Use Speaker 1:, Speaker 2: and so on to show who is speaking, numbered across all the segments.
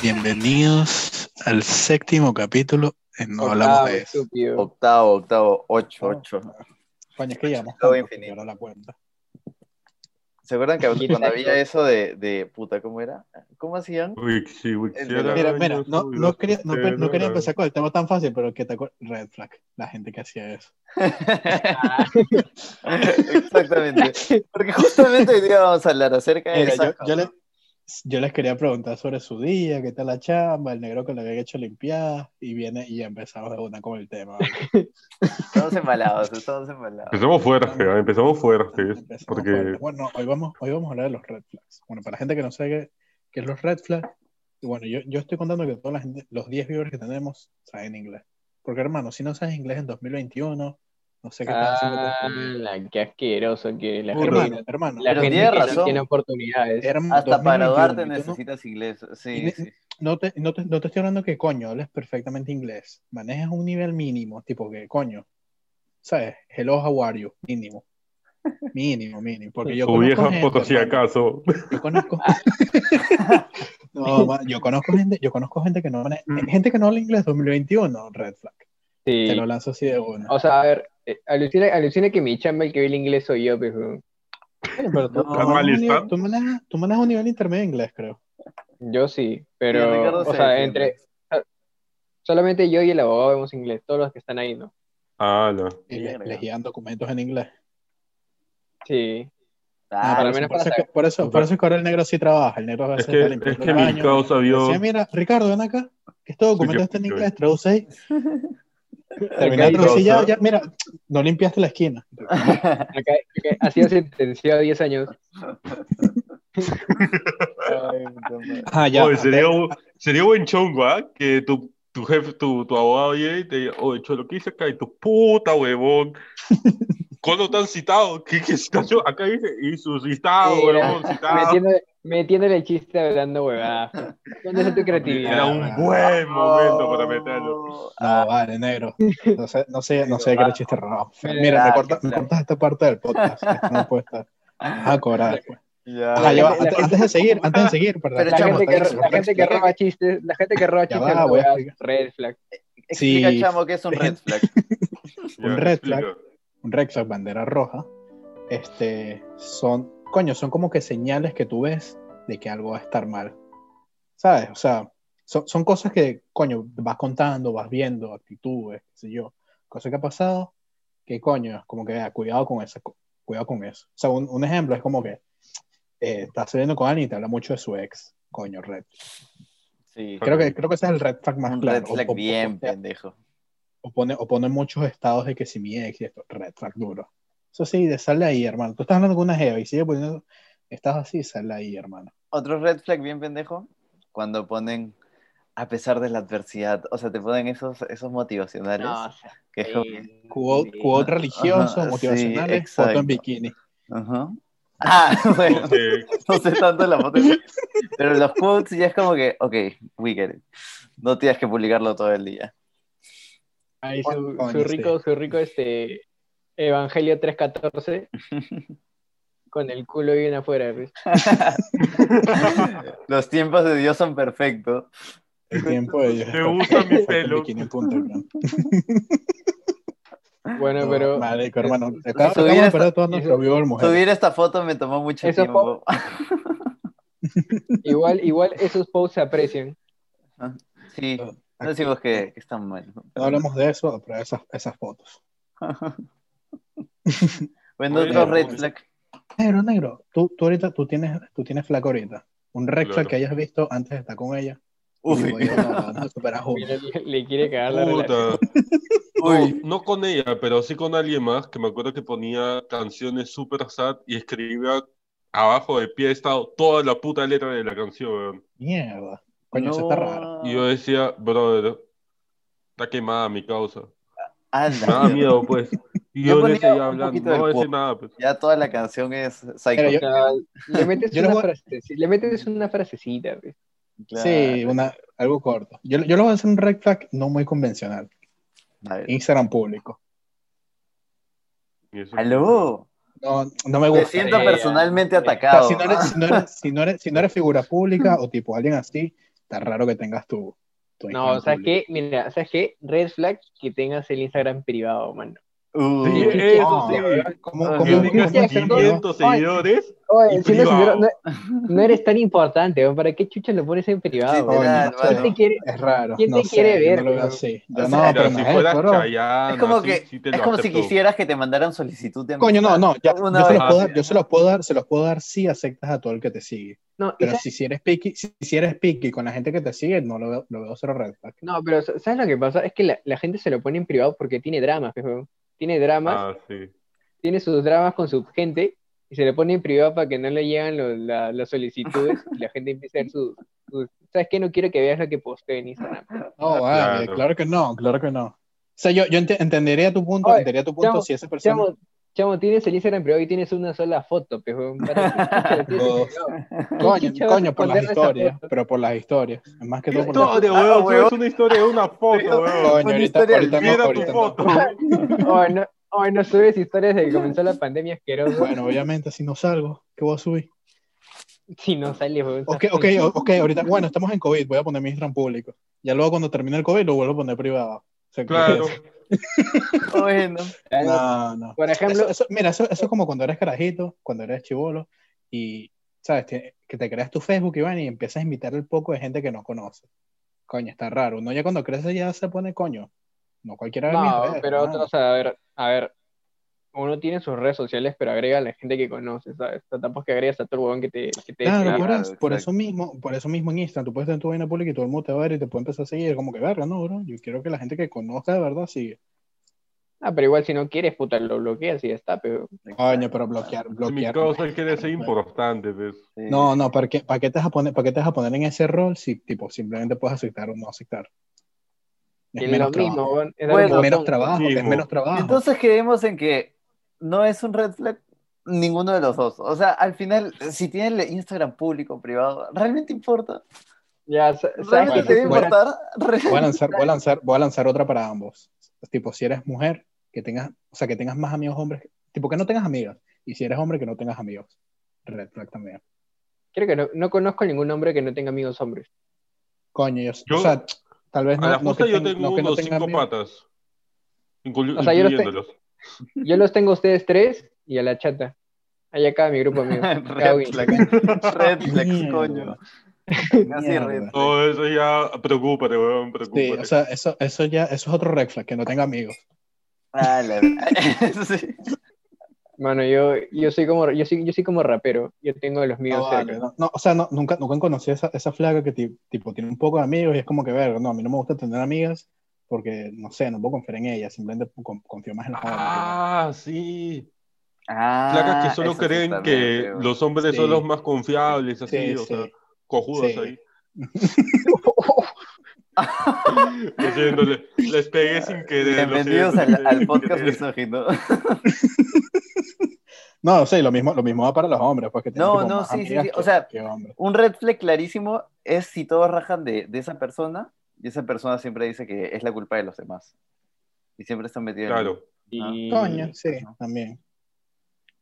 Speaker 1: Bienvenidos al séptimo capítulo. en No hablamos de eso.
Speaker 2: estúpido.
Speaker 3: Octavo, octavo, ocho,
Speaker 2: Ah.
Speaker 3: ocho.
Speaker 2: Coño, es que llamamos
Speaker 3: Todo
Speaker 2: tanto,
Speaker 3: infinito.
Speaker 2: señora, la cuenta.
Speaker 3: ¿Se acuerdan que cuando
Speaker 2: Exacto.
Speaker 3: había eso de, de puta, ¿cómo era? ¿Cómo hacían?
Speaker 4: Uy, si quisiera
Speaker 2: Mira,
Speaker 3: Ay,
Speaker 2: mira,
Speaker 4: yo
Speaker 2: no,
Speaker 4: soy
Speaker 2: no
Speaker 4: la
Speaker 2: quería, no,
Speaker 4: tercera.
Speaker 2: no quería empezar con el tema tan fácil, pero que te acuer- Red flag, la gente que hacía eso.
Speaker 3: Exactamente. Porque justamente hoy día vamos a hablar acerca de
Speaker 2: Mira,
Speaker 3: eso.
Speaker 2: yo, yo le- yo les quería preguntar sobre su día, qué tal la chamba, el negro que le había hecho limpiar, y viene y empezamos de una con el tema.
Speaker 3: Estamos embalados, estamos embalados.
Speaker 2: Pues,
Speaker 4: Empezamos fuerte, ¿eh? empezamos fuerte.
Speaker 2: Empezamos
Speaker 4: porque-
Speaker 2: fuerte. Bueno, hoy vamos, hoy vamos a hablar de los red flags. Bueno, para la gente que no sabe qué, qué es los red flags, y bueno, yo, yo estoy contando que toda la gente, los 10 viewers que tenemos saben inglés. Porque hermano, si no sabes inglés en 2021, no sé qué estás haciendo.
Speaker 5: Ah,
Speaker 2: con tu vida.
Speaker 5: la, qué asqueroso que la
Speaker 4: Puta.
Speaker 5: gente,
Speaker 2: hermano, hermano,
Speaker 5: la
Speaker 3: Pero
Speaker 5: gente
Speaker 3: tiene
Speaker 5: que no
Speaker 3: razón. Eh.
Speaker 5: tiene oportunidades.
Speaker 2: hermano,
Speaker 3: Hasta
Speaker 2: 2021,
Speaker 3: para graduarte
Speaker 2: pues, yo no-
Speaker 3: necesitas inglés.
Speaker 2: Y-
Speaker 3: Sí, sí.
Speaker 2: No te, no, te, no te estoy hablando que coño, hables perfectamente inglés. Manejas un nivel mínimo, tipo que coño. ¿Sabes? Hello, how are you? Mínimo. Mínimo, mínimo. Porque yo
Speaker 4: Tu vieja
Speaker 2: gente,
Speaker 4: foto, si
Speaker 2: hermano,
Speaker 4: acaso.
Speaker 2: Yo conozco. no, ma, yo conozco gente, yo conozco gente que no maneja- gente que no habla inglés 2021, red flag.
Speaker 5: Sí.
Speaker 2: Te lo lanzo así de una.
Speaker 5: O sea, a ver, eh, alucina, alucina que mi chamba el que ve el inglés soy yo, pues, pero
Speaker 2: Pero tú,
Speaker 3: no,
Speaker 2: tú manejas un
Speaker 4: malista.
Speaker 2: nivel- tú manejas, tú manejas un nivel intermedio de inglés, creo.
Speaker 5: yo sí,
Speaker 3: Sí,
Speaker 5: pero
Speaker 3: Ricardo
Speaker 5: o
Speaker 3: se
Speaker 5: sea,
Speaker 3: defiende.
Speaker 5: entre solamente yo y el abogado vemos inglés, todos los que están ahí no.
Speaker 4: Ah, no.
Speaker 2: Y les,
Speaker 3: Verga.
Speaker 2: les guían documentos en inglés.
Speaker 5: Sí.
Speaker 3: Ah,
Speaker 2: Ah,
Speaker 5: para
Speaker 2: por,
Speaker 5: menos
Speaker 2: eso, por, eso,
Speaker 5: para
Speaker 2: es que- por eso-
Speaker 4: saber.
Speaker 2: por eso es que ahora el negro sí trabaja. El negro a
Speaker 4: Es
Speaker 2: veces
Speaker 4: que,
Speaker 2: está
Speaker 4: es
Speaker 2: limpiando
Speaker 4: que
Speaker 2: el
Speaker 4: mi
Speaker 2: baño.
Speaker 4: causa vio.
Speaker 2: Decía, mira, Ricardo, ven acá. Que este documento
Speaker 4: yo
Speaker 2: está en
Speaker 4: picho,
Speaker 2: inglés, traduce ahí. Terminé de
Speaker 5: Ricardo,
Speaker 2: traducir, ya,
Speaker 3: ¿sabes?
Speaker 2: ya, mira, no limpiaste la esquina.
Speaker 5: Acá, acá ha sido sentenciado a 10 años.
Speaker 3: Ay, puta madre.
Speaker 2: Ajá, ya.
Speaker 4: Oye, sería, bu- sería buen chongo, ¿ah? Que tu, tu jefe, tu, tu abogado llegue y te diga, oye, cholo, ¿qué hice acá? Y tu puta, huevón. ¿Cuándo te han citado? ¿Qué, qué citación? Acá dice, y su citado,
Speaker 5: Sí, era-
Speaker 4: huevón, citado.
Speaker 5: Metiéndole, metiéndole el chiste hablando huevadas. ¿Dónde está tu creatividad?
Speaker 4: Era un buen momento para meterlo.
Speaker 2: No, vale, negro. No sé, no sé, no sé qué era chiste raro. Mira,
Speaker 3: Ah,
Speaker 2: me, corta-
Speaker 3: qué
Speaker 2: me
Speaker 3: flaco.
Speaker 2: cortas esta parte del podcast. Esto no puede estar. Ah, cobrar después.
Speaker 3: Ya,
Speaker 2: Ajá, ya va,
Speaker 5: la-
Speaker 2: antes, antes de seguir, antes de seguir, perdón.
Speaker 3: Pero
Speaker 5: La
Speaker 3: chamo,
Speaker 5: gente, que,
Speaker 3: está bien,
Speaker 5: la gente que
Speaker 3: explica-
Speaker 5: roba chistes, la gente que roba
Speaker 2: Ya
Speaker 5: chistes,
Speaker 2: va,
Speaker 5: no
Speaker 2: voy a
Speaker 5: veas,
Speaker 2: explicar.
Speaker 5: red flag.
Speaker 3: Explica,
Speaker 2: sí.
Speaker 3: chamo, que es un red flag.
Speaker 4: Ya,
Speaker 2: Un red
Speaker 4: explica.
Speaker 2: un red flag, bandera roja, este, son, coño, son como que señales que tú ves de que algo va a estar mal. ¿Sabes? O sea, son, son cosas que, coño, vas contando, vas viendo, actitudes, qué sé yo, cosas que ha pasado, que coño, como que, ah, cuidado con eso, cu- cuidado con eso. O sea, un, un ejemplo es como que eh, estás saliendo con alguien y te habla mucho de su ex, coño, red.
Speaker 3: Sí.
Speaker 2: Creo que, creo que ese es el red flag más
Speaker 3: Un
Speaker 2: claro.
Speaker 3: red
Speaker 2: O-
Speaker 3: flag
Speaker 2: o-
Speaker 3: bien,
Speaker 2: o sea,
Speaker 3: pendejo.
Speaker 2: o pone, o pone muchos estados de que si mi ex y esto, red flag duro. Eso sí, de sal de ahí, hermano. Tú estás hablando con una jeva y sigue poniendo, estás así, sal de ahí, hermano.
Speaker 3: Otro red flag bien pendejo, cuando ponen a pesar de la adversidad, o sea, te ponen esos, esos motivacionales.
Speaker 5: No, o sea,
Speaker 3: que es como-
Speaker 2: Quote, quote religioso,
Speaker 3: Ajá, sí,
Speaker 2: motivacionales,
Speaker 3: exacto.
Speaker 2: foto en bikini.
Speaker 3: Ajá. Ah, bueno,
Speaker 4: Porque-
Speaker 3: no sé tanto la foto. Pero los quotes ya es como que, ok, we get it. No tienes que publicarlo todo el día.
Speaker 5: Ahí su,
Speaker 2: Coño,
Speaker 5: su rico, su rico este Evangelio 3.14 con el culo bien afuera. ¿ves?
Speaker 3: Los tiempos de Dios son perfectos.
Speaker 2: El tiempo de ellos.
Speaker 4: Me gusta mi
Speaker 2: Foto en
Speaker 4: pelo.
Speaker 2: bikini, punto, hermano.
Speaker 5: Bueno, pero
Speaker 2: Marico, hermano. Acá, acabamos
Speaker 3: Subir
Speaker 2: de
Speaker 3: esta-
Speaker 2: perder todas nuestras viewers mujeres.
Speaker 3: Subir esta foto me tomó mucho
Speaker 5: Eso
Speaker 3: tiempo.
Speaker 5: igual, igual esos posts se aprecian.
Speaker 3: Sí, no decimos que, que están mal.
Speaker 2: No hablamos de eso, pero esas, esas fotos.
Speaker 3: Bueno,
Speaker 4: Oye,
Speaker 3: otro red
Speaker 4: pues,
Speaker 3: flag.
Speaker 2: Negro, negro, tú, tú ahorita, tú tienes, tú tienes flaco ahorita. Un red flag
Speaker 4: Claro.
Speaker 2: que hayas visto antes de estar con ella.
Speaker 3: Uy,
Speaker 2: Y digo, no, vamos a superar juntos.
Speaker 5: Mira, le, le quiere cagar la relación.
Speaker 4: Puta.
Speaker 3: Uy.
Speaker 4: No, no con ella, pero sí con alguien más que me acuerdo que ponía canciones super sad y escribía abajo de pie de estado toda la puta letra de la canción. weón.
Speaker 2: Mierda. Coño,
Speaker 3: no.
Speaker 2: eso está raro.
Speaker 4: Y yo decía, brother, está quemada mi causa.
Speaker 3: Ah,
Speaker 4: Me da miedo, pues. Y
Speaker 3: Yo
Speaker 4: yo
Speaker 3: ponía
Speaker 4: le
Speaker 3: un
Speaker 4: seguía hablando,
Speaker 3: poquito del
Speaker 4: no decía
Speaker 3: pop.
Speaker 4: nada, pues.
Speaker 3: Ya toda la canción es
Speaker 2: Pero
Speaker 3: psycho.
Speaker 2: yo-
Speaker 5: O sea, le metes,
Speaker 2: Yo le
Speaker 5: una,
Speaker 2: voy-
Speaker 5: frasecita, le metes una frasecita. ¿ves?
Speaker 3: Claro.
Speaker 2: Sí, una, algo corto. Yo, yo lo voy a hacer un red flag no muy convencional.
Speaker 3: A ver.
Speaker 2: Instagram público.
Speaker 4: Y eso-
Speaker 3: Aló.
Speaker 2: No, no me
Speaker 3: Me
Speaker 2: gusta.
Speaker 3: siento
Speaker 5: Sí,
Speaker 2: O
Speaker 5: ya.
Speaker 3: personalmente
Speaker 5: Sí.
Speaker 2: sea,
Speaker 3: atacado.
Speaker 2: si, no eres, si no eres- si no eres- si no eres figura pública o tipo alguien así, Está raro que tengas tu. tu
Speaker 5: No,
Speaker 2: Instagram
Speaker 5: ¿sabes
Speaker 2: público.
Speaker 5: qué? Mira, ¿sabes qué? Red flag que tengas el Instagram privado, mano.
Speaker 3: Uh,
Speaker 4: Sí,
Speaker 5: qué
Speaker 4: eso sí.
Speaker 5: onda,
Speaker 2: ¿Cómo,
Speaker 3: Ah,
Speaker 2: cómo-
Speaker 4: Que
Speaker 2: cómo
Speaker 4: tengas
Speaker 2: puede ser
Speaker 4: 500 seguidores.
Speaker 5: Oye,
Speaker 4: Y
Speaker 5: si no,
Speaker 4: privado.
Speaker 5: si no, no eres tan importante, ¿no? ¿para qué chucha lo pones en privado?
Speaker 2: Oye,
Speaker 5: bro?
Speaker 3: Literal,
Speaker 2: no
Speaker 5: ¿Quién
Speaker 2: sé,
Speaker 3: mano.
Speaker 5: te quiere?
Speaker 2: Es raro.
Speaker 5: ¿Quién
Speaker 2: no
Speaker 5: te
Speaker 2: sé,
Speaker 5: quiere
Speaker 2: yo
Speaker 5: ver,
Speaker 2: no lo veo
Speaker 5: bro?
Speaker 2: así. Yo
Speaker 3: O
Speaker 2: no,
Speaker 3: sea,
Speaker 4: Mira,
Speaker 2: pero
Speaker 4: si
Speaker 2: no es,
Speaker 4: fueras
Speaker 2: bro.
Speaker 4: Chayanne,
Speaker 3: es como
Speaker 4: así
Speaker 3: que
Speaker 4: sí te
Speaker 3: es
Speaker 4: lo
Speaker 3: como si
Speaker 4: acepto.
Speaker 3: quisieras que te mandaran solicitud de
Speaker 2: Coño, no,
Speaker 3: amistad.
Speaker 2: no. ya,
Speaker 3: Una
Speaker 2: yo, se
Speaker 3: vez.
Speaker 2: los puedo
Speaker 4: Ah,
Speaker 2: dar, yo se los puedo dar, se los puedo dar si aceptas a todo el que te sigue.
Speaker 5: No, y
Speaker 2: Pero si, si eres picky, si, si eres picky con la gente que te sigue, no lo veo, lo veo cero red flag.
Speaker 5: No, pero sa- ¿sabes lo que pasa? Es que la, la gente se lo pone en privado porque tiene dramas, pues, weón. Tiene dramas,
Speaker 4: Ah, sí.
Speaker 5: tiene sus dramas con su gente y se lo pone en privado para que no le llegan lo- la- las solicitudes y la gente empieza a hacer sus... sus- ¿Sabes qué? No quiero que veas lo que posteo en Instagram.
Speaker 2: No, Oh, vale,
Speaker 4: Ah, Claro.
Speaker 2: claro. que no, claro que no. O sea, yo, yo ente- entendería tu punto,
Speaker 5: Oye,
Speaker 2: entendería tu punto
Speaker 5: chamo,
Speaker 2: si esa persona.
Speaker 5: Chamo, chamo, tienes el Instagram privado y tienes una sola foto, pues, weón. ¿Para qué chucha lo tienes en
Speaker 2: Dos.
Speaker 5: privado? ¿Qué
Speaker 2: Coño,
Speaker 5: chucha vas a
Speaker 2: coño, por las
Speaker 5: poner esa
Speaker 2: historias,
Speaker 5: foto?
Speaker 2: pero por las historias. Es más que todo por las
Speaker 4: Historia,
Speaker 3: Ah,
Speaker 4: weón.
Speaker 3: weón.
Speaker 4: Es una historia de una foto, weón.
Speaker 2: Coño,
Speaker 3: una
Speaker 2: ahorita,
Speaker 3: historia
Speaker 2: ahorita, no,
Speaker 4: Mira tu
Speaker 2: ahorita no.
Speaker 4: foto.
Speaker 5: Oh, no, oh, no subes historias desde que comenzó la pandemia asqueroso.
Speaker 2: Bueno, obviamente, si no salgo, ¿qué voy a subir?
Speaker 5: Si no sales, weón.
Speaker 2: Ok, ok, o- ok, ahorita, bueno, estamos en COVID, voy a poner mi Instagram público. Ya luego cuando termine el COVID lo vuelvo a poner privado. O sea,
Speaker 4: Claro.
Speaker 3: Bueno.
Speaker 2: No, no.
Speaker 5: Por ejemplo,
Speaker 2: Eso- eso- mira, eso, eso es como cuando eres carajito, cuando eres chivolo y, ¿sabes? Te- que te creas tu Facebook, Iván, y empiezas a invitar un poco de gente que no conoces. Coño, está raro. Uno ya cuando crece ya se pone coño. No cualquiera ve mis
Speaker 5: No,
Speaker 2: redes,
Speaker 5: pero
Speaker 2: eh, hermano.
Speaker 5: o sea, a ver, a ver, uno tiene sus redes sociales, pero agrega a la gente que conoce, ¿sabes? O sea, tampoco es que agregas a todo el huevón que te, que te
Speaker 2: Claro,
Speaker 5: siga.
Speaker 2: por,
Speaker 3: claro,
Speaker 2: eso, por
Speaker 3: exacto.
Speaker 2: eso mismo, por eso mismo en Instagram, tú puedes tener tu vaina pública y todo el mundo te va a ver y te puede empezar a seguir, como que verga, no, bro. Yo quiero que la gente que conozca de verdad sigue.
Speaker 5: Ah, pero igual si no quieres, puta, lo bloqueas y ya está, pero
Speaker 2: Coño, pero bloquear,
Speaker 4: Mi
Speaker 2: bloquear.
Speaker 4: causa es que eres importante, pues.
Speaker 3: Sí.
Speaker 5: Eh,
Speaker 2: No, no, ¿para qué, para qué te vas a poner, para qué te vas a poner en ese rol si tipo simplemente puedes aceptar o no aceptar? Es
Speaker 5: es
Speaker 2: menos
Speaker 5: lo mismo,
Speaker 2: trabajo.
Speaker 5: huevón, es
Speaker 3: Bueno,
Speaker 5: algo
Speaker 2: Es menos
Speaker 5: botón.
Speaker 2: trabajo, es
Speaker 4: Mismo.
Speaker 2: menos trabajo.
Speaker 3: Entonces quedemos en que no es un red flag ninguno de los dos. O sea, al final, si tienen el Instagram público o privado, ¿realmente importa?
Speaker 5: Ya, sa- sabes
Speaker 3: ¿Realmente
Speaker 2: Bueno,
Speaker 5: que
Speaker 3: te debe
Speaker 2: bueno.
Speaker 3: importar? Re-
Speaker 2: Voy a lanzar, voy a lanzar, voy a lanzar otra para ambos. Tipo, si eres mujer, que tengas, o sea, que tengas más amigos hombres, tipo que no tengas amigas. Y si eres hombre, que no tengas amigos. Red flag también.
Speaker 5: creo que no, no conozco ningún hombre que no tenga amigos hombres.
Speaker 2: Coño, yo,
Speaker 4: Yo-
Speaker 2: o sea, tal vez no.
Speaker 4: A la
Speaker 2: no
Speaker 4: justa
Speaker 2: que
Speaker 4: yo
Speaker 2: ten-
Speaker 4: tengo
Speaker 2: no que no
Speaker 4: unos
Speaker 2: tenga
Speaker 4: cinco
Speaker 2: amigos.
Speaker 4: patas. inclu-
Speaker 5: O sea, yo los tengo.
Speaker 4: incluyéndolos.
Speaker 5: Yo los tengo a ustedes tres y a la chata. Ahí acá mi grupo amigo. Cago
Speaker 3: Red
Speaker 5: en-
Speaker 3: flag. Red flag,
Speaker 2: Mierda.
Speaker 3: coño. Así
Speaker 2: Mierda.
Speaker 3: red.
Speaker 4: Todo eso ya, preocúpate, weón, preocúpate.
Speaker 2: Sí, o sea, eso, eso ya, eso es otro red flag, que no tenga amigos.
Speaker 3: Ah, la verdad. Sí.
Speaker 5: Mano, yo, yo soy como yo soy, yo soy como rapero. Yo tengo a los míos
Speaker 2: No,
Speaker 5: cerca.
Speaker 2: vale, no, no, o sea, no, nunca, nunca conocí esa, esa flaca que ti- tipo tiene un poco de amigos y es como que, verga, no, a mí no me gusta tener amigas porque, no sé, no puedo confiar en ellas, simplemente con- confío más en las hombres.
Speaker 4: Ah, sí.
Speaker 3: Ah,
Speaker 4: Placas que solo
Speaker 3: eso sí
Speaker 4: creen
Speaker 3: está
Speaker 4: que
Speaker 3: bien, feo.
Speaker 4: los hombres
Speaker 2: Sí.
Speaker 4: son los más confiables, así,
Speaker 2: Sí,
Speaker 4: o
Speaker 2: sí.
Speaker 4: sea, cojudos
Speaker 2: Sí.
Speaker 4: ahí. Lo siento, le- les pegué sin querer. lo
Speaker 3: Bienvenidos
Speaker 4: siento,
Speaker 3: al,
Speaker 4: les pegué
Speaker 3: al
Speaker 4: sin
Speaker 3: podcast
Speaker 4: querer.
Speaker 3: misógino.
Speaker 2: No, sí, lo mismo, lo mismo va para los hombres, pues que tienen
Speaker 3: No,
Speaker 2: tipo,
Speaker 3: no,
Speaker 2: más
Speaker 3: sí, sí,
Speaker 2: amigas
Speaker 3: sí, o
Speaker 2: que-
Speaker 3: sea,
Speaker 2: que hombres.
Speaker 3: Un red flag clarísimo es si todos rajan de, de esa persona y esa persona siempre dice que es la culpa de los demás. Y siempre están metidos en
Speaker 4: Claro.
Speaker 5: Y-
Speaker 2: Coño, sí,
Speaker 3: pues ¿no?
Speaker 2: también.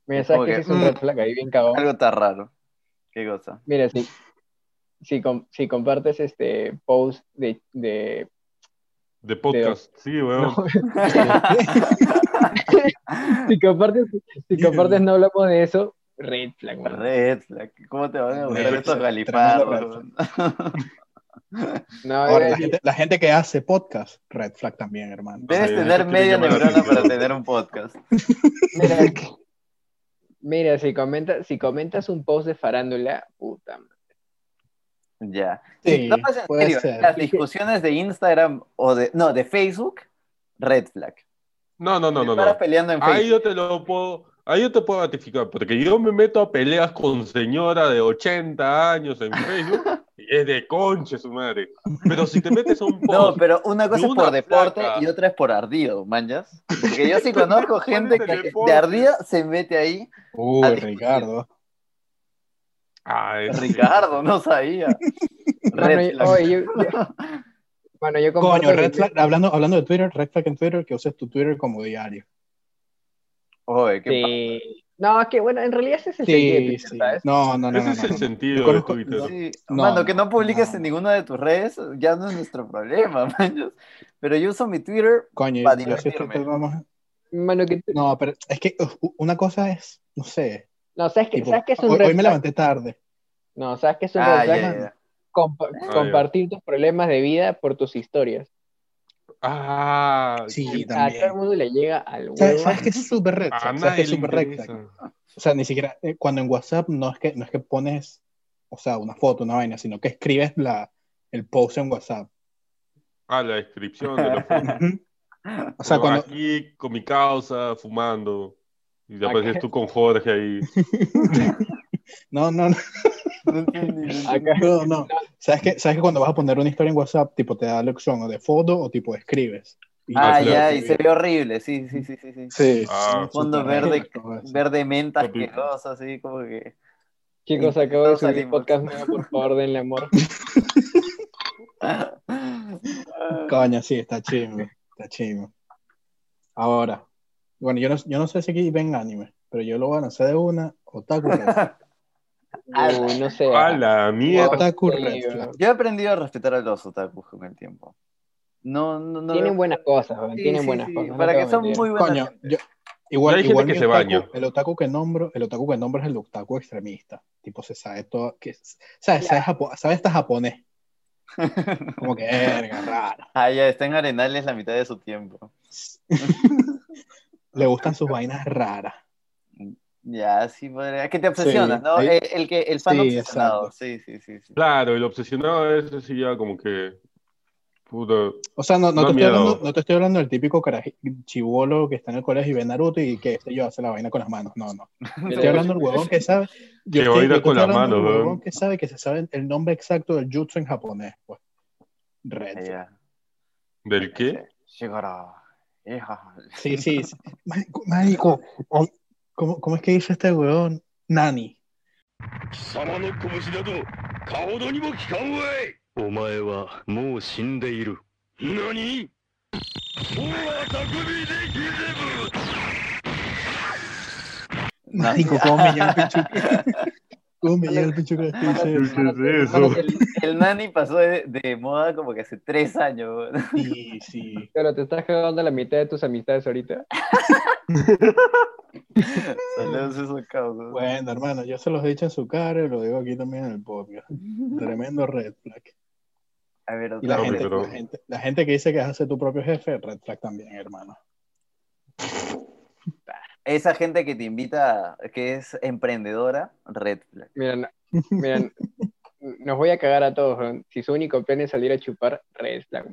Speaker 5: Mira, ¿sabes
Speaker 3: Como
Speaker 5: qué?
Speaker 3: que,
Speaker 5: Ese es un
Speaker 4: mm.
Speaker 5: red flag ahí bien cagado.
Speaker 3: algo tan raro. Qué cosa.
Speaker 5: Mira, si, si, com- si compartes este post de, de-
Speaker 4: De podcast, sí, weón.
Speaker 5: no, si compartes, si compartes no hablamos de eso, red flag, mano.
Speaker 3: Red flag. ¿Cómo te van a gustar
Speaker 2: Red
Speaker 3: estos
Speaker 2: flag,
Speaker 3: galipardos?
Speaker 2: tremendo
Speaker 5: No,
Speaker 2: Ahora,
Speaker 5: era-
Speaker 3: eh,
Speaker 2: la gente, la gente que hace podcast, red flag también, hermano.
Speaker 3: Debes
Speaker 4: Ay,
Speaker 3: tener
Speaker 4: eso tiene
Speaker 3: media
Speaker 4: que llamar la
Speaker 3: neurona para
Speaker 4: atención.
Speaker 3: tener un podcast.
Speaker 5: mira, mira, si comentas, si comentas un post de farándula, puta. madre.
Speaker 3: Ya.
Speaker 2: Sí,
Speaker 3: No, pues, en
Speaker 2: puede
Speaker 3: serio,
Speaker 2: ser.
Speaker 3: Las discusiones de Instagram o de. No, de Facebook, red flag.
Speaker 4: No, no, no,
Speaker 3: Te
Speaker 4: no. no.
Speaker 3: paras peleando en
Speaker 4: Ahí
Speaker 3: Facebook.
Speaker 4: yo te lo puedo, ahí yo te puedo ratificar, porque yo me meto a peleas con señora de 80 años en Facebook y es de conche su madre. Pero si te metes a un
Speaker 3: No,
Speaker 4: post,
Speaker 3: pero una cosa
Speaker 4: de
Speaker 3: es
Speaker 4: una
Speaker 3: por deporte
Speaker 4: placa.
Speaker 3: y otra es por ardido, manjas. Porque yo sí conozco gente
Speaker 4: Ponete
Speaker 3: que
Speaker 4: deporte.
Speaker 3: de ardido se mete ahí.
Speaker 2: Uy,
Speaker 3: Ah,
Speaker 2: Ricardo.
Speaker 4: ah, es-
Speaker 3: Ricardo, no sabía.
Speaker 5: Mano,
Speaker 3: Red
Speaker 5: yo-
Speaker 3: flag.
Speaker 5: oye, yo- yo- mano, yo comparto
Speaker 2: Coño,
Speaker 5: en
Speaker 2: red
Speaker 5: Twitter-
Speaker 2: flag, hablando, hablando de Twitter, red flag en Twitter, que uses tu Twitter como diario.
Speaker 3: Oye, qué
Speaker 5: Sí. No, es que bueno, en realidad ese es el sentido de
Speaker 2: Sí,
Speaker 5: Twitter,
Speaker 2: sí.
Speaker 3: ¿eh?
Speaker 5: ¿sabes?
Speaker 2: No, no, no.
Speaker 4: Ese
Speaker 2: no,
Speaker 4: es
Speaker 2: no,
Speaker 4: el
Speaker 2: no.
Speaker 4: sentido
Speaker 2: Yo conozco-
Speaker 4: de Twitter.
Speaker 3: Sí,
Speaker 2: No,
Speaker 3: mano, que no publiques
Speaker 2: no.
Speaker 3: en ninguna de tus redes ya no es nuestro problema, manos. Pero yo uso mi Twitter.
Speaker 2: Coño,
Speaker 3: Para
Speaker 2: yo sí estoy
Speaker 3: divertirme.
Speaker 2: tratando más-
Speaker 5: Mano, que tú-
Speaker 2: No, pero es que uf, u- una cosa es, no sé,
Speaker 5: No, ¿sabes qué,
Speaker 2: tipo,
Speaker 5: ¿sabes qué es un
Speaker 2: hoy,
Speaker 5: red
Speaker 2: hoy me
Speaker 5: flag?
Speaker 2: levanté tarde.
Speaker 5: No, ¿sabes qué es un
Speaker 3: Ah,
Speaker 5: red flag?
Speaker 3: ya, ya.
Speaker 5: Compa-
Speaker 4: ya.
Speaker 5: compartir tus problemas de vida por tus historias.
Speaker 4: Ah,
Speaker 2: Sí,
Speaker 4: qué-
Speaker 5: A todo
Speaker 2: también.
Speaker 5: el mundo le llega al huevo.
Speaker 2: ¿Sabes, sabes que es súper red? flag?
Speaker 4: a
Speaker 2: ¿Sabes que
Speaker 4: nadie
Speaker 2: es
Speaker 4: le
Speaker 2: súper red
Speaker 4: interesa.
Speaker 2: flag? O sea, ni siquiera eh, cuando en WhatsApp no es que no es que pones, o sea, una foto, una vaina, sino que escribes la el post en WhatsApp.
Speaker 4: Ah, la descripción de la foto.
Speaker 2: Ujú. O sea,
Speaker 4: Yo
Speaker 2: cuando
Speaker 4: Aquí con mi causa, fumando. Y te
Speaker 5: Acá.
Speaker 4: apareces tú con Jorge ahí.
Speaker 2: no, no, no,
Speaker 3: No entendí, no entendí.
Speaker 5: Acá.
Speaker 2: no, no. ¿Sabes que sabes que cuando vas a poner una historia en WhatsApp, tipo te da la opción o de foto o tipo escribes. Y-
Speaker 4: Ah,
Speaker 3: Ah,
Speaker 4: claro.
Speaker 3: ya, y se ve horrible, sí, sí, sí, sí. sí.
Speaker 2: Sí,
Speaker 4: Ah.
Speaker 2: sí,
Speaker 3: Fondo
Speaker 2: súper red
Speaker 3: verde,
Speaker 2: flag, todo eso.
Speaker 3: verde menta
Speaker 4: Papi.
Speaker 3: asquerosa, así como que.
Speaker 5: Chicos, acabo de
Speaker 3: Todos
Speaker 5: subir
Speaker 3: salimos.
Speaker 5: podcast nuevo, por favor, denle amor.
Speaker 2: Coño, sí, está chimbo, está chimbo. Ahora, bueno, yo no, yo no sé si aquí ven anime, pero yo lo voy a lanzar de una, Otaku Red,
Speaker 5: Uy, Uh, no sé.
Speaker 4: A la mierda.
Speaker 2: Otaku
Speaker 5: sí,
Speaker 2: Red
Speaker 5: bro.
Speaker 2: Flag.
Speaker 3: Yo he aprendido a respetar a los otakus con el tiempo. No, no, no.
Speaker 5: Tienen
Speaker 3: veo-
Speaker 5: buenas cosas, man,
Speaker 3: Sí,
Speaker 5: tienen
Speaker 3: sí,
Speaker 5: buenas
Speaker 3: sí,
Speaker 5: cosas. no
Speaker 3: Para
Speaker 5: te
Speaker 3: que
Speaker 5: voy a
Speaker 3: son
Speaker 5: mentir.
Speaker 3: muy buenas.
Speaker 2: Coño,
Speaker 3: gente.
Speaker 2: yo- igual,
Speaker 4: Pero hay gente
Speaker 2: igual
Speaker 4: que
Speaker 2: mi
Speaker 4: se
Speaker 2: otaku-
Speaker 4: baña.
Speaker 2: el otaku que nombro, el otaku que nombro es el otaku extremista, tipo se sabe todo, que, sabe, sabe, japo- sabe hasta japonés, como que verga, raro.
Speaker 3: Ah, ya, está en Arenales la mitad de su tiempo.
Speaker 2: Le gustan sus vainas raras.
Speaker 3: Ya, sí, podría. Que te obsesionas,
Speaker 2: Sí,
Speaker 3: ¿no?
Speaker 2: ahí-
Speaker 3: El, el que, el fan
Speaker 2: Sí,
Speaker 3: obsesionado.
Speaker 2: exacto.
Speaker 3: Sí, sí, sí. sí.
Speaker 4: Claro, el obsesionado es así ya como que. Puta.
Speaker 2: O sea, no, no
Speaker 4: Da
Speaker 2: te estoy
Speaker 4: miedo.
Speaker 2: hablando, no te estoy hablando del típico caraji- chibolo que está en el colegio y ve Naruto y que este yo hace la vaina con las manos. No, no. Yo estoy hablando del huevón que sabe. Yo
Speaker 4: Que
Speaker 2: estoy,
Speaker 4: baila
Speaker 2: yo
Speaker 4: con
Speaker 2: estoy
Speaker 4: las
Speaker 2: hablando del
Speaker 4: manos,
Speaker 2: huevón
Speaker 4: weón.
Speaker 2: que sabe que se sabe el nombre exacto del jutsu en japonés. Pues. Red.
Speaker 3: Ya.
Speaker 4: ¿Del qué?
Speaker 3: Shigara. Hija.
Speaker 2: Sí, sí. sí. Marico, marico, hoy- ¿cómo, ¿cómo es que dice este huevón? Nani.
Speaker 6: 貴様の拳などかほどにも効かんわいお前はもう死んでいる何おは匠でギゼブ
Speaker 2: Marico, ¿cómo me llega el pichuca? ¿Cómo me llega el pichuca?
Speaker 4: ¿Qué
Speaker 2: Dice eso.
Speaker 4: es eso?
Speaker 3: Mano, el, el nani pasó de, de moda como que hace tres años. ¿no?
Speaker 2: Sí, sí.
Speaker 5: Pero te estás cagando la mitad de tus amistades ahorita.
Speaker 3: Saludos a esos causos.
Speaker 2: Bueno, hermano, yo se los he dicho en su cara y lo digo aquí también en el podcast. Tremendo red flag.
Speaker 3: A ver,
Speaker 2: Y la,
Speaker 4: No,
Speaker 3: otra.
Speaker 2: gente,
Speaker 4: pero-
Speaker 2: la, gente, la gente que dice que vas a ser tu propio jefe, red flag también, hermano.
Speaker 3: Esa gente que te invita, que es emprendedora, red flag.
Speaker 5: Mira, no- mira, n- nos voy a cagar a todos. weón. Si su único plan es salir a chupar, red flag.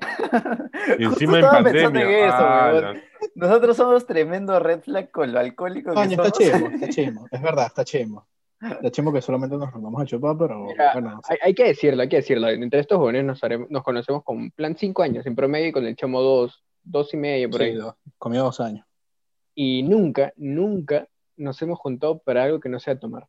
Speaker 4: Y
Speaker 3: Justo
Speaker 4: encima en
Speaker 3: estaba pensando
Speaker 4: pandemia.
Speaker 3: en eso,
Speaker 4: Ah,
Speaker 3: weón.
Speaker 4: la-
Speaker 3: Nosotros somos tremendo red flag con lo alcohólico que
Speaker 2: Coño, está
Speaker 3: somos.
Speaker 2: chemo, está chemo. Es verdad, está chemo. Está chemo que solamente nos reunamos a chupar, pero
Speaker 5: Mira,
Speaker 2: bueno, no sé.
Speaker 5: Hay, hay que decirlo, hay que decirlo. Entre estos jóvenes nos, haremos- nos conocemos con plan 5 años en promedio y con el chamo 2, 2 y medio por
Speaker 2: Sí,
Speaker 5: ahí.
Speaker 2: dos- conmigo dos años.
Speaker 5: Y nunca, nunca nos hemos juntado para algo que no sea tomar.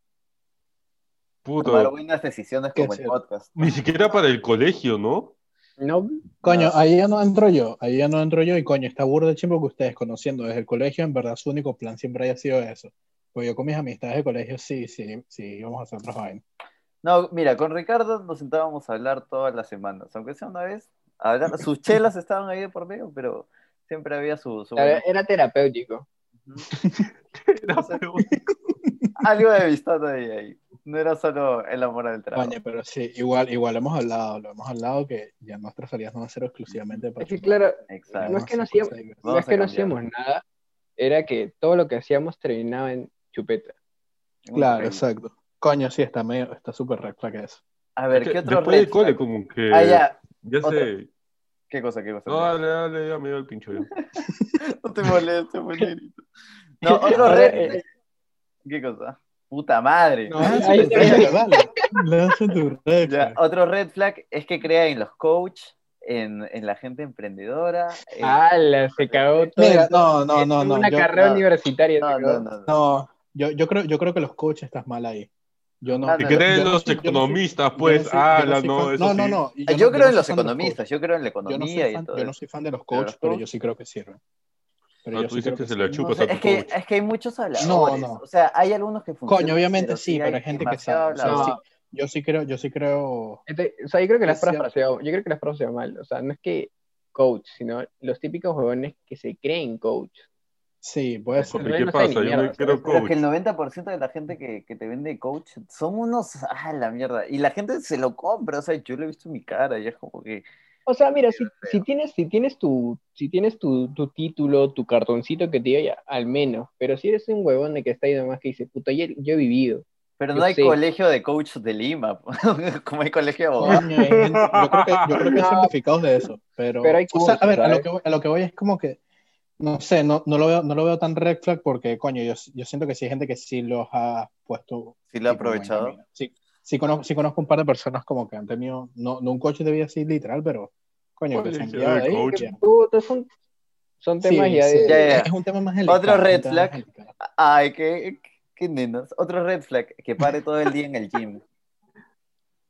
Speaker 3: Tomar
Speaker 4: Puto.
Speaker 3: buenas decisiones
Speaker 2: Qué
Speaker 3: como el
Speaker 2: cierto.
Speaker 3: podcast.
Speaker 4: Ni siquiera para el colegio, ¿no?
Speaker 5: No,
Speaker 2: Coño, ahí ya no entro yo, ahí ya no entro yo y coño, está burda de chimbo que ustedes conociendo desde el colegio, en verdad su único plan siempre haya sido eso. Pues yo con mis amistades de colegio sí, sí, sí, vamos a hacer otras vainas.
Speaker 3: No, mira, con Ricardo nos sentábamos a hablar todas las semanas, aunque sea una vez. a hablar. sus chelas estaban ahí de por medio, pero siempre había su... su
Speaker 5: era, era terapéutico.
Speaker 4: Era peor.
Speaker 3: Algo de amistad había ahí. No era solo el amor al trabajo.
Speaker 2: Coño, pero sí, igual, igual hemos hablado, lo hemos hablado que ya nuestras salidas no van a ser exclusivamente para
Speaker 5: Es que
Speaker 2: chupar.
Speaker 5: claro,
Speaker 3: Exacto.
Speaker 5: no es que no
Speaker 2: Vamos a hacer
Speaker 5: hacíamos-
Speaker 2: cosas divertidas.
Speaker 5: no es
Speaker 3: Vamos a
Speaker 5: que no
Speaker 3: cambiar.
Speaker 5: hacíamos nada, era que todo lo que hacíamos terminaba en chupeta.
Speaker 2: Claro, exacto. Coño, sí, está medio, está súper red flag eso.
Speaker 3: A ver,
Speaker 4: Que
Speaker 3: ¿qué otro
Speaker 4: Después del
Speaker 3: red
Speaker 4: cole,
Speaker 3: flag?
Speaker 4: como que.
Speaker 3: Ah, ya.
Speaker 4: Ya
Speaker 3: Otro.
Speaker 4: sé.
Speaker 3: ¿Qué cosa, qué cosa?
Speaker 4: No, dale, dale, ya me dio el pincho yo.
Speaker 3: No te molestes, monerito. No, otro red flag. ¿Qué cosa? Puta madre.
Speaker 2: No,
Speaker 5: Ah,
Speaker 2: lanza
Speaker 5: ahí
Speaker 2: tu
Speaker 5: está.
Speaker 2: red, dale. Lanza tu pues. red.
Speaker 3: Ya, otro red flag es que crea en los coach, en, en la gente emprendedora. en-
Speaker 5: ¡Hala! Se cagó todo.
Speaker 2: Mira,
Speaker 5: en-
Speaker 2: no, no, no,
Speaker 5: en
Speaker 2: no.
Speaker 5: Una
Speaker 2: Yo,
Speaker 5: carrera
Speaker 3: no.
Speaker 5: universitaria.
Speaker 3: no,
Speaker 5: se
Speaker 3: no,
Speaker 5: cagó.
Speaker 3: no, no.
Speaker 2: no, yo, yo creo, yo creo que los coaches estás mal ahí. Yo no.
Speaker 3: Ah,
Speaker 4: ¿Te
Speaker 3: no,
Speaker 2: yo-
Speaker 4: creen
Speaker 2: yo no
Speaker 4: los
Speaker 2: soy- yo no soy-
Speaker 4: economistas,
Speaker 2: yo no
Speaker 4: pues?
Speaker 2: soy- yo
Speaker 4: Ah,
Speaker 2: no soy
Speaker 4: no,
Speaker 2: fan-
Speaker 4: eso
Speaker 2: no, no,
Speaker 4: sí.
Speaker 2: no, y
Speaker 3: Ah, Yo,
Speaker 2: no-
Speaker 3: creo
Speaker 2: no
Speaker 3: en
Speaker 2: soy
Speaker 3: los
Speaker 2: fan de
Speaker 3: economistas, yo creo en la
Speaker 2: coaches. Yo no soy
Speaker 3: economía y
Speaker 2: fan-
Speaker 3: todo
Speaker 2: Yo no
Speaker 3: eso.
Speaker 2: soy fan de los
Speaker 3: Pero los
Speaker 2: coaches, pero
Speaker 3: coaches-
Speaker 2: yo sí creo que sirven. Pero
Speaker 4: Ah,
Speaker 2: yo sí
Speaker 4: tú dices
Speaker 2: creo
Speaker 4: que se
Speaker 2: sí.
Speaker 4: la chupa.
Speaker 3: No sé,
Speaker 4: a tu
Speaker 3: es, que,
Speaker 4: coach.
Speaker 3: es que hay muchos habladores. O sea, hay algunos que funcionan.
Speaker 2: Coño, obviamente sí, pero hay gente que sabe. O sea,
Speaker 3: demasiado
Speaker 2: sí,
Speaker 3: hablador.
Speaker 2: yo sí creo, yo sí creo.
Speaker 5: Este, o sea, yo creo que las
Speaker 2: Es cierto.
Speaker 5: parafraseado, yo creo que las parafraseado mal. O sea, no es que coach, sino los típicos jóvenes que se creen coach.
Speaker 2: Sí, puede ser.
Speaker 4: Porque,
Speaker 5: no
Speaker 4: ¿Qué
Speaker 5: sé
Speaker 4: pasa?
Speaker 5: ni
Speaker 4: Yo me
Speaker 5: mierda,
Speaker 4: creo
Speaker 5: ¿sabes?
Speaker 3: Pero
Speaker 4: coach.
Speaker 3: que el 90% de la gente que, que te vende coach son unos. ¡Ah, la mierda! Y la gente se lo compra. O sea, yo lo he visto en mi cara. Y es como que.
Speaker 5: O sea, mira, si, si tienes, si tienes tu, si tienes tu, tu título, tu cartoncito que te diga, ya, al menos. Pero si eres un huevón de que está ahí nomás que dice, puta, yo, yo he vivido.
Speaker 3: Pero
Speaker 5: Yo
Speaker 3: no hay
Speaker 5: sé.
Speaker 3: colegio de coach de Lima. como hay colegio de abogados.
Speaker 2: Coño, hay gente- yo creo que, yo creo que hay significados de eso, pero,
Speaker 5: Pero hay
Speaker 2: o sea, a ver, a
Speaker 5: cosas,
Speaker 2: lo, que voy, a lo que voy es como que, no sé, no, no, lo, veo, no lo veo tan red flag porque, coño, yo, yo siento que sí hay gente que sí los ha puesto.
Speaker 5: Ah,
Speaker 2: tipo,
Speaker 3: Sí, lo he
Speaker 2: en buen
Speaker 3: aprovechado.
Speaker 2: camino. Sí, sí, conozco, sí conozco un par de personas como que han tenido, no, no un coche de vida así literal, pero, coño, que
Speaker 4: Oye,
Speaker 2: se han
Speaker 4: sí,
Speaker 2: quedado
Speaker 4: de
Speaker 2: ahí.
Speaker 4: coach.
Speaker 2: ya.
Speaker 5: Puta, son, son temas
Speaker 2: Sí,
Speaker 5: ya
Speaker 2: sí,
Speaker 5: de.
Speaker 3: ya, ya.
Speaker 2: Es un tema más delicado.
Speaker 3: Otro
Speaker 2: es un
Speaker 3: red
Speaker 2: tema más
Speaker 3: flag.
Speaker 2: delicado.
Speaker 3: Ay, qué, qué nenas. Otro red flag, que pare todo el día en el gym.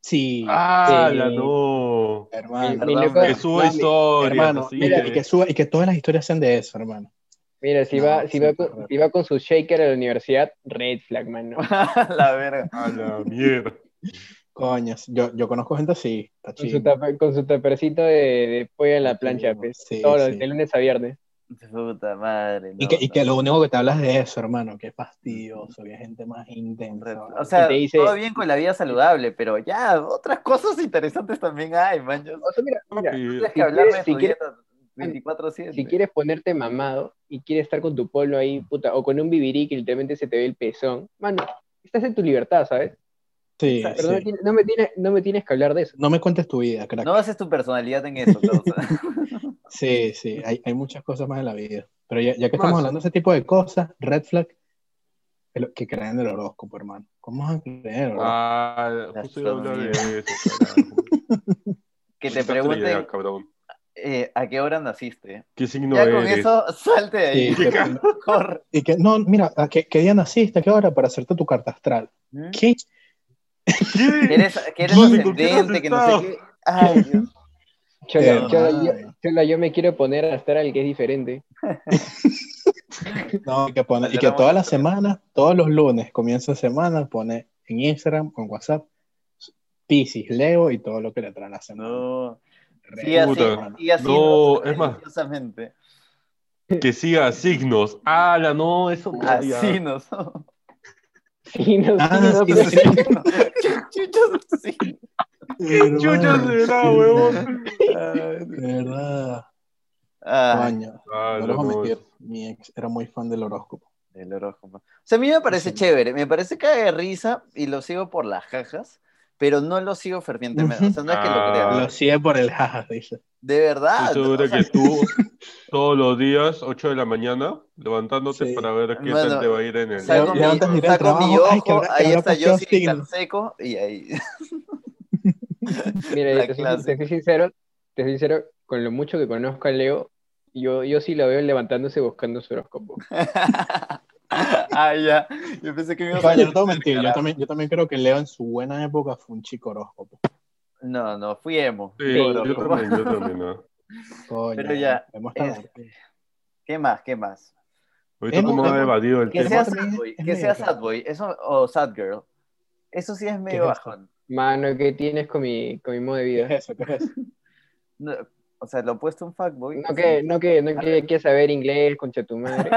Speaker 2: Sí,
Speaker 4: Ah,
Speaker 5: Sí.
Speaker 4: la no.
Speaker 5: Mi-
Speaker 2: hermano.
Speaker 5: mi
Speaker 3: Perdón,
Speaker 5: loco-
Speaker 4: Que suba
Speaker 2: no, mi-
Speaker 4: historias.
Speaker 2: Hermano,
Speaker 4: así
Speaker 2: mira,
Speaker 4: de-
Speaker 2: y que, suba, y que todas las historias sean de eso, hermano.
Speaker 5: Mira, si
Speaker 2: No,
Speaker 5: va, si
Speaker 2: sí,
Speaker 5: va,
Speaker 2: correcto.
Speaker 5: con, si va con su shaker a la universidad, red flag, mano.
Speaker 3: la verga.
Speaker 4: A la mierda.
Speaker 2: Coño, yo, yo conozco gente así, está
Speaker 5: Con
Speaker 2: chido.
Speaker 5: su, tape- con su tapercito de, de pollo en la plancha, pues.
Speaker 2: Sí,
Speaker 5: Todos los-
Speaker 2: sí.
Speaker 5: de lunes a viernes.
Speaker 3: Puta madre.
Speaker 2: Y
Speaker 3: no,
Speaker 2: que, y
Speaker 3: no.
Speaker 2: que lo único que te hablas de eso, hermano, que fastidioso, que gente más intensa.
Speaker 3: Red-
Speaker 2: ¿vale?
Speaker 3: O sea,
Speaker 5: te dice-
Speaker 3: todo bien con la vida saludable, pero ya, otras cosas interesantes también hay, man. Yo-
Speaker 5: O sea, mira, mira,
Speaker 3: Tienes
Speaker 5: si
Speaker 3: que hablar de
Speaker 5: quieres-
Speaker 3: tu
Speaker 5: si quieres-
Speaker 3: dieta 24-7.
Speaker 5: si quieres ponerte mamado y quieres estar con tu polo
Speaker 2: Mm.
Speaker 5: ahí, puta, o con un vivirí que literalmente se te ve el pezón, mano, estás en tu libertad, ¿sabes?
Speaker 2: sí,
Speaker 5: Pero no, me
Speaker 2: sí.
Speaker 5: tiene- no me tienes, no me tienes que hablar de eso.
Speaker 2: No me cuentes tu vida, crack.
Speaker 3: No haces tu personalidad en eso, causa.
Speaker 2: Sí, sí, hay, hay muchas cosas más en la vida. Pero ya, ya que estamos
Speaker 4: Más.
Speaker 2: hablando de ese tipo de cosas, red flag, el- que creen en el horóscopo, hermano. ¿Cómo vas a creer en el horóscopo?
Speaker 4: Ah,
Speaker 3: La
Speaker 4: justo iba a hablar de
Speaker 3: astronomía.
Speaker 4: eso, carajo.
Speaker 3: Que te
Speaker 4: Esa es la idea,
Speaker 3: pregunten
Speaker 4: cabrón.
Speaker 3: eh, a qué hora naciste.
Speaker 4: ¿Qué signo
Speaker 3: ya con
Speaker 4: eres?
Speaker 3: eso, salte de ahí.
Speaker 2: Sí, que-
Speaker 3: Corre.
Speaker 2: y que, no, mira, ¿a qué, qué día naciste? ¿A qué hora? Para hacerte tu carta astral.
Speaker 3: ¿Mm?
Speaker 2: ¿Qué?
Speaker 3: Que
Speaker 4: ¿Qué?
Speaker 3: eres, que eres
Speaker 4: Dime, ¿con quién has
Speaker 3: ascendente, que no sé qué. Ay, Dios.
Speaker 5: Chola,
Speaker 2: Hermano.
Speaker 5: chola, yo, chola, yo me quiero poner a estar al que es diferente.
Speaker 2: No, y que, pone- y que
Speaker 3: Alteramos
Speaker 2: todas
Speaker 3: la
Speaker 2: las semanas, todos los lunes, comienza semana, pone en Instagram o en WhatsApp, Pisces, Leo y todo lo que le trae la semana.
Speaker 3: No.
Speaker 2: Re-
Speaker 3: Sigue así,
Speaker 4: Puta.
Speaker 3: sigue así.
Speaker 4: No, es más.
Speaker 3: religiosamente.
Speaker 4: Que siga signos. Ah, la no, eso no.
Speaker 3: Así no son.
Speaker 5: Sí, no,
Speaker 2: Ah,
Speaker 5: sí, no,
Speaker 2: sí,
Speaker 5: pero-
Speaker 2: sí.
Speaker 3: Chuchos, sí.
Speaker 2: Hermano,
Speaker 4: Chucha será,
Speaker 2: sí,
Speaker 4: huevón.
Speaker 2: De verdad,
Speaker 3: Ah,
Speaker 2: coño.
Speaker 4: Ah,
Speaker 2: No
Speaker 4: la
Speaker 2: lo voy a
Speaker 4: no.
Speaker 2: mentir, mi ex era muy fan del horóscopo.
Speaker 3: el horóscopo. O sea, a mí me parece
Speaker 2: Sí.
Speaker 3: chévere, me parece que de risa y lo sigo por las jajas, pero no lo sigo fervientemente. O sea, no es que lo
Speaker 4: Ah.
Speaker 3: crea.
Speaker 2: Lo sigue por el jaja, dice.
Speaker 3: De verdad.
Speaker 2: Ah,
Speaker 4: Estoy seguro
Speaker 3: o sea,
Speaker 4: que tú todos los días, 8 de la mañana, levantándote
Speaker 2: Sí.
Speaker 4: para ver qué
Speaker 3: Bueno,
Speaker 4: tal te va a ir en el.
Speaker 3: Saco mi,
Speaker 2: Levantas directo al
Speaker 3: saco mi
Speaker 2: trabajo, ay, que
Speaker 3: ojo,
Speaker 2: habrá- que
Speaker 3: ahí
Speaker 2: habrá
Speaker 3: está yo
Speaker 2: puesto
Speaker 3: sin
Speaker 2: signo.
Speaker 3: seco y ahí.
Speaker 5: Mira,
Speaker 3: La
Speaker 5: te soy,
Speaker 3: clase.
Speaker 5: te soy sincero, te soy sincero, con lo mucho que conozco a Leo, yo, yo sí lo veo levantándose buscando su horóscopo.
Speaker 3: ah, ya. Yo pensé que me ibas a
Speaker 2: Coño, no te voy a mentir, yo también, yo también creo que Leo en su buena época fue un chico horóscopo.
Speaker 3: No, no, fui emo.
Speaker 4: Sí,
Speaker 5: Sí,
Speaker 4: yo
Speaker 3: loco.
Speaker 4: también, yo también. ¿ah? ¿no?
Speaker 2: Coño,
Speaker 3: Pero ya,
Speaker 2: hemos estado-
Speaker 3: este, ¿Qué más? ¿Qué más?
Speaker 4: Ahorita
Speaker 2: Hemos-
Speaker 4: cómo me he evadido el
Speaker 3: Que
Speaker 4: tema.
Speaker 3: sea
Speaker 2: seas-
Speaker 3: sad
Speaker 2: también
Speaker 3: boy,
Speaker 2: es
Speaker 3: que
Speaker 2: medio
Speaker 3: sea
Speaker 2: raro.
Speaker 3: sad boy, eso, o sad girl. Eso sí es medio
Speaker 2: es eso?
Speaker 3: bajón.
Speaker 5: Mano, ¿qué tienes con mi, con mi modo de
Speaker 2: ¿Qué
Speaker 5: vida?
Speaker 2: es eso? ¿Qué es eso?
Speaker 3: No, o sea, lo opuesto a un fuckboy.
Speaker 5: No que, no que, no que quieras saber inglés, concha tu madre.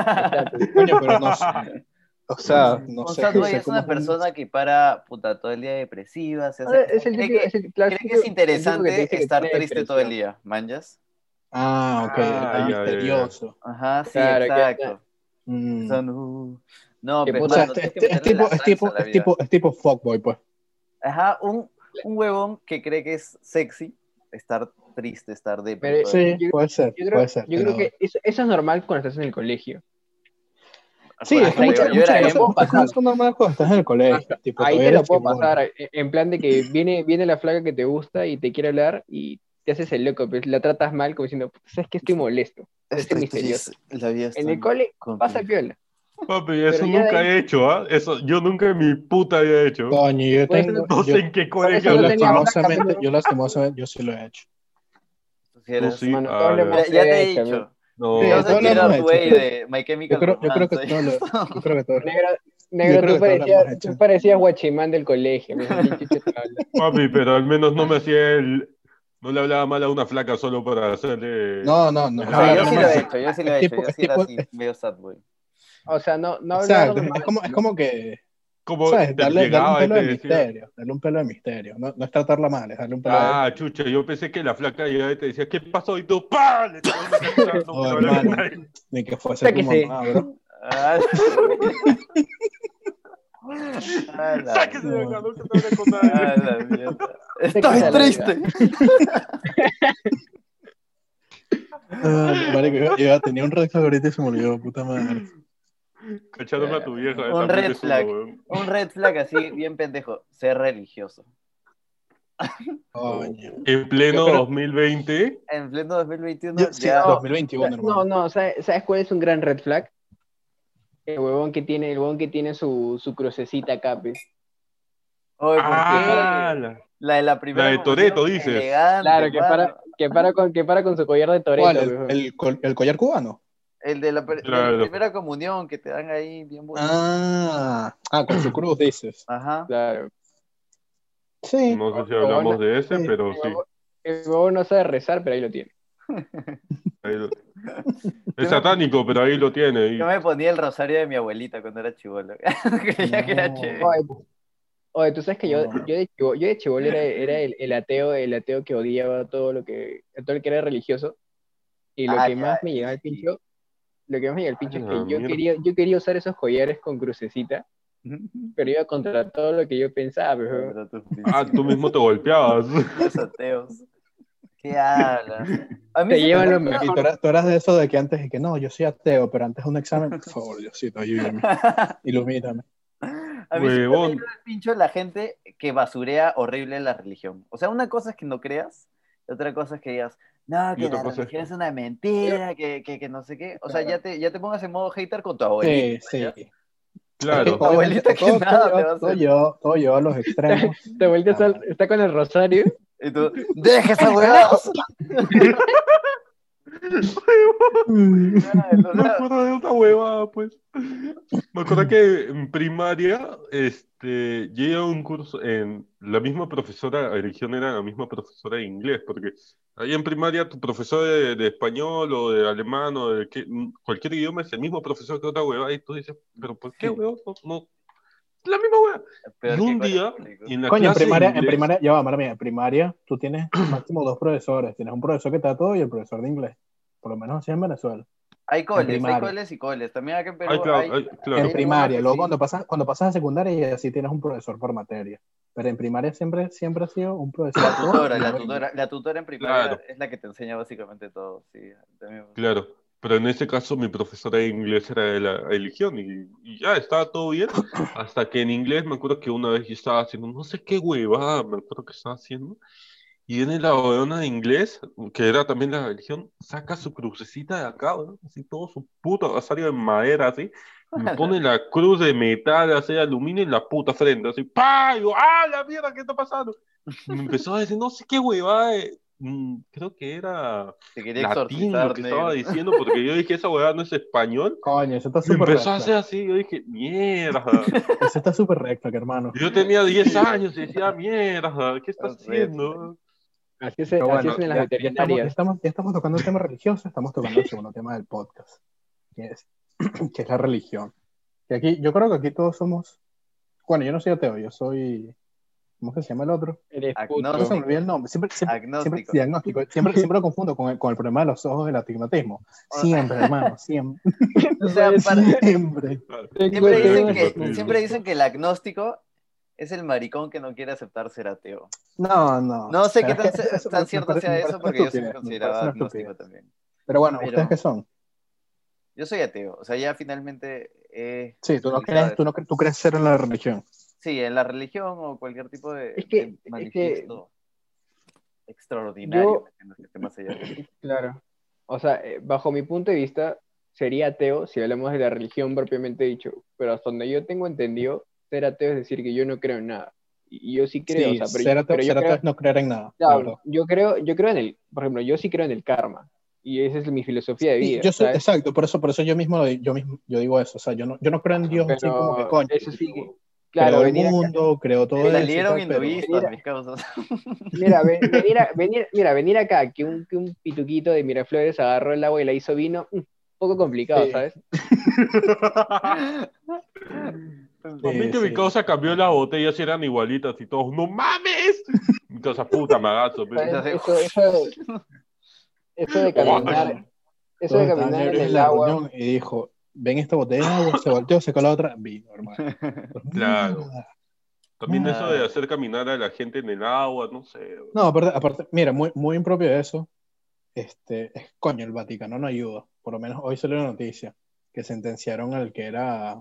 Speaker 2: Coño, pero no sé. O sea, no
Speaker 3: un
Speaker 2: sé.
Speaker 3: sad
Speaker 2: no
Speaker 3: boy
Speaker 2: sé
Speaker 3: es
Speaker 2: cómo
Speaker 3: una
Speaker 2: un-
Speaker 3: persona que para puta todo el día depresiva. Se hace,
Speaker 5: Ah, Es el
Speaker 3: cree,
Speaker 5: típico-
Speaker 3: que,
Speaker 5: es el
Speaker 3: cree
Speaker 5: clásico-
Speaker 3: que
Speaker 5: el típico
Speaker 3: es
Speaker 5: que te
Speaker 3: interesante
Speaker 5: dice que
Speaker 3: estar
Speaker 5: tiene
Speaker 3: triste todo el
Speaker 5: depresión.
Speaker 3: día, manjas.
Speaker 2: Ah, ok,
Speaker 4: Ah,
Speaker 2: el
Speaker 4: ya, ya, ya.
Speaker 2: misterioso.
Speaker 3: Ajá, sí,
Speaker 5: Claro, que-
Speaker 3: exacto.
Speaker 2: Mm.
Speaker 3: Son, uh, no,
Speaker 5: Que
Speaker 3: pero
Speaker 2: O
Speaker 5: puta,
Speaker 2: sea,
Speaker 3: mano,
Speaker 2: este-
Speaker 3: tienes
Speaker 2: este-
Speaker 3: que
Speaker 2: es
Speaker 3: meterle la
Speaker 2: tipo, es
Speaker 3: salsa a
Speaker 2: tipo,
Speaker 3: la
Speaker 2: es
Speaker 3: vida.
Speaker 2: tipo, es tipo fuckboy, pues.
Speaker 3: Ajá, un, un huevón que cree que es sexy estar triste, estar
Speaker 5: Pero-
Speaker 3: deprimido.
Speaker 2: Sí,
Speaker 5: yo-
Speaker 2: puede ser,
Speaker 5: Yo creo,
Speaker 2: puede ser.
Speaker 5: yo
Speaker 2: te
Speaker 5: creo
Speaker 2: lo
Speaker 5: que eso, eso es normal cuando estás en el colegio.
Speaker 2: Sí, es que
Speaker 5: Ahí
Speaker 2: muchas,
Speaker 5: te-
Speaker 3: yo
Speaker 2: muchas
Speaker 3: era
Speaker 2: cosas,
Speaker 5: ahí te lo
Speaker 3: emo.
Speaker 5: puedo
Speaker 2: muchas
Speaker 5: pasar.
Speaker 2: cosas son normales cuando estás en el colegio. Tipo,
Speaker 5: Ahí
Speaker 2: todavía
Speaker 5: te lo
Speaker 2: eres
Speaker 5: puedo
Speaker 2: chibolo.
Speaker 5: pasar, en- en plan de que viene, viene la flaca que te gusta y te quiere hablar y te haces el loco, pues la tratas mal como diciendo, sabes que estoy molesto.
Speaker 3: Estoy
Speaker 5: misterioso.
Speaker 3: triste, La vida está
Speaker 5: En el cole pasa piola.
Speaker 4: Papi, eso
Speaker 5: Pero ya
Speaker 4: nunca
Speaker 5: de
Speaker 4: he hecho, ¿ah? Eso yo nunca en mi puta había hecho.
Speaker 2: Coño, yo
Speaker 5: Puede
Speaker 2: tengo.
Speaker 4: No
Speaker 2: Yo,
Speaker 4: sé en qué
Speaker 5: eso
Speaker 4: colegio
Speaker 2: yo
Speaker 5: no
Speaker 4: lo
Speaker 5: tenía
Speaker 4: estaba.
Speaker 2: lastimosamente, yo lastimosamente, yo sí lo he hecho.
Speaker 3: Tú sí eres-
Speaker 4: Tú sí.
Speaker 5: Mano,
Speaker 4: ah,
Speaker 5: todos lo
Speaker 4: ya.
Speaker 5: hemos
Speaker 3: Mira, ya te he
Speaker 5: hecho,
Speaker 3: dicho,
Speaker 4: No,
Speaker 2: Sí,
Speaker 3: Yo
Speaker 2: todo
Speaker 3: sé
Speaker 2: lo
Speaker 3: que
Speaker 2: hemos
Speaker 3: era
Speaker 2: hecho.
Speaker 3: Way de My Chemical
Speaker 2: Yo creo, yo creo que
Speaker 3: Romance.
Speaker 2: todo lo- yo creo que todo lo-
Speaker 5: Negro,
Speaker 2: creo
Speaker 5: negro, tú,
Speaker 2: que todos lo hemos
Speaker 5: parecías,
Speaker 2: hecho.
Speaker 5: tú parecías guachimán del colegio. pues, ¿de qué chucha te hablas?
Speaker 4: papi, pero al menos no me hacía el. No le hablaba mal a una flaca solo para hacerle.
Speaker 2: No, no, no.
Speaker 4: O
Speaker 3: No,
Speaker 4: sea,
Speaker 3: yo
Speaker 4: no
Speaker 3: sí
Speaker 4: me
Speaker 3: lo he
Speaker 4: hace-
Speaker 3: hecho, yo sí lo
Speaker 2: es
Speaker 3: he hecho,
Speaker 2: tipo-
Speaker 3: yo
Speaker 2: es
Speaker 3: sí era
Speaker 2: tipo-
Speaker 3: así, medio sad, güey.
Speaker 5: o sea, no, no
Speaker 2: Exacto,
Speaker 5: hablábamos
Speaker 2: es
Speaker 5: mal,
Speaker 2: como, es como que,
Speaker 4: Como
Speaker 2: ¿sabes?
Speaker 4: te
Speaker 2: Darle, darle un
Speaker 4: llegaba y
Speaker 2: pelo
Speaker 4: te
Speaker 2: de
Speaker 4: decía.
Speaker 2: misterio, darle un pelo de misterio, no, no es tratarla mal, es darle un pelo
Speaker 4: Ah, chucha, yo pensé que la flaca llegaba y te decía, ¿qué pasó? Y tú, ¡pah! Le tiraba una cachetada, no,
Speaker 2: Oh,
Speaker 4: no hablaba con
Speaker 2: hermano.
Speaker 4: nadie.
Speaker 2: de, de que
Speaker 5: o
Speaker 2: fuese
Speaker 5: sea
Speaker 2: tu
Speaker 5: que sí.
Speaker 2: mamá, bro.
Speaker 3: Ah, A Ah, la
Speaker 4: Sáquese de acá, no se te habla con
Speaker 3: mierda, a
Speaker 4: nadie.
Speaker 3: la mierda.
Speaker 5: Sáquese
Speaker 3: Estoy
Speaker 5: a la
Speaker 3: triste.
Speaker 2: Ah, Marico, yo, yo tenía un red flag ahorita y se me olvidó, puta madre.
Speaker 4: Cachándome a tu vieja.
Speaker 3: Un
Speaker 4: eh, también
Speaker 3: red
Speaker 4: es uno,
Speaker 3: flag.
Speaker 4: weón.
Speaker 3: Un red flag así, bien pendejo. Ser religioso.
Speaker 2: Coño.
Speaker 4: En pleno
Speaker 5: Yo creo-
Speaker 4: 2020,
Speaker 3: En pleno 2021
Speaker 2: Yo- sí,
Speaker 3: ya.
Speaker 2: 2021,
Speaker 5: No,
Speaker 2: hermano.
Speaker 5: no, ¿sabes, sabes cuál es un gran red flag? El huevón que tiene, el huevón que tiene su, su crucecita acá, pues.
Speaker 3: Oye, ¿por qué?
Speaker 4: ah, la-
Speaker 3: La de la primera.
Speaker 4: La de Toretto, dices.
Speaker 5: Claro, que para, que para con, que para con su collar de
Speaker 2: ¿Cuál?
Speaker 5: Toreto.
Speaker 2: ¿El, el col- el collar cubano?
Speaker 3: El de la, pr-
Speaker 4: Claro.
Speaker 3: de la primera comunión que te dan ahí bien bonito.
Speaker 2: Ah, ah, con su cruz dices.
Speaker 3: Ajá.
Speaker 5: Claro.
Speaker 2: Sí.
Speaker 4: no sé si
Speaker 5: O- o
Speaker 4: hablamos
Speaker 5: una-
Speaker 4: de ese, pero
Speaker 5: El
Speaker 4: sí.
Speaker 5: huevón- El huevón no sabe rezar, pero ahí lo tiene.
Speaker 4: ahí lo- Es satánico, pero ahí lo tiene. y-
Speaker 3: Yo me ponía el rosario de mi abuelita cuando era chivolo. Creía que era
Speaker 2: No.
Speaker 3: chévere.
Speaker 5: Oye, pues. oye, tú sabes que yo,
Speaker 2: No.
Speaker 5: yo de chivo- yo de chibolo era, era el, el ateo, el ateo que odiaba todo lo que, todo lo que era religioso. Y lo
Speaker 3: Ah,
Speaker 5: que
Speaker 3: ya,
Speaker 5: más me llegaba al
Speaker 3: sí.
Speaker 5: pincho, lo que más me llegaba al pincho
Speaker 2: Ah,
Speaker 5: es
Speaker 4: la
Speaker 5: que yo
Speaker 4: mierda.
Speaker 5: quería, yo quería usar esos collares con crucecita, pero iba contra todo lo que yo pensaba. pues, huevón.
Speaker 3: Contra tus
Speaker 4: Ah, tú mismo te golpeabas.
Speaker 3: principios ateos. ¿Qué hablas? A mí
Speaker 5: Te
Speaker 3: sí me
Speaker 5: llevan
Speaker 3: da-
Speaker 5: lo
Speaker 2: Y
Speaker 5: mejor.
Speaker 2: tú eras, tú eras de eso de que antes de que no, yo soy ateo, pero antes de un examen, por favor, Diosito, ayúdame, ilumíname.
Speaker 3: A mí sí me
Speaker 4: Huevón.
Speaker 3: da el pincho la gente que basurea horrible la religión. O sea, una cosa es que no creas, y otra cosa es que digas, no,
Speaker 4: Y
Speaker 3: que
Speaker 4: otra
Speaker 3: la
Speaker 4: cosa es
Speaker 3: religión
Speaker 4: que-
Speaker 3: es una mentira, que, que, que no sé qué. O sea, ya te, ya te pongas en modo hater con tu abuelita.
Speaker 2: Sí, sí.
Speaker 4: Claro.
Speaker 3: Tu abuelita que
Speaker 2: todo, todo
Speaker 3: nada
Speaker 2: lleva-
Speaker 3: te va a hacer.
Speaker 2: todo lleva- todo lleva a los extremos.
Speaker 5: Te vuelves al- está con el rosario.
Speaker 3: Y tú, ¡deja esa huevada!
Speaker 4: Me acuerdo de una huevada, pues. Me acuerdo que en primaria, este, yo iba a un curso, en la misma profesora, la religión era la misma profesora de inglés, porque ahí en primaria tu profesor de, de español o de alemán o de que- cualquier idioma es el mismo profesor que otra huevada, y tú dices, pero ¿por qué,
Speaker 3: Sí.
Speaker 4: huevón? No, no. La misma huevada. Y un día, en la
Speaker 2: Coño, en
Speaker 4: clase de
Speaker 2: primaria, en
Speaker 4: inglés-
Speaker 2: primaria, ya va, mala mía, en primaria tú tienes máximo dos profesores. Tienes un profesor que te da todo y el profesor de inglés. Por lo menos así en Venezuela.
Speaker 3: Hay
Speaker 2: en
Speaker 3: coles, hay
Speaker 2: primaria.
Speaker 3: coles y coles. También acá en Perú
Speaker 4: Ay, claro,
Speaker 3: hay-
Speaker 4: ay, claro.
Speaker 2: En
Speaker 3: Hay algunos
Speaker 2: primaria,
Speaker 3: que
Speaker 2: luego
Speaker 3: sí.
Speaker 2: cuando pasas, cuando pasas a secundaria y así tienes un profesor por materia. Pero en primaria siempre, siempre ha sido un profesor.
Speaker 3: La tutora, la
Speaker 2: por-
Speaker 3: tutora, la tutora en primaria
Speaker 4: Claro.
Speaker 3: es la que te enseña básicamente todo. Sí, también.
Speaker 4: Claro, pero en ese caso mi profesora de inglés era de la religión y, y ya estaba todo bien. Hasta que en inglés me acuerdo que una vez yo estaba haciendo no sé qué huevada, me acuerdo que estaba haciendo. Y viene la huevona de inglés, que era también la religión, saca su crucecita de acá, weón, así todo su puto rosario de madera, así. y Me pone la cruz de metal, así de aluminio en la puta frente, así. ¡Pah! Y yo, ¡ah, la mierda, qué está pasando! Y me empezó a decir, no sé qué huevada, de- mm, creo que era
Speaker 3: Te quería
Speaker 4: latín
Speaker 3: exorcizar.
Speaker 4: lo que
Speaker 3: negro.
Speaker 4: estaba diciendo, porque yo dije, esa hueá no es español.
Speaker 2: Coño, eso está
Speaker 4: Me
Speaker 2: súper
Speaker 4: empezó
Speaker 2: recto.
Speaker 4: a hacer así, yo dije, mierda.
Speaker 2: Eso está súper recto, que hermano.
Speaker 4: Yo tenía 10 años y decía, mierda, ¿qué estás
Speaker 3: Red
Speaker 4: haciendo?
Speaker 5: Así es, así
Speaker 2: Pero bueno,
Speaker 5: es en
Speaker 2: ya-
Speaker 5: las
Speaker 2: ya estamos, ya
Speaker 5: veterinarias.
Speaker 2: estamos, ya estamos tocando el tema religioso, estamos tocando el segundo tema del podcast, que es, que es la religión. Que aquí, yo creo que aquí todos somos, bueno, yo no soy ateo, yo soy, ¿cómo que se llama el otro?
Speaker 5: Eres puto.
Speaker 2: No se me
Speaker 3: Agnóstico.
Speaker 2: olvida el nombre, siempre, siempre, siempre,
Speaker 3: Agnóstico.
Speaker 2: diagnóstico, siempre, siempre lo confundo con el, con el problema de los ojos del astigmatismo. Siempre, hermano, siempre,
Speaker 3: Ah. O sea, para-
Speaker 2: siempre.
Speaker 3: siempre, dicen que,
Speaker 4: Agnóstico.
Speaker 3: siempre dicen que el agnóstico es el maricón que no quiere aceptar ser ateo.
Speaker 2: No, no.
Speaker 3: No sé qué
Speaker 2: Pero es
Speaker 3: tan,
Speaker 2: que Ah, eso
Speaker 3: tan
Speaker 2: me- me
Speaker 3: cierto
Speaker 2: parece-
Speaker 3: sea
Speaker 2: me
Speaker 3: eso,
Speaker 2: parece
Speaker 3: porque yo
Speaker 2: estupidez,
Speaker 3: sí me
Speaker 2: me
Speaker 3: consideraba
Speaker 2: parece una
Speaker 3: agnóstico
Speaker 2: estupidez.
Speaker 3: también.
Speaker 2: Pero bueno,
Speaker 3: Pero-
Speaker 2: ¿ustedes qué son?
Speaker 3: Yo soy ateo, o sea, ya finalmente. eh,
Speaker 2: Sí, tú no
Speaker 3: Sí,
Speaker 2: crees,
Speaker 3: sabes.
Speaker 2: tú no cre- tú crees ser en la religión.
Speaker 3: sí, en la religión o cualquier tipo de,
Speaker 5: Es que-
Speaker 3: de
Speaker 5: es que-
Speaker 3: manifiesto extraordinario. que no esté más allá de-
Speaker 5: Claro. O sea, eh, bajo mi punto de vista, sería ateo si hablamos de la religión propiamente dicho. Pero hasta donde yo tengo entendido, ser ateo es decir que yo no creo en nada. Y y yo sí creo,
Speaker 2: Sí,
Speaker 5: o sea, pero,
Speaker 2: ser ateo-
Speaker 5: pero yo
Speaker 2: ser ateo
Speaker 5: creo,
Speaker 2: es no creer en nada.
Speaker 5: claro,
Speaker 2: claro.
Speaker 5: yo creo, yo creo en el, por ejemplo, yo sí creo en el karma. Y esa es mi filosofía de
Speaker 2: Sí,
Speaker 5: vida.
Speaker 2: yo soy,
Speaker 5: ¿sabes?
Speaker 2: exacto, por eso, por eso yo mismo, yo mismo yo digo eso. O sea, yo no, yo no creo en Dios así
Speaker 5: Pero
Speaker 2: como que coño.
Speaker 5: eso sí,
Speaker 2: Claro,
Speaker 5: claro,
Speaker 2: creo el
Speaker 5: venir acá-
Speaker 2: mundo, creo todo eso. y
Speaker 3: Salieron
Speaker 2: tal, pero-
Speaker 3: hinduistas, mis causas.
Speaker 5: Mira, ven- venir, a- venir- mira, venir acá, que un, que un pituquito de Miraflores agarró el agua y la hizo vino, mm, un poco complicado,
Speaker 2: Sí.
Speaker 5: ¿sabes?
Speaker 4: A mí
Speaker 2: Sí,
Speaker 4: que mi
Speaker 2: sí.
Speaker 4: causa cambió las botellas y eran igualitas y todos, ¡no mames! Mi causa, puta, magazo. pe.
Speaker 5: ¿Sabes? Eso, eso, eso de caminar, eso
Speaker 2: Todos
Speaker 5: de
Speaker 2: estaban
Speaker 5: caminar en
Speaker 2: nerviosos
Speaker 5: el
Speaker 2: la
Speaker 5: agua.
Speaker 2: reunión y dijo, ven esta botella de agua, se volteó, sacó la otra, vino, hermano. pues,
Speaker 4: Claro. También
Speaker 2: Ah.
Speaker 4: eso de hacer caminar a la gente en el agua, no sé.
Speaker 2: No, aparte, aparte, mira, muy, muy impropio de eso, este, es coño, el Vaticano no ayuda, por lo menos hoy salió la noticia, que sentenciaron al que era,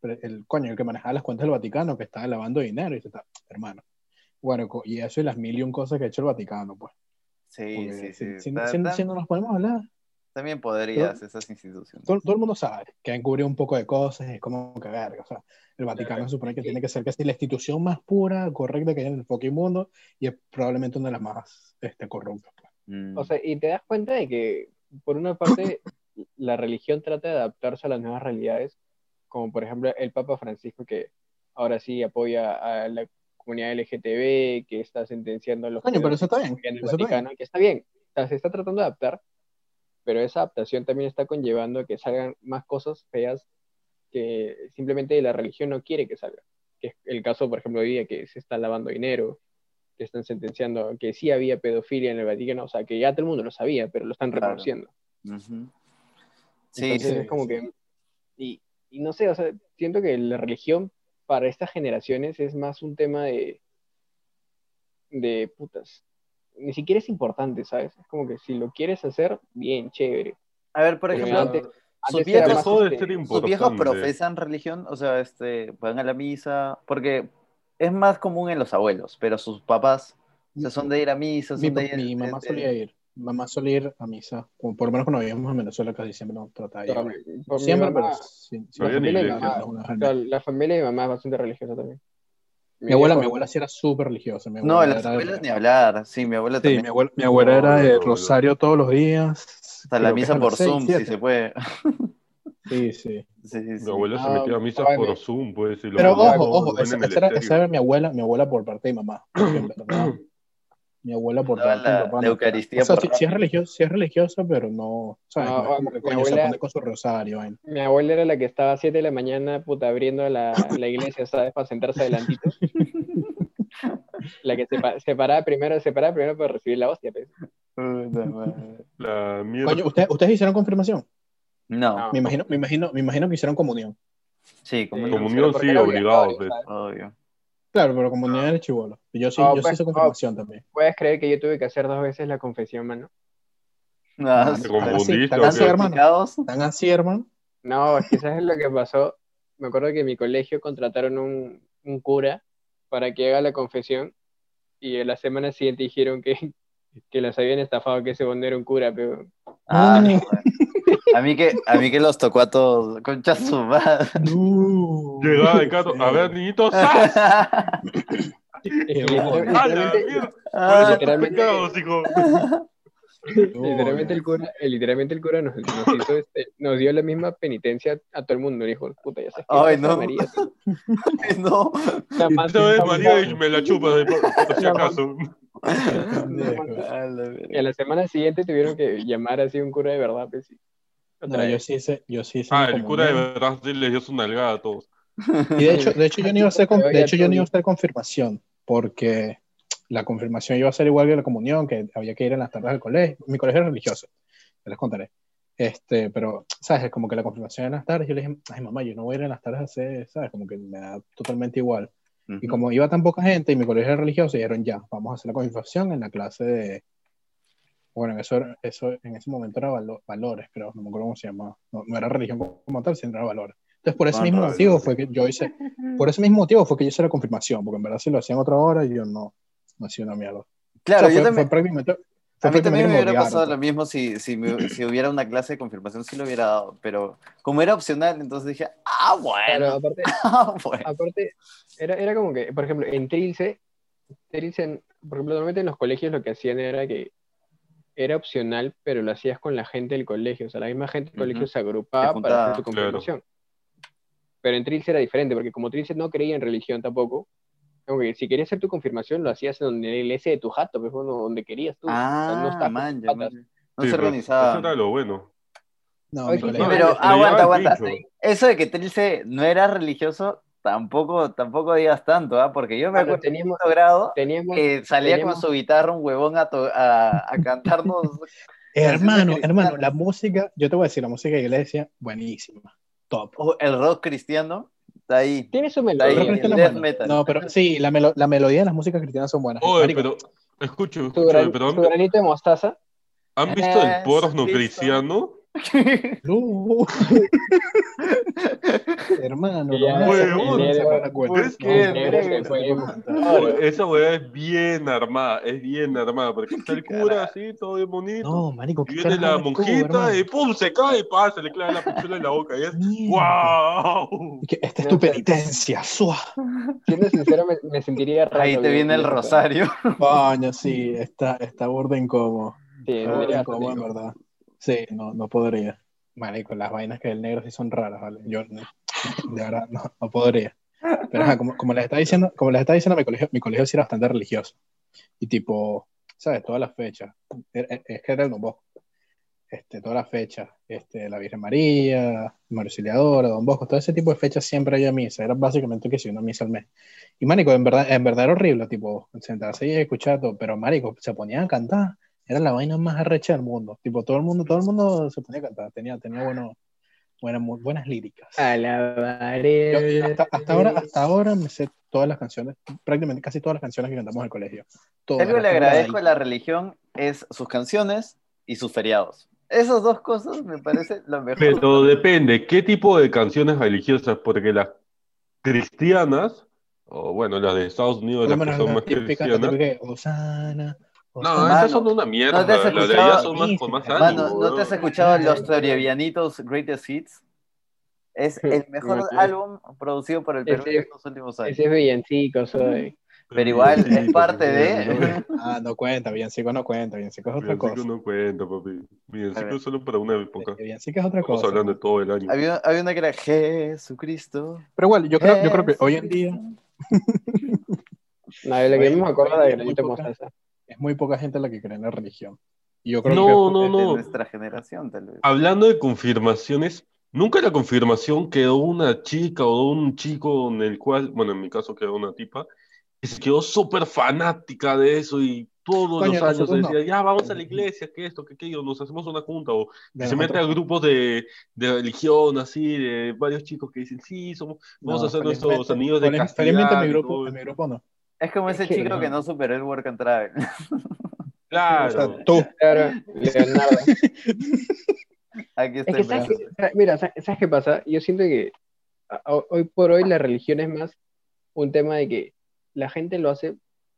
Speaker 2: pre- el coño, el que manejaba las cuentas del Vaticano, que estaba lavando dinero, y se está, hermano. Bueno, co- y eso y las mil y un cosas que ha hecho el Vaticano, pues.
Speaker 3: Sí,
Speaker 2: porque
Speaker 3: sí,
Speaker 2: si-
Speaker 3: sí.
Speaker 2: si-
Speaker 3: Ta-
Speaker 2: si-
Speaker 3: ta-
Speaker 2: si no nos podemos hablar,
Speaker 3: También podrías esas instituciones.
Speaker 2: todo, todo el mundo sabe que han cubrido un poco de cosas, es como que verga, o sea, el Vaticano se supone que tiene que ser casi la institución más pura, correcta que hay en el fucking mundo, y es probablemente una de las más este, corruptas. pues.
Speaker 3: Mm.
Speaker 5: O sea, y te das cuenta de que, por una parte, la religión trata de adaptarse a las nuevas realidades, como por ejemplo el Papa Francisco, que ahora sí apoya a la comunidad LGTB, que está sentenciando a los
Speaker 2: Coño, pero
Speaker 5: pedos
Speaker 2: eso está bien,
Speaker 5: que en el
Speaker 2: eso está bien.
Speaker 5: Vaticano, que está bien, o sea, se está tratando de adaptar, pero esa adaptación también está conllevando a que salgan más cosas feas que simplemente la religión no quiere que salgan. Que es el caso, por ejemplo, hoy día que se está lavando dinero, que están sentenciando que sí había pedofilia en el Vaticano, o sea, que ya todo el mundo lo sabía, pero lo están
Speaker 3: Claro.
Speaker 5: reconociendo.
Speaker 3: Ujú. Sí,
Speaker 5: Entonces
Speaker 3: sí.
Speaker 5: es como que. Y, y no sé, o sea, siento que la religión para estas generaciones es más un tema de. de putas. Ni siquiera es importante, ¿sabes? Es como que si lo quieres hacer, bien, chévere.
Speaker 3: A ver, por
Speaker 5: Pero
Speaker 3: ejemplo,
Speaker 5: antes-
Speaker 3: sus
Speaker 5: antes era
Speaker 3: viejos-
Speaker 5: más,
Speaker 4: Dejó de
Speaker 5: este,
Speaker 4: ser
Speaker 3: ¿Sus
Speaker 4: importante.
Speaker 3: viejos profesan religión? O sea, este, van a la misa, porque es más común en los abuelos, pero sus papás o sea, son de ir a misa,
Speaker 2: Mi,
Speaker 3: son
Speaker 2: pa-
Speaker 3: de ir...
Speaker 2: mi mamá
Speaker 3: este,
Speaker 2: solía ir, mi mamá solía ir a misa, como por lo menos cuando vivíamos en Venezuela casi siempre nos trataba de
Speaker 5: por
Speaker 2: llevar.
Speaker 5: mi- por mi
Speaker 2: Siempre,
Speaker 5: mamá,
Speaker 2: pero sí, sí,
Speaker 4: No había ni
Speaker 2: familia y
Speaker 4: iglesia.
Speaker 2: mamá, una
Speaker 5: o
Speaker 2: gente.
Speaker 5: sea, la familia de mi mamá es bastante religiosa también.
Speaker 2: Mi abuela,
Speaker 5: viejo-
Speaker 2: mi abuela sí era súper religiosa. Mi
Speaker 3: No,
Speaker 2: abuela
Speaker 3: las
Speaker 2: era de-
Speaker 3: abuelas ni hablar. Sí, mi abuela
Speaker 2: Sí,
Speaker 3: también.
Speaker 2: mi abuela, mi abuela era
Speaker 4: No, no,
Speaker 2: de
Speaker 4: no.
Speaker 2: rosario todos los días.
Speaker 3: Hasta la
Speaker 2: creo que es
Speaker 3: misa
Speaker 2: a
Speaker 3: por
Speaker 2: las seis,
Speaker 3: Zoom,
Speaker 2: siete.
Speaker 3: si se puede.
Speaker 2: Sí, sí.
Speaker 3: Sí, sí,
Speaker 4: Mi
Speaker 3: sí.
Speaker 4: abuela se
Speaker 5: Ah,
Speaker 4: metía a misa
Speaker 5: ay, me-
Speaker 4: por Zoom, pues. y lo
Speaker 2: Pero
Speaker 4: ponían
Speaker 2: ojo,
Speaker 4: como
Speaker 2: ojo,
Speaker 4: ven
Speaker 2: esa,
Speaker 4: en el
Speaker 2: esa era, esa
Speaker 4: estéreo.
Speaker 2: era mi abuela, mi abuela por parte de mi mamá. porque en verdad, mi abuela por
Speaker 3: Daba
Speaker 2: parte de
Speaker 3: la-
Speaker 2: mi papá.
Speaker 3: la
Speaker 2: no.
Speaker 3: Eucaristía
Speaker 2: O sea,
Speaker 3: por
Speaker 2: sí, sí es religiosa, sí es religiosa, pero no, ¿sabes? No
Speaker 5: No,
Speaker 2: es como que
Speaker 5: mi
Speaker 2: coño, se
Speaker 5: abuela-
Speaker 2: pone con su rosario. vaina.
Speaker 5: Mi abuela era la que estaba a 7 de la mañana, puta, abriendo la, la iglesia, ¿sabes? Para sentarse adelantito. la que se, pa- se paraba primero, se paraba primero para recibir la hostia. pues.
Speaker 3: Puta madre.
Speaker 4: La mierda.
Speaker 2: Coño, ¿ustedes, ustedes hicieron confirmación?
Speaker 3: No,
Speaker 5: No.
Speaker 2: Me imagino, me imagino, me imagino que hicieron comunión.
Speaker 3: sí, como
Speaker 5: Sí,
Speaker 3: no,
Speaker 4: comunión
Speaker 5: porque
Speaker 4: sí,
Speaker 5: era
Speaker 4: obligado,
Speaker 5: obligatorio,
Speaker 4: pues.
Speaker 5: ¿sabes?
Speaker 3: obvio.
Speaker 2: Claro, pero comunión era chivolo. Yo sí,
Speaker 5: No,
Speaker 2: yo
Speaker 5: Ah. pues,
Speaker 2: sí hice
Speaker 5: no.
Speaker 2: confirmación también.
Speaker 5: Puedes creer que yo tuve que hacer dos veces la confesión, mano.
Speaker 3: Ah,
Speaker 2: ¿Te
Speaker 3: sí.
Speaker 4: confundiste
Speaker 2: Tan
Speaker 4: o
Speaker 2: así,
Speaker 4: qué?
Speaker 2: hermano.
Speaker 3: Picados.
Speaker 2: Tan así, hermano.
Speaker 5: No, quizás es lo que pasó. Me acuerdo que en mi colegio contrataron un, un cura para que haga la confesión y en la semana siguiente dijeron que, que los habían estafado, que ese bondero era un cura, pero...
Speaker 3: Ah,
Speaker 2: No.
Speaker 3: joder. a mí que a mí que los tocó a todos concha su madre.
Speaker 2: No.
Speaker 4: Llegaba de canto. A ver, niñitos. ¡zas!
Speaker 3: Ah,
Speaker 5: Y
Speaker 4: ¡A la
Speaker 5: literalmente-
Speaker 4: mierda!
Speaker 5: Ah,
Speaker 4: Por esos pecados, hijo.
Speaker 5: Literalmente el cura, eh, literalmente el cura nos, nos hizo este- nos dio la misma penitencia a todo el mundo. Le dijo, puta, ya sabes que
Speaker 3: Ay,
Speaker 5: Santa
Speaker 3: no.
Speaker 5: María, sí,
Speaker 3: no.
Speaker 5: está más-
Speaker 4: Esta vez
Speaker 5: está
Speaker 4: María
Speaker 5: más-
Speaker 4: y me la chupas de por, por si acaso.
Speaker 3: A la verga.
Speaker 5: Y a la semana siguiente tuvieron que llamar así un cura de verdad, pues sí. Otra
Speaker 2: No, yo
Speaker 5: vez.
Speaker 2: sí hice, yo sí hice
Speaker 4: Ah,
Speaker 2: mi
Speaker 4: el cura de
Speaker 2: comunión.
Speaker 4: verdad sí le dio su nalgada a todos.
Speaker 2: Y de hecho, de hecho yo no iba a hacer, con-
Speaker 5: Pero
Speaker 2: de
Speaker 5: ya
Speaker 2: hecho yo
Speaker 5: tú-
Speaker 2: no iba a hacer confirmación, porque la confirmación iba a ser igual que la comunión, que había que ir en las tardes al colegio. Mi colegio era religioso, ya les contaré. Este, pero, ¿sabes? Como que la confirmación en las tardes, yo le dije, ay mamá, yo no voy a ir en las tardes a hacer, ¿sabes? Como que me da totalmente igual.
Speaker 3: Mm.
Speaker 2: Y como iba tan poca gente y mi colegio era religioso, dijeron, ya, vamos a hacer la confirmación en la clase de... Bueno, eso, era- eso en ese momento era valo- valores, pero no me acuerdo cómo se llamaba. No, no era religión como, como tal, sino era valores. Entonces, por ese
Speaker 3: Ah,
Speaker 2: mismo
Speaker 3: no,
Speaker 2: motivo
Speaker 3: no, sí.
Speaker 2: fue que yo hice... Por ese mismo motivo fue que yo hice la confirmación, porque en verdad si lo hacían otra hora, yo no, no hacía una mierda.
Speaker 3: Claro,
Speaker 2: O sea,
Speaker 3: yo
Speaker 2: fue,
Speaker 3: también.
Speaker 2: fue prácticamente... fue
Speaker 3: A mí
Speaker 2: prácticamente
Speaker 3: también
Speaker 2: que
Speaker 3: me hubiera
Speaker 2: obligaron,
Speaker 3: pasado
Speaker 2: pues.
Speaker 3: lo mismo si, si, me- si hubiera una clase de confirmación, sí lo hubiera dado, pero como era opcional, entonces dije, ah,
Speaker 5: Claro,
Speaker 3: bueno,
Speaker 5: aparte,
Speaker 3: ah, bueno.
Speaker 5: aparte era, era como que, por ejemplo, en Trilce, Trilce, en- por ejemplo, normalmente en los colegios lo que hacían era que era opcional, pero lo hacías con la gente del colegio. O sea, la misma gente del
Speaker 3: Ujú.
Speaker 5: colegio se
Speaker 3: Se
Speaker 5: agrupaba
Speaker 3: juntaba,
Speaker 5: para hacer su
Speaker 4: claro.
Speaker 5: confirmación. Pero en Trilce era diferente, porque como Trilce no creía en religión tampoco, aunque si querías hacer tu confirmación, lo hacías en donde- en la iglesia de tu jato, pues, bueno, donde querías tú. O sea, no
Speaker 3: Ah,
Speaker 5: estabas con
Speaker 3: man, ya,
Speaker 5: patas.
Speaker 3: man, ya. No
Speaker 4: Sí,
Speaker 3: se
Speaker 4: pero Eso era
Speaker 3: organizaba.
Speaker 4: lo bueno.
Speaker 2: No,
Speaker 5: Oye,
Speaker 2: mi
Speaker 5: sí,
Speaker 2: colegio-
Speaker 3: pero
Speaker 4: No, le llevaba
Speaker 3: aguanta,
Speaker 4: el
Speaker 3: aguanta.
Speaker 4: pincho.
Speaker 3: Eso de que Trilce no era religioso, tampoco, tampoco digas tanto, ¿ah? Porque yo me
Speaker 5: Ah,
Speaker 3: acuerdo Eh, en
Speaker 5: teníamos-
Speaker 3: quinto grado
Speaker 5: Teníamos,
Speaker 3: que salía con
Speaker 5: teníamos-
Speaker 3: su guitarra un huevón a, to- a, a cantarnos.
Speaker 2: Hermano,
Speaker 3: Canciones
Speaker 2: hermano, la
Speaker 3: cristianas.
Speaker 2: música, yo te voy a decir, la música de iglesia, buenísima. Top.
Speaker 3: o el rock cristiano, está ahí.
Speaker 5: tiene su
Speaker 3: Está ahí,
Speaker 5: melodía.
Speaker 2: Pero
Speaker 3: el
Speaker 2: presta la
Speaker 3: death
Speaker 2: mano.
Speaker 3: metal.
Speaker 2: No, pero sí, la, melo- la melodía de las músicas cristianas son buenas.
Speaker 4: Oye,
Speaker 2: Marico,
Speaker 4: pero, escucho,
Speaker 5: Su,
Speaker 4: escucho,
Speaker 5: gran-
Speaker 4: pero
Speaker 5: su granito de mostaza.
Speaker 4: ¿han, han visto
Speaker 2: Ah,
Speaker 4: el porno
Speaker 3: Jesucristo.
Speaker 4: cristiano?
Speaker 2: no. uh. hermano,
Speaker 5: Ya,
Speaker 2: no,
Speaker 4: huevón,
Speaker 2: no se van a dar cuenta.
Speaker 4: pues, ¿qué?
Speaker 2: No, no,
Speaker 4: Mira
Speaker 2: no,
Speaker 4: que-
Speaker 2: no, no,
Speaker 5: Claro.
Speaker 4: Esa weá es bien armada, es bien armada, porque está el cura así, todo bien bonito.
Speaker 2: No, marico,
Speaker 4: y
Speaker 2: ¿qué
Speaker 4: viene la
Speaker 2: carajo eres tú, hermano?
Speaker 4: monjita y pum, se cae y pasa, se le clava la pistola en la boca. Y es
Speaker 2: Mierda.
Speaker 4: ¡Wow!
Speaker 2: Y que Esta es
Speaker 5: No
Speaker 2: tu
Speaker 5: sé.
Speaker 2: penitencia, suá.
Speaker 5: Siendo sincero, me, me sentiría raro.
Speaker 3: Ahí te
Speaker 5: güey,
Speaker 3: viene el
Speaker 5: o sea,
Speaker 3: rosario.
Speaker 2: Coño, sí, está, está burda incómodo.
Speaker 5: sí, me
Speaker 2: Está burda
Speaker 5: sentiría
Speaker 2: incómodo, en
Speaker 5: raro.
Speaker 2: verdad. Sí, no, no podría. Marico, las vainas que el negro sí son raras, ¿vale? Yo, no, de verdad, no, no podría. Pero ajá, como, como les estaba diciendo, como les estaba diciendo, mi colegio, mi colegio sí era bastante religioso. Y tipo, ¿sabes? Todas las fechas. Era- era- Es que era el Don Bosco. Este, todas las fechas. Este, la Virgen María, María Auxiliadora, Don Bosco, todo ese tipo de fechas siempre había misa. Era básicamente que si una misa al mes. Y marico, en verdad, en verdad era horrible, tipo, sentarse y escuchar todo, pero marico, se ponían a cantar. Era la vaina más arrecha del mundo. Tipo, todo el mundo, todo el mundo se ponía a cantar. Tenía, tenía bueno, buenas, mu- buenas líricas.
Speaker 5: Alabaré.
Speaker 2: Yo- yo hasta, hasta ahora, hasta ahora me sé todas las canciones, prácticamente casi todas las canciones que cantamos en el colegio.
Speaker 3: Si
Speaker 2: Todas,
Speaker 3: algo le
Speaker 2: las
Speaker 3: agradezco a
Speaker 2: tengo
Speaker 3: la religión es sus canciones y sus feriados. Esas dos cosas me parece lo mejor.
Speaker 4: Pero depende, ¿qué tipo de canciones religiosas? Porque las cristianas, o bueno, las de Estados Unidos, las
Speaker 2: Por lo
Speaker 4: que
Speaker 2: menos
Speaker 4: son
Speaker 2: la
Speaker 4: más
Speaker 2: típica-
Speaker 4: cristianas.
Speaker 2: la típica que, "Hosanna,
Speaker 4: No,
Speaker 2: Hosanna".
Speaker 4: esas son una mierda.
Speaker 3: ¿no te has
Speaker 4: las de
Speaker 3: escuchado?
Speaker 4: allá son más con más
Speaker 2: Mano,
Speaker 4: ánimo.
Speaker 3: Mano, ¿no te has
Speaker 4: weón.
Speaker 3: escuchado los Teorevianitos Greatest Hits? Es el mejor
Speaker 5: Ok.
Speaker 3: álbum producido por el Perú
Speaker 5: Ese-
Speaker 3: en los últimos años.
Speaker 5: Ese es villancico, soy.
Speaker 3: Pero igual es parte
Speaker 4: Villancico,
Speaker 3: de.
Speaker 2: Ah, no cuenta, Villancico no cuenta, Villancico es otra
Speaker 4: Villancico
Speaker 2: cosa.
Speaker 4: no cuenta, papi.
Speaker 3: A
Speaker 4: Villancico
Speaker 3: ver.
Speaker 4: es solo para una época.
Speaker 2: Villancico es otra
Speaker 4: Estamos
Speaker 2: cosa.
Speaker 4: hablando de todo el año.
Speaker 3: había, había una que era Jesucristo.
Speaker 2: Pero igual, yo creo, yo creo que hoy en día
Speaker 5: No, de lo que
Speaker 2: Oye,
Speaker 5: me acuerdo
Speaker 2: oye,
Speaker 5: de
Speaker 2: muy
Speaker 5: granito de
Speaker 2: poca.
Speaker 5: mostaza.
Speaker 2: es muy poca gente la que cree en la religión. Y yo creo que
Speaker 4: No, no,
Speaker 3: De
Speaker 4: no.
Speaker 3: nuestra generación, tal vez.
Speaker 4: Hablando de confirmaciones, nunca la confirmación quedó una chica o un chico en el cual, bueno, en mi caso quedó una tipa, que se quedó súper fanática de eso y todos
Speaker 2: Coño,
Speaker 4: los años
Speaker 2: nosotros
Speaker 4: decía,
Speaker 2: no.
Speaker 4: ya vamos a la iglesia, que esto, que aquello, nos hacemos una junta o que
Speaker 2: de
Speaker 4: se mete a
Speaker 2: nosotros-
Speaker 4: grupos de, de religión, así, de varios chicos que dicen, sí, somos, vamos a hacer
Speaker 2: felizmente-
Speaker 4: nuestros anillos de
Speaker 2: feliz-
Speaker 4: castidad.
Speaker 2: Felizmente en mi
Speaker 4: y
Speaker 2: grupo,
Speaker 4: todo
Speaker 2: en mi
Speaker 4: eso".
Speaker 2: grupo no.
Speaker 3: Es como ese
Speaker 5: Es que-
Speaker 3: chico que no superó el Work and Travel.
Speaker 4: Claro.
Speaker 2: O sea, tú.
Speaker 5: Claro, Leonardo.
Speaker 3: Aquí
Speaker 5: Es
Speaker 3: estoy.
Speaker 5: que, ¿sabes
Speaker 3: pensando.
Speaker 5: qué? Mira, ¿sabes sabes qué pasa? Yo siento que a- a- hoy por hoy la religión es más un tema de que la gente lo hace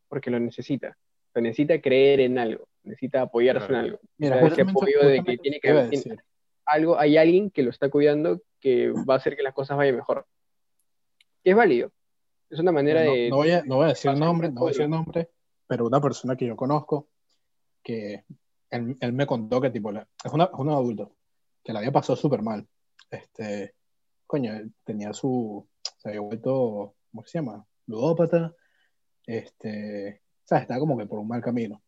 Speaker 5: porque lo necesita. Lo necesita creer en algo, necesita apoyarse
Speaker 4: Claro.
Speaker 5: en algo.
Speaker 2: Mira,
Speaker 5: Ese
Speaker 2: justamente-
Speaker 5: apoyo de que
Speaker 2: justamente
Speaker 5: tiene
Speaker 2: te
Speaker 5: que
Speaker 2: iba a
Speaker 5: ver-
Speaker 2: decir.
Speaker 5: algo. Hay alguien que lo está cuidando que va a hacer que las cosas vayan mejor. Es válido. Es una manera
Speaker 2: no,
Speaker 5: de...
Speaker 2: no voy a, no voy a decir
Speaker 5: pasa
Speaker 2: nombre, no voy a
Speaker 5: mucho.
Speaker 2: decir nombre, pero una persona que yo conozco, que él, él me contó que tipo, la- es, una- es un adulto, que la había pasado súper mal. Este, coño, él tenía su, se había vuelto, ¿cómo se llama? Ludópata. Este, ¿sabes? Estaba como que por un mal camino.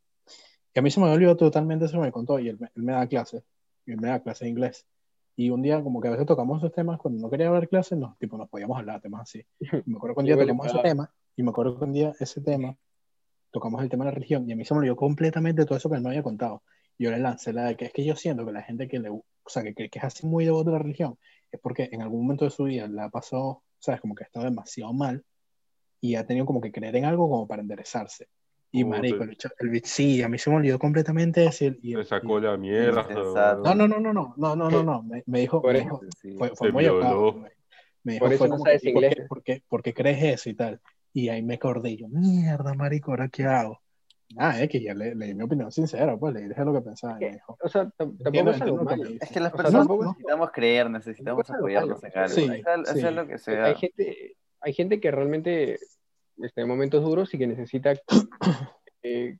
Speaker 2: Y a mí se me olvidó totalmente eso que me contó, y él, me- él me da clases, y él me da clases de inglés. Y un día, como que a veces tocamos esos temas, cuando no quería ver clases, nos, tipo, nos podíamos hablar de temas así. Y me acuerdo que un día
Speaker 5: Igual,
Speaker 2: tocamos ese
Speaker 5: claro.
Speaker 2: tema, y me acuerdo que un día ese tema, tocamos el tema de la religión, y a mí se me olvidó completamente todo eso que él me había contado. Y yo le lancé la de que es que yo siento que la gente que le, o sea, que, que, que es así muy devoto de la religión, es porque en algún momento de su vida la ha pasado, ¿sabes? Como que ha estado demasiado mal, y ha tenido como que creer en algo como para enderezarse. Y
Speaker 4: Puta.
Speaker 2: marico, el, cha- el bit- sí, a mí se me olvidó completamente decir. Y,
Speaker 4: Le
Speaker 2: y-
Speaker 4: sacó la mierda.
Speaker 3: Insensato.
Speaker 2: No, no, no, no, no, no, no, no, no, Me, me dijo,
Speaker 5: Por
Speaker 2: me dijo-
Speaker 5: eso,
Speaker 3: Sí.
Speaker 2: fue, fue
Speaker 4: Te
Speaker 2: muy
Speaker 4: violó.
Speaker 2: ahogado, me- Me dijo,
Speaker 5: Por eso
Speaker 2: fue
Speaker 5: no
Speaker 2: como
Speaker 5: sabes
Speaker 2: que, ¿y por qué-
Speaker 5: inglés.
Speaker 2: por qué- por qué crees eso y tal? Y ahí me acordé, y yo, mierda, marico, ¿ahora qué hago? Ah, es que ya le, le di mi opinión sincera, pues le dije lo que pensaba. Y me dijo,
Speaker 5: O sea, tam- tampoco
Speaker 2: entiendo-
Speaker 5: es algo
Speaker 2: entiendo lo que me
Speaker 5: malo.
Speaker 2: dices.
Speaker 3: Es que las
Speaker 5: O sea,
Speaker 3: personas
Speaker 5: tampoco-
Speaker 3: necesitamos creer, necesitamos
Speaker 5: tampoco es
Speaker 3: apoyarnos en algo.
Speaker 2: Sí,
Speaker 3: Hacer- hacer
Speaker 2: sí.
Speaker 3: lo que sea.
Speaker 5: hay gente, este, hay gente que realmente está en momentos duros y que necesita eh,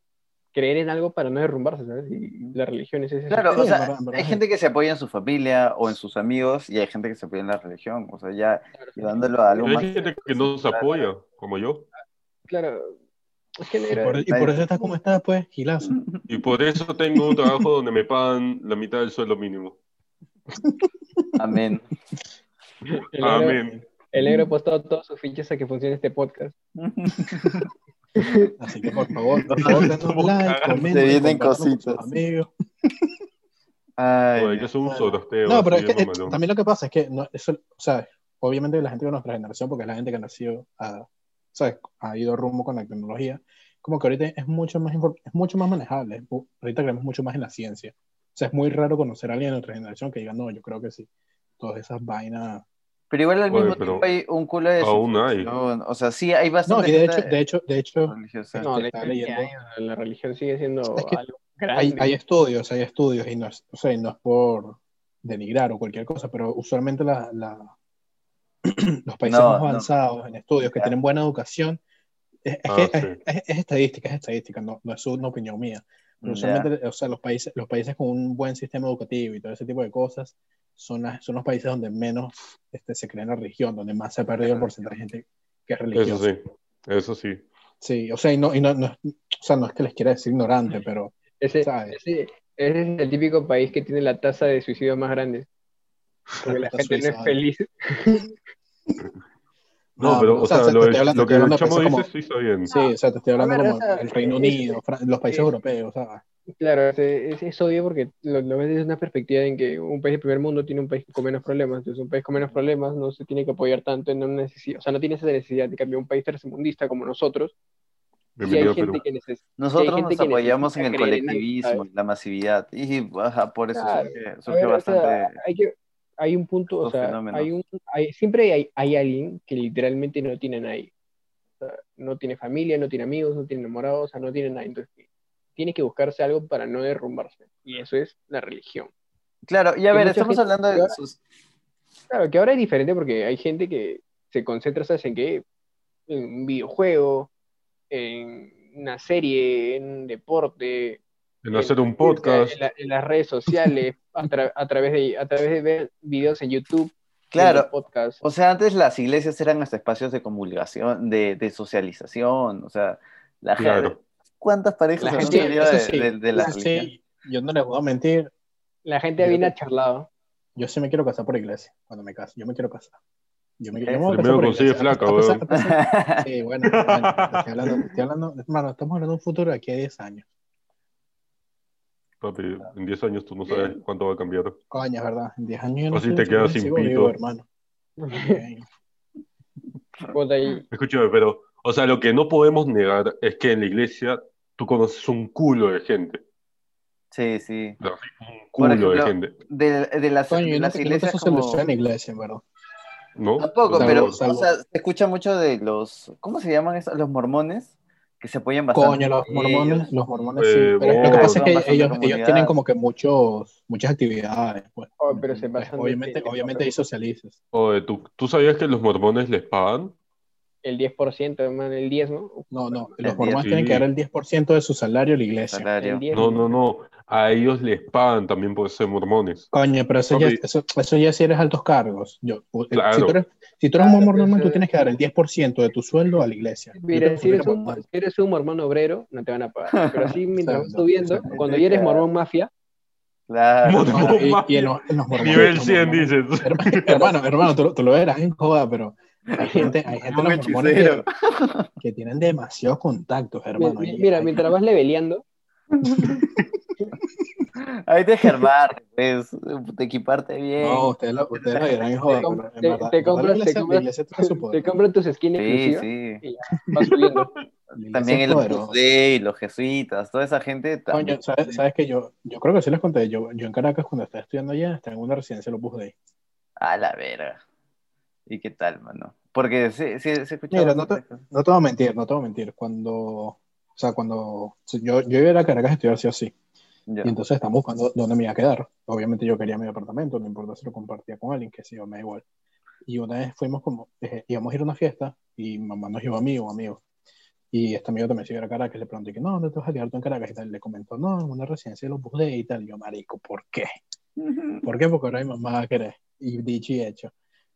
Speaker 5: creer en algo para no derrumbarse, ¿sabes? Y la religión es ese.
Speaker 3: Claro,
Speaker 2: Sí,
Speaker 3: o sea,
Speaker 2: en verdad, en verdad.
Speaker 3: hay gente que se apoya en su familia o en sus amigos y hay gente que se apoya en la religión, o sea, ya llevándolo a algo
Speaker 4: Pero
Speaker 3: más.
Speaker 4: hay gente que no se apoya, como yo.
Speaker 5: Claro. Es que
Speaker 2: Y
Speaker 5: era-
Speaker 2: por, y por eso está como está, pues, gilazo.
Speaker 4: Y por eso tengo un trabajo donde me pagan la mitad del sueldo mínimo.
Speaker 3: Amén.
Speaker 5: el
Speaker 4: Ah,
Speaker 5: negro-
Speaker 4: Amén.
Speaker 5: El negro ha puesto todas sus fichas a que funcione este podcast.
Speaker 2: Así que por favor, por favor, denos
Speaker 4: Estamos
Speaker 2: like,
Speaker 4: cagando.
Speaker 2: comenten.
Speaker 3: Se
Speaker 2: compartan
Speaker 3: vienen
Speaker 2: con sus
Speaker 3: cositas.
Speaker 2: amigos.
Speaker 3: Ay,
Speaker 4: Hay que hacer un sorteo.
Speaker 2: No, pero es
Speaker 4: así,
Speaker 2: que eh,
Speaker 4: hermano.
Speaker 2: también lo que pasa es que, no, eso, o sea, obviamente la gente de nuestra generación, porque es la gente que ha nacido, ha, ¿sabes? ha ido rumbo con la tecnología, como que ahorita es mucho más, infor- es mucho más manejable, Bu- ahorita creemos mucho más en la ciencia. O sea, es muy raro conocer a alguien de nuestra generación que diga, no, yo creo que sí. Todas esas vainas.
Speaker 3: Pero igual al
Speaker 4: Oye,
Speaker 3: mismo
Speaker 4: pero
Speaker 3: tiempo hay un culo de
Speaker 4: aún hay.
Speaker 3: desinformación, O sea, sí, hay
Speaker 2: No,
Speaker 3: bastante
Speaker 2: y de hecho,
Speaker 3: gente
Speaker 2: de hecho, de hecho,
Speaker 3: religiosa.
Speaker 5: No,
Speaker 2: que
Speaker 5: de
Speaker 2: está
Speaker 5: hecho,
Speaker 2: leyendo.
Speaker 5: que hay, la religión sigue siendo
Speaker 2: Es que
Speaker 5: algo
Speaker 2: hay,
Speaker 5: grande.
Speaker 2: hay estudios, hay estudios, y no es, o sea, y no es por denigrar o cualquier cosa, pero usualmente la- la- los países
Speaker 3: No,
Speaker 2: más
Speaker 3: no.
Speaker 2: avanzados en estudios que
Speaker 3: Claro.
Speaker 2: tienen buena educación, es, es
Speaker 4: Ah,
Speaker 2: que
Speaker 4: sí.
Speaker 2: es, es- es estadística, es estadística, no, no es una opinión mía. Pero
Speaker 3: Ya.
Speaker 2: usualmente, o sea, los países, los países con un buen sistema educativo y todo ese tipo de cosas son, las- son los países donde menos este, se crea la religión, donde más se ha perdido el porcentaje de gente que es religiosa.
Speaker 4: Eso sí. Eso sí.
Speaker 2: Sí, o sea, y no, y no, no, es- o sea, no es que les quiera decir ignorante, pero
Speaker 5: Ese,
Speaker 2: ¿sabes?
Speaker 5: ese- ese es el típico país que tiene la tasa de suicidio más grande. Porque la
Speaker 2: Respecto a
Speaker 5: gente no
Speaker 2: Suiza, vale.
Speaker 5: es feliz.
Speaker 4: No,
Speaker 2: No,
Speaker 4: pero,
Speaker 2: pero,
Speaker 4: o
Speaker 2: o sea,
Speaker 4: sea,
Speaker 2: te-
Speaker 4: lo,
Speaker 2: te
Speaker 4: de-
Speaker 2: estoy hablando-
Speaker 4: lo
Speaker 2: te
Speaker 4: que
Speaker 2: estoy
Speaker 4: el
Speaker 2: hablando de
Speaker 4: chamo
Speaker 2: países
Speaker 4: dice
Speaker 2: como-
Speaker 4: sí está bien.
Speaker 2: Sí, o sea, te estoy hablando
Speaker 5: A ver,
Speaker 2: como
Speaker 5: o sea,
Speaker 2: el Reino
Speaker 5: eh,
Speaker 2: Unido, Fran- los países
Speaker 5: eh,
Speaker 2: europeos, ¿sabes?
Speaker 5: Claro, es, es, es obvio porque lo, lo ves desde una perspectiva en que un país de primer mundo tiene un país con menos problemas. Entonces, un país con menos problemas no se tiene que apoyar tanto en una necesidad. O sea, no tiene esa necesidad. En cambio, un país tercermundista como nosotros, sí hay
Speaker 4: Bienvenido a
Speaker 5: gente
Speaker 4: Perú.
Speaker 5: que necesita.
Speaker 3: Nosotros
Speaker 5: gente
Speaker 3: nos
Speaker 5: que
Speaker 3: apoyamos en
Speaker 5: necesita
Speaker 3: el
Speaker 5: creer en algo,
Speaker 3: colectivismo, en la masividad, y ajá, por eso
Speaker 5: Claro.
Speaker 3: surge,
Speaker 5: A
Speaker 3: surge
Speaker 5: ver, o sea,
Speaker 3: bastante.
Speaker 5: hay, que, hay un punto, o
Speaker 3: estos
Speaker 5: sea,
Speaker 3: fenómenos.
Speaker 5: hay un, hay, siempre hay, hay alguien que literalmente no tiene nadie. O sea, no tiene familia, no tiene amigos, no tiene enamorados, o sea, no tiene nadie. Entonces, tiene que buscarse algo para no derrumbarse. Y eso es la religión.
Speaker 3: Claro, y a
Speaker 5: que
Speaker 3: ver,
Speaker 5: mucha
Speaker 3: estamos
Speaker 5: gente-
Speaker 3: hablando de
Speaker 5: ahora-
Speaker 3: sus.
Speaker 5: Claro, que ahora es diferente porque hay gente que se concentra, ¿sabes? En qué? En un videojuego, en una serie, en un deporte,
Speaker 4: En hacer un podcast.
Speaker 5: en, la- en las redes sociales, a, tra- a través de, a través de ver videos en YouTube,
Speaker 3: Claro,
Speaker 5: en podcasts.
Speaker 3: O sea, antes las iglesias eran hasta espacios de comulgación, de, de socialización, o sea, la gente,
Speaker 4: Claro.
Speaker 3: ¿cuántas parejas
Speaker 2: La
Speaker 3: habrán
Speaker 2: gente-
Speaker 3: salido
Speaker 2: eso
Speaker 3: de,
Speaker 2: sí,
Speaker 3: de- de la
Speaker 2: eso sí,
Speaker 3: religión?
Speaker 2: yo no les voy a mentir,
Speaker 5: La gente viene a charlado.
Speaker 2: yo sí me quiero casar por iglesia, cuando me case, yo me quiero casar. Yo me, yo me voy a casar
Speaker 4: Primero
Speaker 2: por
Speaker 4: consigue
Speaker 2: iglesia. Ah, pues,
Speaker 4: flaca,
Speaker 2: A pesar-
Speaker 4: weón.
Speaker 2: a pesar- ah, Sí, bueno, bueno, estoy hablando, estoy hablando, hermano, estamos hablando de un futuro de aquí a 10 años.
Speaker 4: Papi, en 10 años tú no sabes cuánto va a cambiar.
Speaker 2: Coño, es verdad, en 10 años yo
Speaker 4: O
Speaker 2: no
Speaker 4: si
Speaker 2: sé
Speaker 4: te
Speaker 2: si
Speaker 4: quedas
Speaker 2: sigo
Speaker 4: sin
Speaker 2: vivo,
Speaker 4: pito.
Speaker 2: hermano.
Speaker 5: Pues, Puta, y-
Speaker 4: Escúchame, pero, o sea, lo que no podemos negar es que en la iglesia tú conoces un culo de gente.
Speaker 3: Sí, sí.
Speaker 4: Un
Speaker 3: Por
Speaker 4: culo
Speaker 3: ejemplo,
Speaker 4: de gente.
Speaker 3: De, de las,
Speaker 2: Coño,
Speaker 3: de
Speaker 2: yo no
Speaker 3: las
Speaker 2: creo que
Speaker 3: iglesias
Speaker 2: eso se
Speaker 3: como...
Speaker 2: soluciona en iglesia, en verdad.
Speaker 4: ¿No?
Speaker 3: Tampoco,
Speaker 4: No,
Speaker 3: pero
Speaker 4: no.
Speaker 2: salvo.
Speaker 3: o sea, se escucha mucho de los, ¿cómo se llaman esos? Los mormones, que se apoyan bastante.
Speaker 2: Coño, los
Speaker 3: en
Speaker 2: mormones,
Speaker 3: ellos.
Speaker 2: los mormones
Speaker 4: Eh,
Speaker 2: sí. Pero lo que
Speaker 4: bueno.
Speaker 2: pasa es que
Speaker 3: Bastante
Speaker 2: ellos, ellos
Speaker 3: comunidad.
Speaker 2: tienen como que muchos, muchas actividades, pues.
Speaker 5: oh, pero se
Speaker 2: Pues,
Speaker 5: pasan de-
Speaker 2: obviamente,
Speaker 5: de-
Speaker 2: obviamente hay socialistas.
Speaker 4: Oye, ¿tú, tú sabías que los mormones les pagan?
Speaker 5: El 10%, hermano, el 10, ¿no?
Speaker 2: No, no,
Speaker 5: El
Speaker 2: los
Speaker 5: 10.
Speaker 2: mormones
Speaker 4: Sí.
Speaker 2: tienen que dar el 10% de su salario a la iglesia.
Speaker 3: Salario.
Speaker 5: El 10.
Speaker 4: No, no, no. A ellos les pagan también por ser mormones.
Speaker 2: Coño, pero eso ya,
Speaker 4: Papi.
Speaker 2: eso, eso ya si eres altos cargos. Yo, eh,
Speaker 4: Claro.
Speaker 2: si, tú eres, si tú eres un
Speaker 5: Claro,
Speaker 2: mormón,
Speaker 5: Ah, pero eso-
Speaker 2: tú tienes que dar el 10% de tu sueldo a la iglesia. Yo
Speaker 5: Mira,
Speaker 2: creo que
Speaker 5: si eres,
Speaker 2: era
Speaker 5: un,
Speaker 2: mormón.
Speaker 5: si eres un mormón obrero, no te van a pagar. Pero así, mientras vas
Speaker 2: Exacto,
Speaker 5: subiendo,
Speaker 2: exacto.
Speaker 5: cuando ya eres mormón mafia,
Speaker 3: Claro.
Speaker 4: Mormón.
Speaker 2: Bueno, y, y en, los- en los mormones.
Speaker 4: Nivel
Speaker 2: los
Speaker 4: 100,
Speaker 2: mormones-
Speaker 4: dices.
Speaker 2: Hermano, hermano, hermano, tú, lo- tú lo verás en joda, pero hay gente, hay gente en los mormones que-
Speaker 3: hechicero.
Speaker 2: que tienen demasiados contactos,
Speaker 5: mi-
Speaker 2: hermano.
Speaker 5: mi-
Speaker 2: y-
Speaker 5: mira,
Speaker 2: ay,
Speaker 5: mientras vas leveleando,
Speaker 3: Hay que germar, pues, de equiparte bien.
Speaker 2: No, ustedes lo, ustedes lo dirán en joda,
Speaker 5: Te com-
Speaker 2: pero en
Speaker 5: te-
Speaker 2: verdad,
Speaker 5: te
Speaker 2: en verdad
Speaker 5: compras-
Speaker 2: la iglesia-
Speaker 5: te
Speaker 2: la
Speaker 5: compras-
Speaker 2: iglesia tiene su
Speaker 5: te
Speaker 2: poder.
Speaker 5: compran tus skins
Speaker 3: sí,
Speaker 5: exclusivas,
Speaker 3: sí.
Speaker 5: vas subiendo.
Speaker 2: La iglesia
Speaker 3: También
Speaker 2: es
Speaker 3: el
Speaker 2: poderosa.
Speaker 3: Opus Dei, los jesuitas, toda esa gente también.
Speaker 2: Coño, ¿sabes, sabes que yo, yo creo que sí les conté, yo, yo en Caracas cuando estaba estudiando allá, estaba en una residencia del Opus Dei.
Speaker 3: A la verga. ¿Y qué tal, mano? Porque se, se, se escucha.
Speaker 2: Mira, no te-
Speaker 3: bastante.
Speaker 2: No te voy a mentir, no te voy a mentir, cuando, o sea, cuando si yo, yo iba a ir a Caracas a estudiar sí o sí,
Speaker 3: Ya.
Speaker 2: y entonces estamos buscando dónde me iba a quedar. Obviamente yo quería mi apartamento, no importa si lo compartía con alguien, que sí, me da igual. Y una vez fuimos como, eh, íbamos a ir a una fiesta y mamá nos llevó a mí o amigos. Y este amigo también se iba a Caracas, le pregunté que no, ¿dónde te vas a quedar tú en Caracas? Y tal, le comentó, no, en una residencia de los Dei y tal. Y yo, marico, ¿por qué? ¿Por qué? Porque ahora mi mamá va a querer. Y dicho y hecho.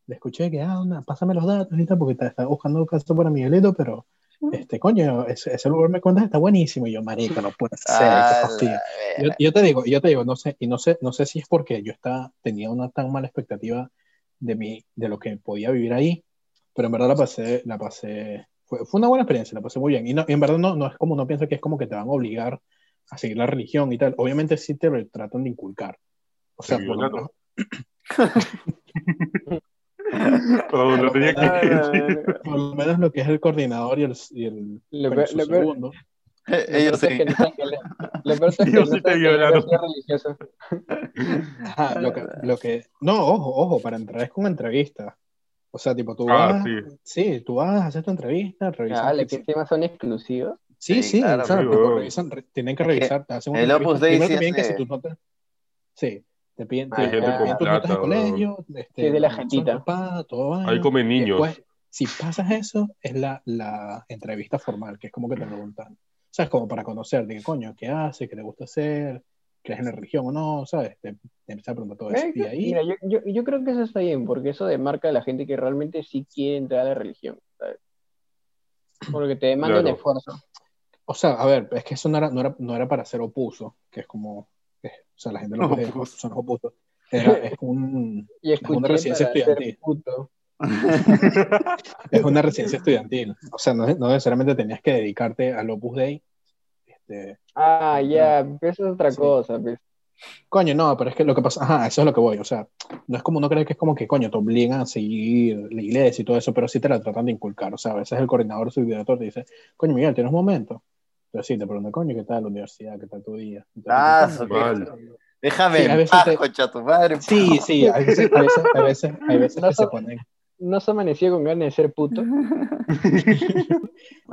Speaker 2: Le escuché que, ah, una, pásame los datos y tal, porque está, está buscando caso para Miguelito, pero, este, coño, ese, ese lugar me cuentas está buenísimo. Y yo, marico, no puede ser, qué
Speaker 3: Ah, la
Speaker 2: fastidio. Yo,
Speaker 3: verga.
Speaker 2: yo te digo, yo te digo, no sé, y no sé, no sé si es porque yo estaba, tenía una tan mala expectativa de mí, de lo que podía vivir ahí, pero en verdad la pasé, la pasé, fue, fue una buena experiencia, la pasé muy bien. Y, no, y en verdad no, no es como, no pienso que es como que te van a obligar a seguir la religión y tal. Obviamente sí te lo tratan de inculcar. O sea,
Speaker 4: Sí,
Speaker 2: por lo
Speaker 4: claro.
Speaker 2: menos-
Speaker 4: Perdón, lo tenía
Speaker 3: Ah,
Speaker 4: que
Speaker 3: la
Speaker 4: decir.
Speaker 3: verga.
Speaker 2: por lo menos lo que es el coordinador y el, y el
Speaker 5: Lo
Speaker 2: pero
Speaker 5: peor-
Speaker 2: su
Speaker 5: lo peor-
Speaker 2: segundo.
Speaker 5: Lo
Speaker 3: Ellos
Speaker 5: peor es que
Speaker 3: sí.
Speaker 5: no saben que le- Lo peor es que
Speaker 4: Yo
Speaker 5: no
Speaker 4: sí
Speaker 5: saben
Speaker 4: te
Speaker 5: que le
Speaker 4: violaron.
Speaker 5: gusta ser religioso.
Speaker 2: Ajá, lo
Speaker 5: Ah.
Speaker 2: que, lo que, no, ojo, ojo, para entrar es con entrevista. O sea, tipo, tú
Speaker 4: Ah,
Speaker 2: vas,
Speaker 4: sí.
Speaker 2: Sí, tú vas, haces tu entrevista, revisas.
Speaker 5: Dale, Ah,
Speaker 2: sí,
Speaker 5: que encima son exclusivos.
Speaker 2: sí,
Speaker 3: Sí, claro,
Speaker 2: o sea,
Speaker 4: sí,
Speaker 2: tipo,
Speaker 4: huevón.
Speaker 2: revisan, re- tienen que revisar. Te hacen una
Speaker 3: el Opus
Speaker 2: entrevista.
Speaker 3: Dei
Speaker 2: Primero te
Speaker 3: sí
Speaker 2: piden que si
Speaker 3: hace-
Speaker 2: tus notas. Sí, te piden, te
Speaker 5: Hay gente
Speaker 2: piden
Speaker 5: con
Speaker 2: tus notas de
Speaker 4: plata, huevón.
Speaker 2: colegio, este,
Speaker 5: Sí, de la
Speaker 2: la
Speaker 5: gentita.
Speaker 2: mensual, papá, todo vaina.
Speaker 4: Ahí comen
Speaker 2: Y
Speaker 4: niños.
Speaker 2: después, si pasas eso, es la, la entrevista formal, que es como que te preguntan. ¿Sabes? Como para conocer de qué coño, qué hace, qué te gusta hacer, crees en la religión o no, ¿sabes? Te, te empiezan a preguntar todo eso. pues, Y ahí,
Speaker 5: Eh, Mira, yo, yo, yo creo que eso está bien, porque eso demarca a la gente que realmente sí quiere entrar a la religión, ¿sabes? Porque te demandan
Speaker 4: Claro.
Speaker 5: esfuerzo.
Speaker 2: o sea, a ver, es que eso no era, no era, no era para ser opuso, que es como, es- o sea, la gente lo puede
Speaker 3: Opuso.
Speaker 2: son los opusos. Era- es, un,
Speaker 5: Y escuché
Speaker 2: una residencia
Speaker 5: para
Speaker 2: estudiantil.
Speaker 5: ser puto.
Speaker 2: es una residencia estudiantil. O sea, no, no necesariamente tenías que dedicarte al Opus Dei. Este,
Speaker 5: Ah, ya, eso es otra
Speaker 2: Sí.
Speaker 5: cosa. pues.
Speaker 2: coño, no, pero es que lo que pasa, ajá, eso es lo que voy. O sea, no es como uno cree que es como que, coño, te obligan a seguir la iglesia y todo eso, pero sí te la tratan de inculcar. O sea, a veces el coordinador subdirector te dice, coño, Miguel, ¿tienes un momento? Entonces sí, te pregunta, coño, ¿qué tal la universidad? ¿Qué tal tu día? Entonces,
Speaker 3: Ah,
Speaker 2: "Coño,
Speaker 3: su
Speaker 4: Vale.
Speaker 3: Déjame
Speaker 2: Sí, a
Speaker 3: en
Speaker 2: veces
Speaker 3: paz,
Speaker 2: te-
Speaker 3: concha tu madre.
Speaker 2: Sí, sí, a veces, a veces, a veces, a veces
Speaker 5: No
Speaker 2: que se
Speaker 5: sabe.
Speaker 2: ponen.
Speaker 5: No se amanecía con ganas de ser puto.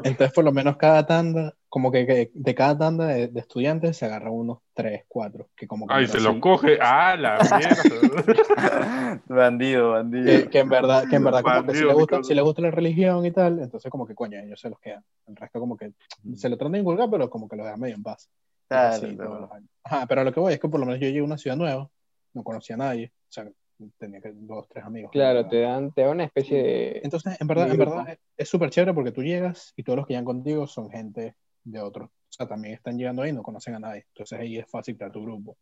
Speaker 2: Entonces, por lo menos cada tanda, como que, que de cada tanda de, de estudiantes se agarran unos 3, 4, que como que,
Speaker 4: Ay,
Speaker 2: en
Speaker 4: se
Speaker 2: verdad
Speaker 4: lo
Speaker 2: sí-
Speaker 4: coge. Ah, la mierda.
Speaker 3: bandido, bandido.
Speaker 2: Eh, que, que en verdad, que en verdad como que si les
Speaker 4: Bandido,
Speaker 2: gusta,
Speaker 4: Nicolás.
Speaker 2: si les gusta la religión y tal, entonces como que coño, ellos se los quedan. El resto como que se lo tratan de inculcar, pero como que los dejan medio en paz. Y
Speaker 3: Claro,
Speaker 2: así
Speaker 3: claro.
Speaker 2: todos los años. Ajá, pero lo que voy es que por lo menos yo llegué a una ciudad nueva, no conocía a nadie, o sea, tenía que dos, tres amigos.
Speaker 5: Claro,
Speaker 2: en
Speaker 5: te
Speaker 2: verdad.
Speaker 5: dan, te dan una especie de...
Speaker 2: Entonces, en verdad,
Speaker 5: Mi
Speaker 2: en
Speaker 5: grupo.
Speaker 2: verdad es súper chévere porque tú llegas y todos los que llegan contigo son gente de otros. O sea, también están llegando ahí y no conocen a nadie. Entonces ahí es fácil crear tu grupo.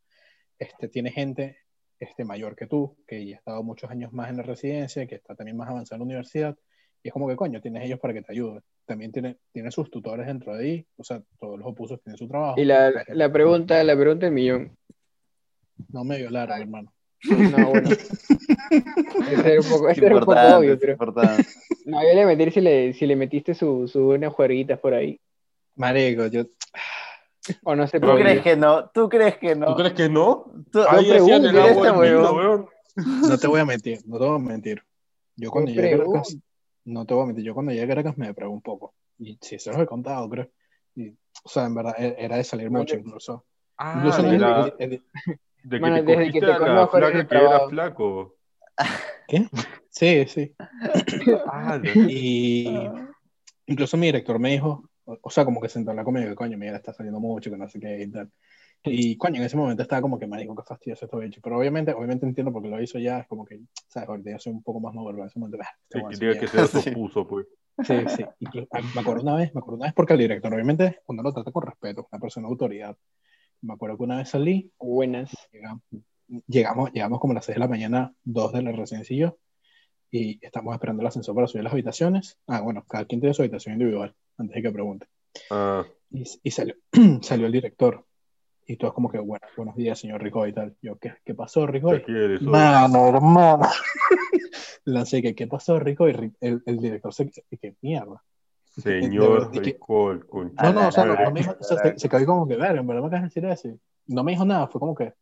Speaker 2: Este, tiene gente este, mayor que tú, que ya ha estado muchos años más en la residencia, que está también más avanzada en la universidad. Y es como que, coño, tienes ellos para que te ayuden. También tiene, tiene sus tutores dentro de ahí. O sea, todos los opusos tienen su trabajo.
Speaker 5: Y la, la pregunta, la pregunta del millón.
Speaker 2: No me violaron, hermano.
Speaker 5: No, bueno. Ese era un poco, ese era un poco
Speaker 3: importante,
Speaker 5: obvio,
Speaker 3: es
Speaker 5: pero...
Speaker 3: importante.
Speaker 5: No, yo le metí si le, si le metiste su, su unas juerguitas por ahí.
Speaker 2: Marico, yo...
Speaker 5: O no sé
Speaker 3: ¿Tú
Speaker 5: por
Speaker 3: crees que no? ¿Tú crees que no?
Speaker 4: ¿Tú crees que no?
Speaker 3: Tú-
Speaker 2: Ah,
Speaker 4: Ahí hacían el
Speaker 3: mira
Speaker 4: agua
Speaker 3: este
Speaker 4: en vino,
Speaker 3: huevón.
Speaker 4: weón.
Speaker 2: No te voy a mentir, no te voy a mentir. Yo cuando llegué a
Speaker 5: pregunto.
Speaker 2: Caracas, no te voy a mentir, yo cuando llegué a Caracas me depravo un poco. Y sí, se los he contado, creo. Y, o sea, en verdad, e- era de salir mucho incluso.
Speaker 4: Ah,
Speaker 2: Incluso no
Speaker 4: de
Speaker 2: es
Speaker 4: la-
Speaker 2: el- el-
Speaker 4: de que
Speaker 5: Mano,
Speaker 4: te
Speaker 5: desde que
Speaker 4: cogiste
Speaker 5: te
Speaker 4: a la
Speaker 5: conozco eres
Speaker 4: flaca que era
Speaker 5: depravado.
Speaker 4: flaco.
Speaker 2: Sí, sí.
Speaker 4: Ah, la-
Speaker 2: Y incluso mi director me dijo, o, o sea, como que se entabla conmigo, que coño, mira, está saliendo mucho, que no sé qué y tal. Y coño, en ese momento estaba como que, marico, qué fastidioso esto bicho. Pero obviamente, obviamente entiendo porque lo hizo ya, es como que, sabes, ahorita yo soy un poco más maduro, pero en ese momento, bah, este
Speaker 4: Sí,
Speaker 2: weón
Speaker 4: que
Speaker 2: se
Speaker 4: diga
Speaker 2: mierda.
Speaker 4: que se
Speaker 3: Sí.
Speaker 4: supuso, pues.
Speaker 2: Sí, sí. Inclu- ah, Me acuerdo una vez, me acuerdo una vez porque el director, obviamente, uno lo trata con respeto, una persona de autoridad. Me acuerdo que una vez salí,
Speaker 5: Buenas.
Speaker 2: llegamos, llegamos, llegamos como a las 6 de la mañana, 2 de la residencia y yo, y estamos esperando el ascensor para subir a las habitaciones. Ah, bueno, cada quien tiene su habitación individual, antes de que pregunte.
Speaker 4: Ah,
Speaker 2: Y, y salió, salió el director, y todos como que, bueno, buenos días, señor Ricoy y tal. Yo, ¿qué, qué pasó, Ricoy?
Speaker 4: ¿qué quieres? oye?
Speaker 2: Mano, hermano. Lancé que, ¿qué pasó, Ricoy? Y el, el director se y que mierda.
Speaker 4: Señor
Speaker 2: de- de que-
Speaker 4: Ricol, con
Speaker 3: A
Speaker 2: No, no,
Speaker 3: la
Speaker 2: o sea, no,
Speaker 3: verga,
Speaker 2: no me dijo, o sea,
Speaker 3: a la
Speaker 2: se, se quedó como que, verga, en verdad me acabas de decir eso. No me dijo nada, fue como que,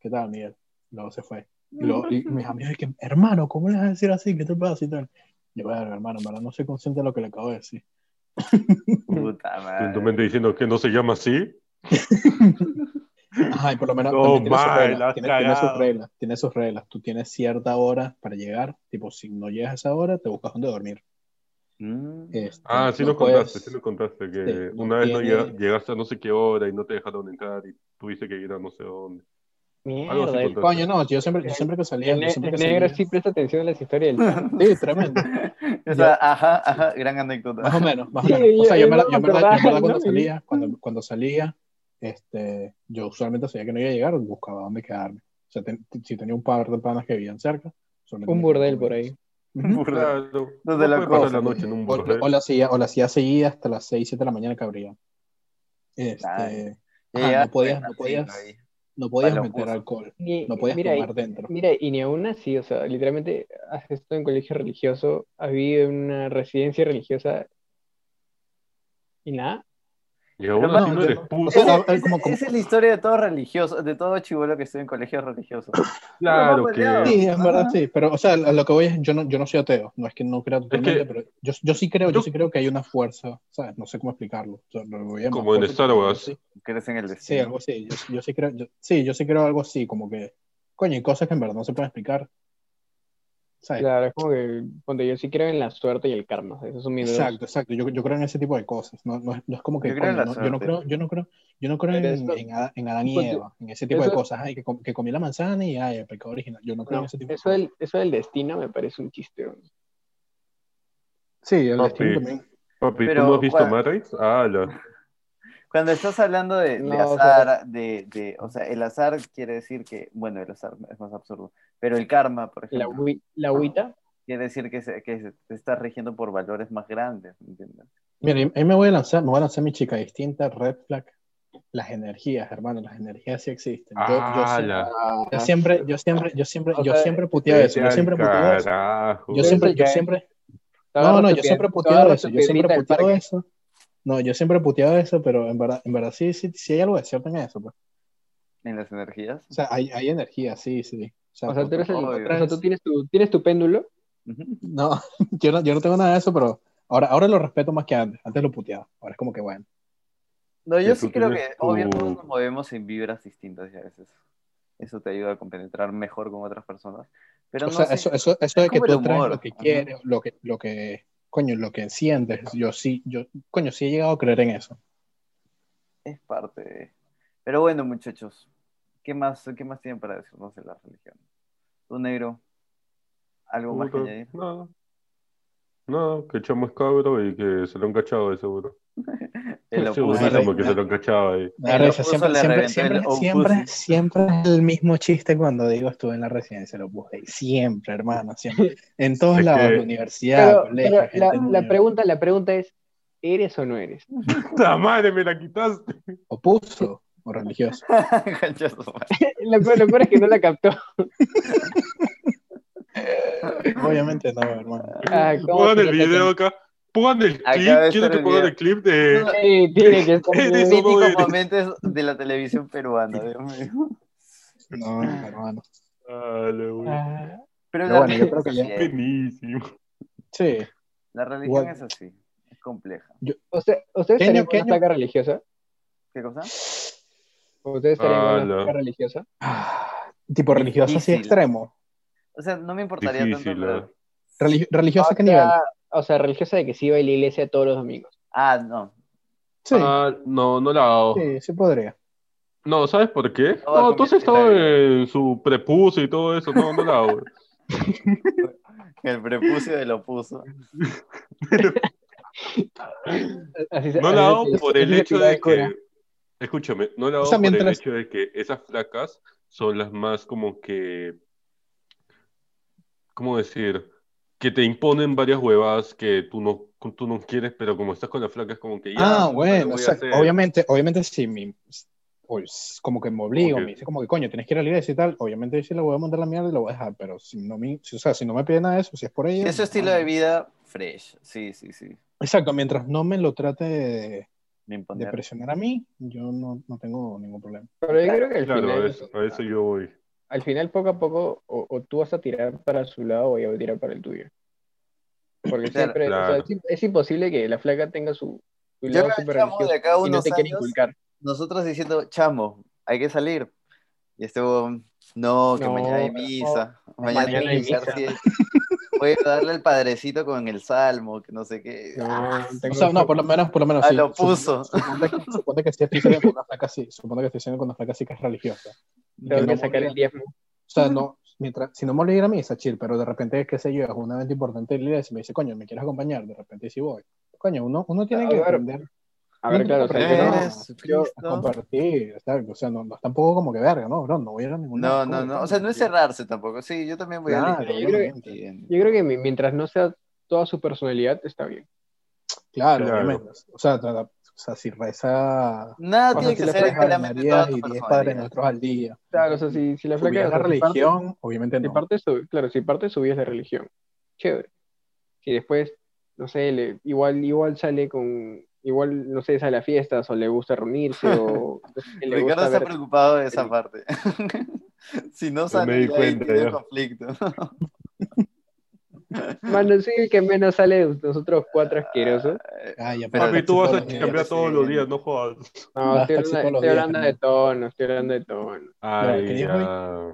Speaker 2: ¿qué tal, Miguel? Luego se fue. Y, luego, y mis amigos, y que, hermano, ¿cómo le vas a decir así? ¿Qué te pasa? Y tal. Yo, verga, hermano, en verdad no soy consciente de lo que le acabo de decir.
Speaker 3: Puta
Speaker 4: En
Speaker 3: madre.
Speaker 4: tu mente diciendo que no se llama así.
Speaker 2: Ajá, y por lo menos
Speaker 4: No,
Speaker 2: también tiene, sus
Speaker 4: man, Oh, la
Speaker 2: reglas,
Speaker 4: has
Speaker 2: tiene, tiene sus
Speaker 4: cagado.
Speaker 2: reglas, tiene sus reglas. Tú tienes cierta hora para llegar, tipo, si no llegas a esa hora, te buscas donde dormir.
Speaker 3: Mm.
Speaker 2: Este,
Speaker 4: Ah, sí
Speaker 2: no
Speaker 4: lo contaste,
Speaker 2: puedes-
Speaker 4: sí lo contaste, que
Speaker 2: Sí, no
Speaker 4: una vez no
Speaker 2: tiene-
Speaker 4: llega- llegaste a no sé qué hora y no te dejaron entrar y tuviste que ir a no sé dónde. Algo así
Speaker 5: Mierda, el,
Speaker 4: contaste.
Speaker 2: Coño, no, yo siempre, yo siempre que salía,
Speaker 5: el
Speaker 2: yo
Speaker 5: ne-
Speaker 2: siempre que
Speaker 5: el negro
Speaker 2: salía-
Speaker 5: sí presta atención a las historias del chat.
Speaker 2: Sí, tremendo.
Speaker 3: O sea, ajá, ajá, gran anécdota.
Speaker 2: Más o menos, más o
Speaker 5: Sí,
Speaker 2: menos. O sea, yo
Speaker 5: yo-
Speaker 2: me la,
Speaker 5: yo
Speaker 2: yo me la-
Speaker 5: acordaba,
Speaker 2: yo me la cuando
Speaker 5: ¿no?
Speaker 2: salía, cuando, cuando salía, este, yo usualmente sabía que no iba a llegar, buscaba dónde quedarme. O sea, ten- si tenía un par de panas que vivían cerca. usualmente
Speaker 5: Un
Speaker 2: me
Speaker 5: burdel
Speaker 2: quedaba
Speaker 5: por
Speaker 2: con
Speaker 5: ahí.
Speaker 2: ellos. Ujú.
Speaker 4: Claro, no
Speaker 3: Desde la
Speaker 4: puede pasar
Speaker 3: cosa,
Speaker 4: la noche en un
Speaker 2: O,
Speaker 4: burdel.
Speaker 2: o la hacía, o la hacía seguida hasta las 6, 7 de la mañana que abría. Este,
Speaker 3: Ay.
Speaker 2: ajá,
Speaker 3: Ya
Speaker 2: no podías, no
Speaker 3: llegaste
Speaker 2: podías,
Speaker 3: ahí.
Speaker 2: no podías
Speaker 3: Palomoso.
Speaker 2: meter alcohol,
Speaker 5: Ni-
Speaker 2: no podías
Speaker 5: mira,
Speaker 2: tomar
Speaker 5: y-
Speaker 2: dentro.
Speaker 5: Mira, y ni aún así, o sea, literalmente, esto en colegio religioso, había una residencia religiosa y nada.
Speaker 4: Y aún
Speaker 3: Pero
Speaker 4: así
Speaker 2: no,
Speaker 4: no
Speaker 2: yo
Speaker 4: eres
Speaker 2: no-
Speaker 4: puto.
Speaker 2: o sea,
Speaker 3: Esa-
Speaker 2: no, es como-
Speaker 3: esa- Esa es la historia de todo religioso, de todo chivolo que estuvo en colegios religiosos.
Speaker 4: Claro
Speaker 3: no,
Speaker 4: que.
Speaker 3: no,
Speaker 2: Sí, es verdad,
Speaker 3: Ajá.
Speaker 2: sí, pero o sea, a lo que voy es, yo no, yo no soy ateo, no es que no crea totalmente,
Speaker 4: que-
Speaker 2: pero yo, yo sí creo, yo,
Speaker 4: yo-
Speaker 2: sí creo que hay una fuerza, ¿sabes? No sé cómo explicarlo. yo lo voy a llamar
Speaker 4: Como en
Speaker 2: fuerza,
Speaker 4: Star Wars.
Speaker 2: Sí,
Speaker 3: Crees en el
Speaker 2: sí,
Speaker 3: destino.
Speaker 2: algo así, yo, yo sí creo, yo- sí, yo sí creo algo así, como que, coño, hay cosas que en verdad no se pueden explicar. ¿Sabes?
Speaker 5: Claro, es como que, ponte, yo sí creo en la suerte y el karma, esos son mis dos.
Speaker 2: Exacto, exacto. Yo, yo creo en ese tipo de cosas. No, no, es- no es como que
Speaker 3: Yo creo en
Speaker 2: coño,
Speaker 3: la
Speaker 2: no- yo no
Speaker 3: suerte.
Speaker 2: creo, yo no creo, yo no creo en,
Speaker 5: Pero eso-
Speaker 2: en Ada- en Adán y
Speaker 5: Pues,
Speaker 2: Eva, en ese tipo de
Speaker 5: eso-
Speaker 2: cosas. Ay, que, com- que comí la manzana y ay, el pecado original. Yo no creo en
Speaker 5: No,
Speaker 2: ese tipo de
Speaker 5: eso
Speaker 2: cosas.
Speaker 5: del, eso del destino me parece un chiste. weón.
Speaker 2: Sí, el
Speaker 4: Papi.
Speaker 2: destino también.
Speaker 4: Papi,
Speaker 3: Pero,
Speaker 4: ¿tú no has visto
Speaker 3: ¿cuál?
Speaker 4: Matrix? Ah, la.
Speaker 3: Cuando estás hablando de, de
Speaker 5: No, o sea-
Speaker 3: azar, de, de- o sea, el azar quiere decir que, bueno, el azar es más absurdo, pero el karma, por
Speaker 5: La,
Speaker 3: ejemplo,
Speaker 5: hui- la agüita,
Speaker 3: quiere decir que se, que se te está regiendo por valores más grandes, ¿me ¿entiendes?
Speaker 2: Mira, y- ahí me voy a lanzar, me voy a lanzar mi chica distinta, red flag. Las energías, hermano, las energías sí existen. Yo, yo
Speaker 4: Ah,
Speaker 2: siempre,
Speaker 4: la.
Speaker 2: yo siempre, yo siempre, yo siempre,
Speaker 5: O
Speaker 2: yo
Speaker 5: sea,
Speaker 2: siempre puteaba eso. Yo
Speaker 4: Vete
Speaker 2: siempre
Speaker 4: al
Speaker 2: puteaba eso.
Speaker 4: carajo.
Speaker 2: Yo siempre, yo
Speaker 5: Cae.
Speaker 2: siempre,
Speaker 5: te
Speaker 2: No,
Speaker 5: agarras
Speaker 2: no,
Speaker 5: tu
Speaker 2: yo
Speaker 5: pie-
Speaker 2: siempre he
Speaker 5: te
Speaker 2: puteado
Speaker 5: agarras
Speaker 2: eso,
Speaker 5: tu
Speaker 2: yo siempre
Speaker 5: piedrita
Speaker 2: he
Speaker 5: del
Speaker 2: puteado
Speaker 5: parque.
Speaker 2: eso. No, yo siempre he puteado eso, pero en verdad, en verdad sí, sí, sí hay algo de cierto en eso. pues.
Speaker 3: En las energías.
Speaker 2: O sea, hay, hay energía, sí, sí. O sea,
Speaker 5: O sea, tú, eres el-
Speaker 3: Obvio.
Speaker 5: o sea, tú tienes, tu, tienes tu péndulo,
Speaker 3: Ujú.
Speaker 2: no, yo no, yo no tengo nada de eso, pero ahora, ahora lo respeto más que antes. Antes lo puteaba, ahora es como que bueno.
Speaker 3: No, yo
Speaker 4: Que
Speaker 3: sí
Speaker 4: tú
Speaker 3: creo que,
Speaker 4: tienes
Speaker 3: obvio,
Speaker 4: tu-
Speaker 3: todos nos movemos en vibras distintas y a veces eso te ayuda a compenetrar mejor con otras personas. Pero
Speaker 2: O
Speaker 3: no
Speaker 2: sea,
Speaker 3: sé,
Speaker 2: eso, eso, eso de
Speaker 3: es
Speaker 2: que
Speaker 3: como el
Speaker 2: tú traes
Speaker 3: humor,
Speaker 2: lo que
Speaker 3: ajá.
Speaker 2: quieres, lo que, lo que, coño, lo que sientes, yo sí, yo, coño, sí he llegado a creer en eso.
Speaker 3: es parte de... Pero bueno, muchachos, ¿qué más, qué más tienen para decirnos de la religión? Tú, negro, ¿algo más que
Speaker 4: Puta,
Speaker 3: añadir?
Speaker 4: No. No, que el chamo es cabro y que se lo han cachado de seguro.
Speaker 3: El
Speaker 4: Seguro
Speaker 3: opuso
Speaker 2: puso
Speaker 4: chamo
Speaker 2: ahí.
Speaker 4: que se lo han cachado ahí.
Speaker 2: Me da
Speaker 3: Ahí lo
Speaker 2: risa,
Speaker 3: puso,
Speaker 2: siempre,
Speaker 3: le
Speaker 2: siempre,
Speaker 3: reventó
Speaker 2: siempre,
Speaker 3: el
Speaker 2: siempre,
Speaker 3: Opus.
Speaker 2: siempre es el mismo chiste cuando digo estuve en la residencia del Opus Dei. Siempre, hermano, siempre. En todos
Speaker 4: Es
Speaker 2: lados,
Speaker 4: que-
Speaker 2: la universidad,
Speaker 5: pero,
Speaker 2: colegio,
Speaker 5: pero
Speaker 2: gente
Speaker 5: la,
Speaker 2: en
Speaker 5: la
Speaker 2: unión.
Speaker 5: pregunta, la pregunta es, ¿eres o no eres?
Speaker 4: ¡La madre, me la quitaste!
Speaker 2: ¿Opuso o religioso?
Speaker 3: Conchazo, madre.
Speaker 5: Lo peor, lo peor es que no la captó.
Speaker 2: Obviamente no, hermano.
Speaker 5: Ah, ¿cómo
Speaker 4: Pongan
Speaker 5: se
Speaker 4: el
Speaker 5: nota
Speaker 4: video acá. Pongan el
Speaker 3: Acaba
Speaker 4: clip.
Speaker 3: de
Speaker 4: Quiero
Speaker 3: estar
Speaker 4: que
Speaker 3: el
Speaker 4: pongan
Speaker 3: video.
Speaker 4: el clip de.
Speaker 3: No,
Speaker 5: que- Sí, tiene que estar-
Speaker 4: Eres o no
Speaker 3: Míticos
Speaker 4: eres.
Speaker 3: momentos de la televisión peruana, Dios mío.
Speaker 2: No, hermano.
Speaker 4: Ah, la wea.
Speaker 5: Ah,
Speaker 3: Pero
Speaker 2: Pero
Speaker 3: la,
Speaker 2: bueno, yo
Speaker 3: religión
Speaker 2: creo que
Speaker 3: es
Speaker 2: ya-
Speaker 3: así, ¿eh?
Speaker 4: Buenísimo.
Speaker 2: Sí.
Speaker 3: La religión
Speaker 2: Bueno.
Speaker 3: es así, es compleja.
Speaker 5: ¿usted- ¿Ustedes
Speaker 2: Peño,
Speaker 5: estarían con una
Speaker 2: Peño.
Speaker 5: placa religiosa?
Speaker 3: ¿Qué cosa?
Speaker 5: ¿Ustedes estarían con
Speaker 4: Ah,
Speaker 5: una
Speaker 4: no.
Speaker 5: placa religiosa?
Speaker 2: Ah, tipo religiosa así
Speaker 3: Difícil.
Speaker 2: extremo.
Speaker 3: O sea, no me importaría
Speaker 4: Difícil,
Speaker 3: tanto.
Speaker 4: ¿eh?
Speaker 3: pero-
Speaker 2: Religi- religiosa
Speaker 5: O
Speaker 2: a qué nivel.
Speaker 5: sea, o sea, religiosa de que sí iba a la iglesia todos los domingos.
Speaker 3: Ah, no.
Speaker 2: Sí,
Speaker 4: Ah, no, no la hago.
Speaker 2: sí, sí podría.
Speaker 4: No, ¿sabes por qué?
Speaker 3: No,
Speaker 4: No, entonces
Speaker 3: comienza la
Speaker 4: estaba en su prepucio y todo eso. No, no la hago.
Speaker 3: El prepucio de lo puso.
Speaker 5: Así se- así
Speaker 4: No la
Speaker 5: se-
Speaker 4: hago
Speaker 5: así
Speaker 4: por
Speaker 5: se
Speaker 4: el
Speaker 5: le
Speaker 4: hecho
Speaker 5: pide al
Speaker 4: de
Speaker 5: cura.
Speaker 4: que. Escúchame, no la
Speaker 2: O
Speaker 4: hago
Speaker 2: sea,
Speaker 4: por el
Speaker 2: mientras-
Speaker 4: hecho de que esas flacas son las más como que. ¿Cómo decir? Que te imponen varias huevas que tú no, tú no quieres, pero como estás con las flacas, como que ya.
Speaker 2: Ah,
Speaker 4: puta, lo
Speaker 2: bueno,
Speaker 4: voy a
Speaker 2: exacto.
Speaker 4: hacer.
Speaker 2: Obviamente, obviamente sí, mi- pues, como que me obligo,
Speaker 4: Ok.
Speaker 2: me dice como que coño, tienes que ir a la iglesia y tal, obviamente sí le voy a mandar la mierda y lo voy a dejar, pero si no me, si, o sea, si no me piden nada de eso, si es por ella.
Speaker 3: Ese estilo de vida, fresh. Sí, sí, sí.
Speaker 2: Exacto, mientras no me lo trate de,
Speaker 3: Me
Speaker 2: de
Speaker 3: imponer.
Speaker 2: presionar a mí, yo no, no tengo ningún problema.
Speaker 5: Pero yo creo que al
Speaker 4: Claro, a
Speaker 5: final,
Speaker 4: eso, a eso yo voy.
Speaker 5: al final poco a poco, o, o tú vas a tirar para su lado o ella va a tirar para el tuyo. Porque
Speaker 3: Claro.
Speaker 5: siempre, o sea,
Speaker 4: Claro.
Speaker 5: es im- es imposible que la flaca tenga su, su
Speaker 3: Yo
Speaker 5: lado
Speaker 3: creo que
Speaker 5: súper
Speaker 3: estamos de
Speaker 5: religioso
Speaker 3: acá a
Speaker 5: y no
Speaker 3: unos
Speaker 5: te quiere
Speaker 3: años.
Speaker 5: inculcar.
Speaker 3: Nosotros diciendo, chamo, hay que salir. Y este huevón, no, que
Speaker 5: No,
Speaker 3: mañana hay misa. mañana,
Speaker 5: mañana
Speaker 3: hay
Speaker 5: hay
Speaker 3: misa.
Speaker 5: misa.
Speaker 3: sí hay- Voy a darle al padrecito con el salmo, que no sé qué.
Speaker 5: No, tengo
Speaker 2: O sea, no, por lo menos, por lo menos.
Speaker 3: Ah,
Speaker 2: sí.
Speaker 3: lo
Speaker 2: Supongo-
Speaker 3: puso.
Speaker 2: Supongo que, supongo que sí estoy saliendo con una flaca así. Supongo que estoy saliendo con una flaca así que es religiosa.
Speaker 5: tengo
Speaker 2: no
Speaker 5: que sacar el diezmo.
Speaker 2: O sea, no, mientras, si no me voy a ir a misa, chill, pero de repente, qué sé yo, es un evento importante de la iglesia y me dice, coño, ¿me quieres acompañar? De repente sí voy. Coño, uno, uno tiene
Speaker 5: A
Speaker 2: que
Speaker 5: ver,
Speaker 2: aprender
Speaker 5: A ver,
Speaker 2: No,
Speaker 5: claro, o sea, yo no-
Speaker 3: Eres
Speaker 5: yo-
Speaker 2: a
Speaker 3: Cristo.
Speaker 2: compartir, ¿sabes? O sea, no, no es tampoco como que verga, ¿no, bro? No voy a ir a ninguna.
Speaker 3: No, no, no. O sea, no es cerrarse tampoco. Sí, yo también voy a
Speaker 2: Claro,
Speaker 3: elegir.
Speaker 5: yo creo
Speaker 2: que-
Speaker 3: Bien.
Speaker 5: yo creo que mi- mientras no sea toda su personalidad, está bien.
Speaker 2: Claro,
Speaker 4: Claro.
Speaker 2: obviamente. O sea, ta- ta- o sea, si reza.
Speaker 3: Nada
Speaker 2: cuando
Speaker 3: tiene que
Speaker 2: le
Speaker 3: ser
Speaker 2: rezas Ave
Speaker 3: claramente toda
Speaker 2: María
Speaker 3: tu
Speaker 2: y 10 padres
Speaker 3: personalidad.
Speaker 2: nuestros al día.
Speaker 5: Claro, o sea, si, si la
Speaker 2: Si
Speaker 5: flaca...
Speaker 2: es la
Speaker 5: o sea, si parte-
Speaker 2: religión, obviamente
Speaker 5: Si
Speaker 2: no.
Speaker 5: parte su, claro, si parte su vida es la religión, chévere. Si después, no sé, le- igual, igual sale con, igual, no sé, sale a fiestas o le gusta reunirse o no sé, le gusta
Speaker 3: Ricardo está
Speaker 5: ver-
Speaker 3: preocupado de esa parte. si no
Speaker 4: me
Speaker 3: sale,
Speaker 4: di
Speaker 3: ya ahí
Speaker 4: cuenta,
Speaker 3: tiene
Speaker 4: ya.
Speaker 3: un conflicto.
Speaker 5: Mano, sí, el que menos sale de nosotros cuatro asquerosos.
Speaker 2: Ah, ya,
Speaker 3: Pero
Speaker 4: Papi,
Speaker 2: taxi
Speaker 4: tú vas
Speaker 2: todos
Speaker 4: a
Speaker 2: los días.
Speaker 4: cambiar
Speaker 3: sí.
Speaker 4: todos
Speaker 2: eh,
Speaker 4: los días, no jodas.
Speaker 5: No,
Speaker 2: Vas
Speaker 5: estoy
Speaker 2: casi
Speaker 5: hablando,
Speaker 2: todos los
Speaker 5: estoy
Speaker 2: días,
Speaker 5: hablando
Speaker 2: ¿no?
Speaker 5: de tono, estoy hablando de tono.
Speaker 2: Claro,
Speaker 4: Ay,
Speaker 2: ¿qué dijo?
Speaker 4: ya.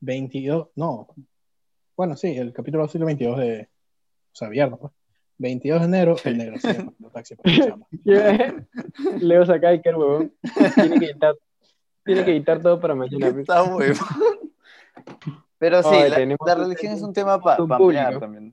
Speaker 2: 22, no. Bueno, sí, el capítulo del siglo 22 de. O sea, viernes, pues. 22 de enero, el negro se llama, no taxi para la chama.
Speaker 5: Leo saca de que el huevón tiene que editar, tiene que editar todo para mañana. pues.
Speaker 3: Está huevo. Pero sí,
Speaker 5: Ay,
Speaker 3: la,
Speaker 5: tenemos
Speaker 3: la
Speaker 5: un-
Speaker 3: religión es un tema para
Speaker 5: un
Speaker 3: ampliar
Speaker 5: público.
Speaker 3: también.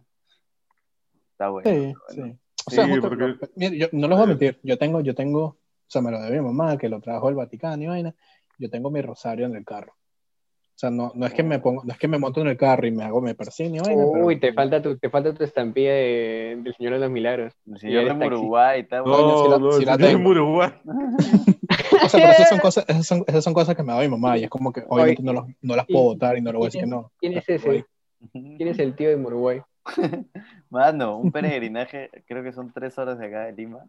Speaker 3: Está bueno.
Speaker 2: Sí,
Speaker 3: está bueno.
Speaker 2: sí. O sea,
Speaker 4: Sí,
Speaker 2: justo-
Speaker 4: porque- eh,
Speaker 2: mira, yo no les voy a mentir, yo tengo, yo tengo, o sea, me lo debe mi mamá, que lo trajo el Vaticano y vaina, yo tengo mi rosario en el carro. O sea, no, no es que me pongo, no es que me monto en el carro y me hago, me persino y vaina. pero-
Speaker 5: Uy, te falta tu, te falta tu estampilla de- del Señor de los Milagros.
Speaker 3: El señor
Speaker 5: eres
Speaker 3: de
Speaker 5: taxista.
Speaker 3: Uruguay, está bueno.
Speaker 2: si
Speaker 4: No,
Speaker 2: la-
Speaker 4: no,
Speaker 2: si
Speaker 4: el
Speaker 2: la
Speaker 4: señor
Speaker 2: tengo.
Speaker 4: es Uruguay.
Speaker 2: O sea, pero esas son cosas, esas son, esas son cosas que me da mi mamá y es como que obviamente
Speaker 5: Oye.
Speaker 2: no, los- no las puedo votar y no le voy a decir que no.
Speaker 5: ¿Quién es ese? ¿Quién es el tío de Uruguay?
Speaker 3: Mano, un peregrinaje, creo que son tres horas de acá de Lima.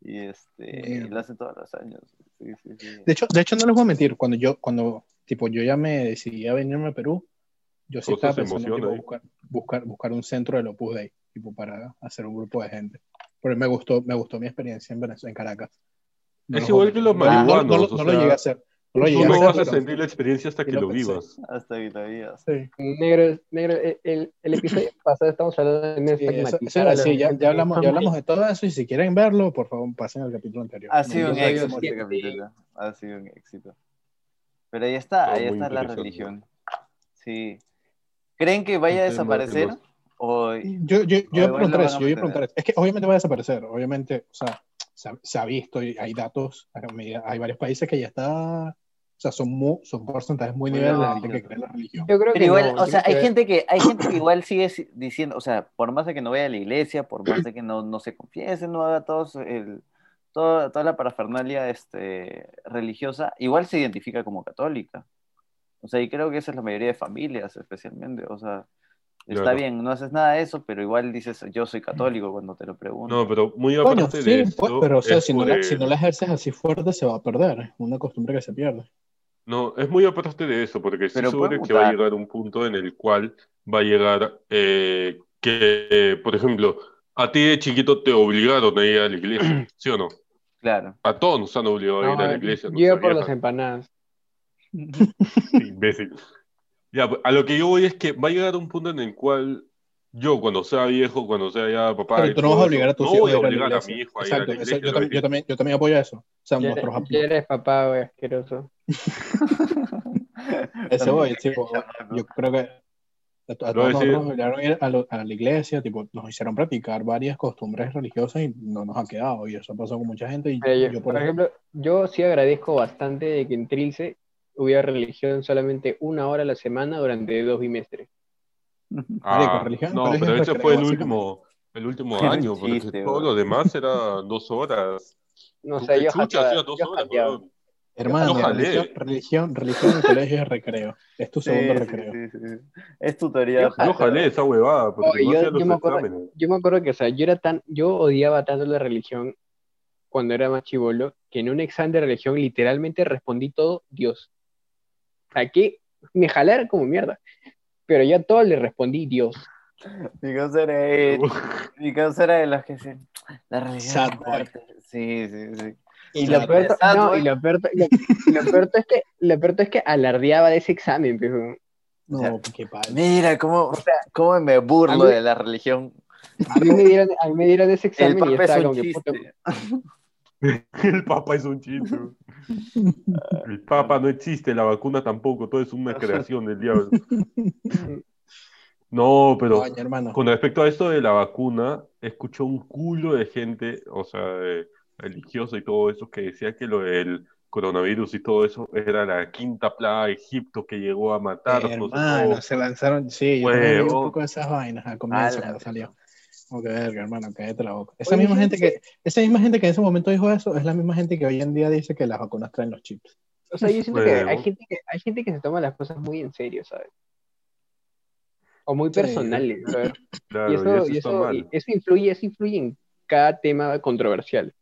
Speaker 3: Y este,
Speaker 2: Mierda.
Speaker 3: lo hacen todos los años. Sí, sí, sí.
Speaker 2: De hecho, de hecho no les voy a mentir, cuando yo, cuando, tipo, yo ya me decidí a venirme a Perú, yo sí
Speaker 4: Cosas
Speaker 2: estaba pensando
Speaker 4: emociona
Speaker 2: tipo,
Speaker 4: ahí.
Speaker 2: buscar, buscar, buscar un centro del Opus Dei, tipo, para hacer un grupo de gente. Porque me gustó, me gustó mi experiencia en Venezuela, en Caracas. No
Speaker 4: Es
Speaker 2: los voy a
Speaker 4: igual que
Speaker 2: mentir.
Speaker 4: los
Speaker 2: No, no-
Speaker 4: marihuanos,
Speaker 2: No, lo-
Speaker 4: o
Speaker 2: no lo
Speaker 4: sea,
Speaker 2: llegué a hacer. No lo llegué
Speaker 4: Tú
Speaker 2: a
Speaker 4: no
Speaker 2: hacer.
Speaker 4: vas a
Speaker 2: pero-
Speaker 4: sentir la experiencia hasta
Speaker 2: Sí,
Speaker 4: que
Speaker 2: lo
Speaker 4: lo
Speaker 2: pensé.
Speaker 4: vivas.
Speaker 3: Hasta que lo digas.
Speaker 2: Sí,
Speaker 5: Negro, negro, el, el- el episodio pasado estamos hablando de
Speaker 2: Eh, sí,
Speaker 5: Netflix.
Speaker 2: eso-
Speaker 5: matizar
Speaker 2: eso-
Speaker 5: a los-
Speaker 2: sí, ya, ya hablamos, ya hablamos de todo eso y si quieren verlo, por favor, pasen al capítulo anterior.
Speaker 3: Ha sido un
Speaker 5: Yo soy
Speaker 3: éxito
Speaker 5: siete.
Speaker 3: este capítulo. Ha sido un éxito. Pero ahí está,
Speaker 4: Todo
Speaker 3: ahí
Speaker 4: muy
Speaker 3: está la
Speaker 4: interesante.
Speaker 3: religión. Sí. ¿Creen que vaya a
Speaker 4: Entonces, no,
Speaker 3: desaparecer?
Speaker 4: los-
Speaker 3: O...
Speaker 2: Yo, yo, yo voy a
Speaker 3: Igual
Speaker 2: preguntar
Speaker 3: lo van a
Speaker 2: eso, yo voy a
Speaker 3: mantener.
Speaker 2: preguntar eso. Es que obviamente va a desaparecer, obviamente, o sea, se ha, se ha visto y hay datos, hay varios países que ya está, o sea, son, mu- son porcentajes muy
Speaker 3: Muy
Speaker 2: niveles de
Speaker 3: bajo.
Speaker 2: gente que cree en la religión.
Speaker 5: Yo creo
Speaker 3: Pero
Speaker 5: que
Speaker 3: igual,
Speaker 5: no,
Speaker 3: o sea,
Speaker 5: creo
Speaker 3: hay
Speaker 5: que-
Speaker 3: gente que hay gente que igual sigue si- diciendo, o sea, por más de que no vaya a la iglesia, por más de que no, no se confiese, no haga todos el, toda, toda la parafernalia este, religiosa, igual se identifica como católica. O sea, y creo que esa es la mayoría de familias, especialmente. O sea, está
Speaker 4: Claro.
Speaker 3: bien, no haces nada de eso, pero igual dices, yo soy católico cuando te lo preguntan.
Speaker 4: No, pues. pero muy aparte
Speaker 2: Bueno,
Speaker 4: de
Speaker 2: sí,
Speaker 4: esto, este,
Speaker 2: pues, pero o sea,
Speaker 4: es
Speaker 2: si no,
Speaker 4: por
Speaker 2: la,
Speaker 4: el-
Speaker 2: si no la ejerces así fuerte se va a perder, es una costumbre que se pierde.
Speaker 4: No, es muy aparte de eso, porque sí
Speaker 3: Pero
Speaker 4: sobre
Speaker 3: puede
Speaker 4: que va a
Speaker 3: mutar.
Speaker 4: llegar un punto en el cual va a llegar eh, que, eh, por ejemplo, a ti de chiquito te obligaron a ir a la iglesia, ¿sí o no?
Speaker 3: Claro.
Speaker 4: A todos nos han obligado a ir a la
Speaker 5: no,
Speaker 4: iglesia,
Speaker 5: yo
Speaker 4: nuestra
Speaker 5: iba por
Speaker 4: vieja.
Speaker 5: las empanadas.
Speaker 4: Imbécil. Ya, pues, a lo que yo voy es que va a llegar un punto en el cual yo, cuando sea viejo, cuando sea ya papá,
Speaker 2: Pero
Speaker 4: y
Speaker 2: tú no vas
Speaker 4: todo
Speaker 2: a
Speaker 4: eso,
Speaker 2: obligar a tus
Speaker 4: no
Speaker 2: hijos
Speaker 4: voy a
Speaker 2: ir
Speaker 4: obligar
Speaker 2: la
Speaker 4: a
Speaker 2: iglesia.
Speaker 4: mi hijo a ir a la
Speaker 2: Exacto, eso-
Speaker 4: iglesia,
Speaker 2: yo,
Speaker 4: lo
Speaker 2: también,
Speaker 4: dije.
Speaker 2: yo, también, yo también apoyo eso. O sea,
Speaker 5: Ya
Speaker 2: nuestros
Speaker 5: eres, ya eres papá, güey, asqueroso.
Speaker 2: Ese voy, tipo, yo creo que a, to- a
Speaker 4: Lo
Speaker 2: todos nosotros
Speaker 4: decía.
Speaker 2: nos obligaron a ir a, lo- a la iglesia, tipo, nos hicieron practicar varias costumbres religiosas y no nos ha quedado. Y eso ha pasado con mucha gente. Y
Speaker 3: Eh,
Speaker 5: Mira, yo,
Speaker 2: yo,
Speaker 5: por ejemplo, yo sí agradezco bastante de que en Trilce hubiera religión solamente una hora a la semana durante dos bimestres.
Speaker 2: Marico,
Speaker 4: Ah,
Speaker 2: religión en
Speaker 4: no,
Speaker 2: colegio
Speaker 4: pero
Speaker 2: es
Speaker 4: ese
Speaker 2: recreo,
Speaker 4: fue el
Speaker 2: básicamente.
Speaker 4: último, el último
Speaker 3: Era un
Speaker 4: año, porque
Speaker 3: chiste,
Speaker 4: todo
Speaker 3: weón.
Speaker 4: lo demás era dos horas.
Speaker 5: No
Speaker 4: Tú
Speaker 5: sé,
Speaker 4: qué
Speaker 5: yo
Speaker 4: chucha
Speaker 5: jateaba,
Speaker 4: hacías dos
Speaker 5: yo
Speaker 4: horas,
Speaker 5: jateaba.
Speaker 4: weón.
Speaker 2: hermano,
Speaker 4: ojalá.
Speaker 2: religión, religión, religión en el colegio es recreo. Es tu
Speaker 3: Sí,
Speaker 2: segundo
Speaker 3: sí,
Speaker 2: recreo.
Speaker 3: sí, sí. Es tutoría.
Speaker 4: Yo jalé esa huevada, porque
Speaker 5: Oye,
Speaker 4: no
Speaker 5: yo-
Speaker 4: hacía los
Speaker 5: yo me acuerdo-
Speaker 4: exámenes.
Speaker 5: Yo me acuerdo que, o sea, yo era tan, yo odiaba tanto la religión cuando era más chivolo, que en un examen de religión literalmente respondí todo Dios. Aquí me jalaron como mierda, pero ya todo le respondí Dios.
Speaker 3: Mi causa era eh, Mi causa era de los que se... La religión
Speaker 2: Sad
Speaker 3: es muerte. Sí, sí, sí.
Speaker 5: Y lo peor,
Speaker 3: Interesante,
Speaker 5: no,
Speaker 3: güey.
Speaker 5: y lo peor- lo- lo peor es que, lo peor es que alardeaba de ese examen, pues, weón.
Speaker 2: No,
Speaker 3: O sea,
Speaker 2: qué padre.
Speaker 3: Mira cómo, cómo me burlo
Speaker 5: a mí-
Speaker 3: de la religión.
Speaker 5: A mí me dieron, a mí me dieron ese
Speaker 3: El
Speaker 5: examen y
Speaker 3: papa
Speaker 5: estaba
Speaker 3: es un
Speaker 5: como que, puta,
Speaker 3: chiste.
Speaker 4: El papa es un chiste. El papa no existe, la vacuna tampoco, todo es una creación del diablo. No, pero
Speaker 2: Coño, hermano.
Speaker 4: con respecto a esto de la vacuna, escuchó un culo de gente, o sea, de religiosa y todo eso, que decía que lo del coronavirus y todo eso era la quinta plaga de Egipto que llegó a matarnos.
Speaker 2: Hermano, se lanzaron. Sí, yo también vi un
Speaker 4: Huevón.
Speaker 2: poco de esas vainas al comienzo
Speaker 3: Ala,
Speaker 2: cuando
Speaker 3: verga.
Speaker 2: salió. Como que verga, hermano, cállate la boca. Esa
Speaker 5: Oye,
Speaker 2: misma gente
Speaker 5: gente,
Speaker 2: que, esa misma gente que en ese momento dijo eso, es la misma gente que hoy en día dice que las vacunas traen los chips.
Speaker 5: O sea, yo siento que
Speaker 4: Huevo.
Speaker 5: hay gente que hay gente que se toma las cosas muy en serio, ¿sabes? O muy
Speaker 2: Sí.
Speaker 5: personales, brother.
Speaker 4: Claro,
Speaker 5: y
Speaker 4: y
Speaker 5: eso,
Speaker 4: eso
Speaker 5: y
Speaker 4: está
Speaker 5: eso-
Speaker 4: mal.
Speaker 5: y eso influye, eso influye en cada tema controversial.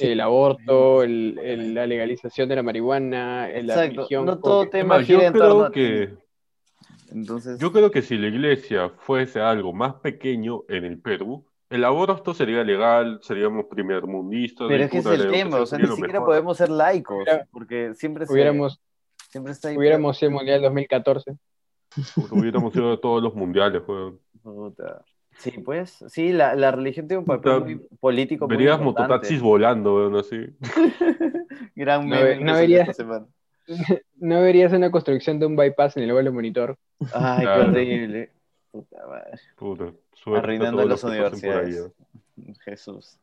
Speaker 5: El aborto, el- el- la legalización de la marihuana, el- la
Speaker 3: Exacto.
Speaker 5: religión.
Speaker 3: No
Speaker 5: como
Speaker 3: todo
Speaker 5: que-
Speaker 3: tema
Speaker 4: Además, yo
Speaker 3: gira en torno
Speaker 4: creo
Speaker 3: a
Speaker 4: que
Speaker 3: ti. Entonces,
Speaker 4: yo creo que si la iglesia fuese algo más pequeño en el Perú, el aborto sería legal, seríamos primermundistas.
Speaker 3: pero
Speaker 4: de
Speaker 3: es que es
Speaker 4: puta,
Speaker 3: el
Speaker 4: la
Speaker 3: tema, o
Speaker 4: educación
Speaker 3: sea, ni
Speaker 4: sería lo
Speaker 3: siquiera
Speaker 4: mejor.
Speaker 3: podemos ser laicos,
Speaker 5: Hubiera-
Speaker 3: porque siempre se-
Speaker 5: Hubiéramos,
Speaker 3: siempre está ahí.
Speaker 5: hubiéramos sido mundial 2014.
Speaker 4: Hubiéramos ido a todos los mundiales, weón.
Speaker 3: Puta. Sí, pues, sí, la, la religión tiene un papel
Speaker 4: Puta,
Speaker 3: muy político muy
Speaker 4: Verías
Speaker 3: importante.
Speaker 4: mototaxis volando, weón, así.
Speaker 3: Gran
Speaker 5: No
Speaker 3: meme
Speaker 5: ve-
Speaker 3: que
Speaker 5: no
Speaker 3: salió
Speaker 5: verías-
Speaker 3: esta semana.
Speaker 5: No verías una construcción de un bypass en el vuelo monitor.
Speaker 3: Ay,
Speaker 4: Claro.
Speaker 3: qué horrible. Puta madre.
Speaker 4: Puta, suerte a
Speaker 3: Arruinando
Speaker 4: todos
Speaker 3: las
Speaker 4: los que pasen por ahí,
Speaker 3: universidades.
Speaker 4: ¿eh?
Speaker 3: Jesús.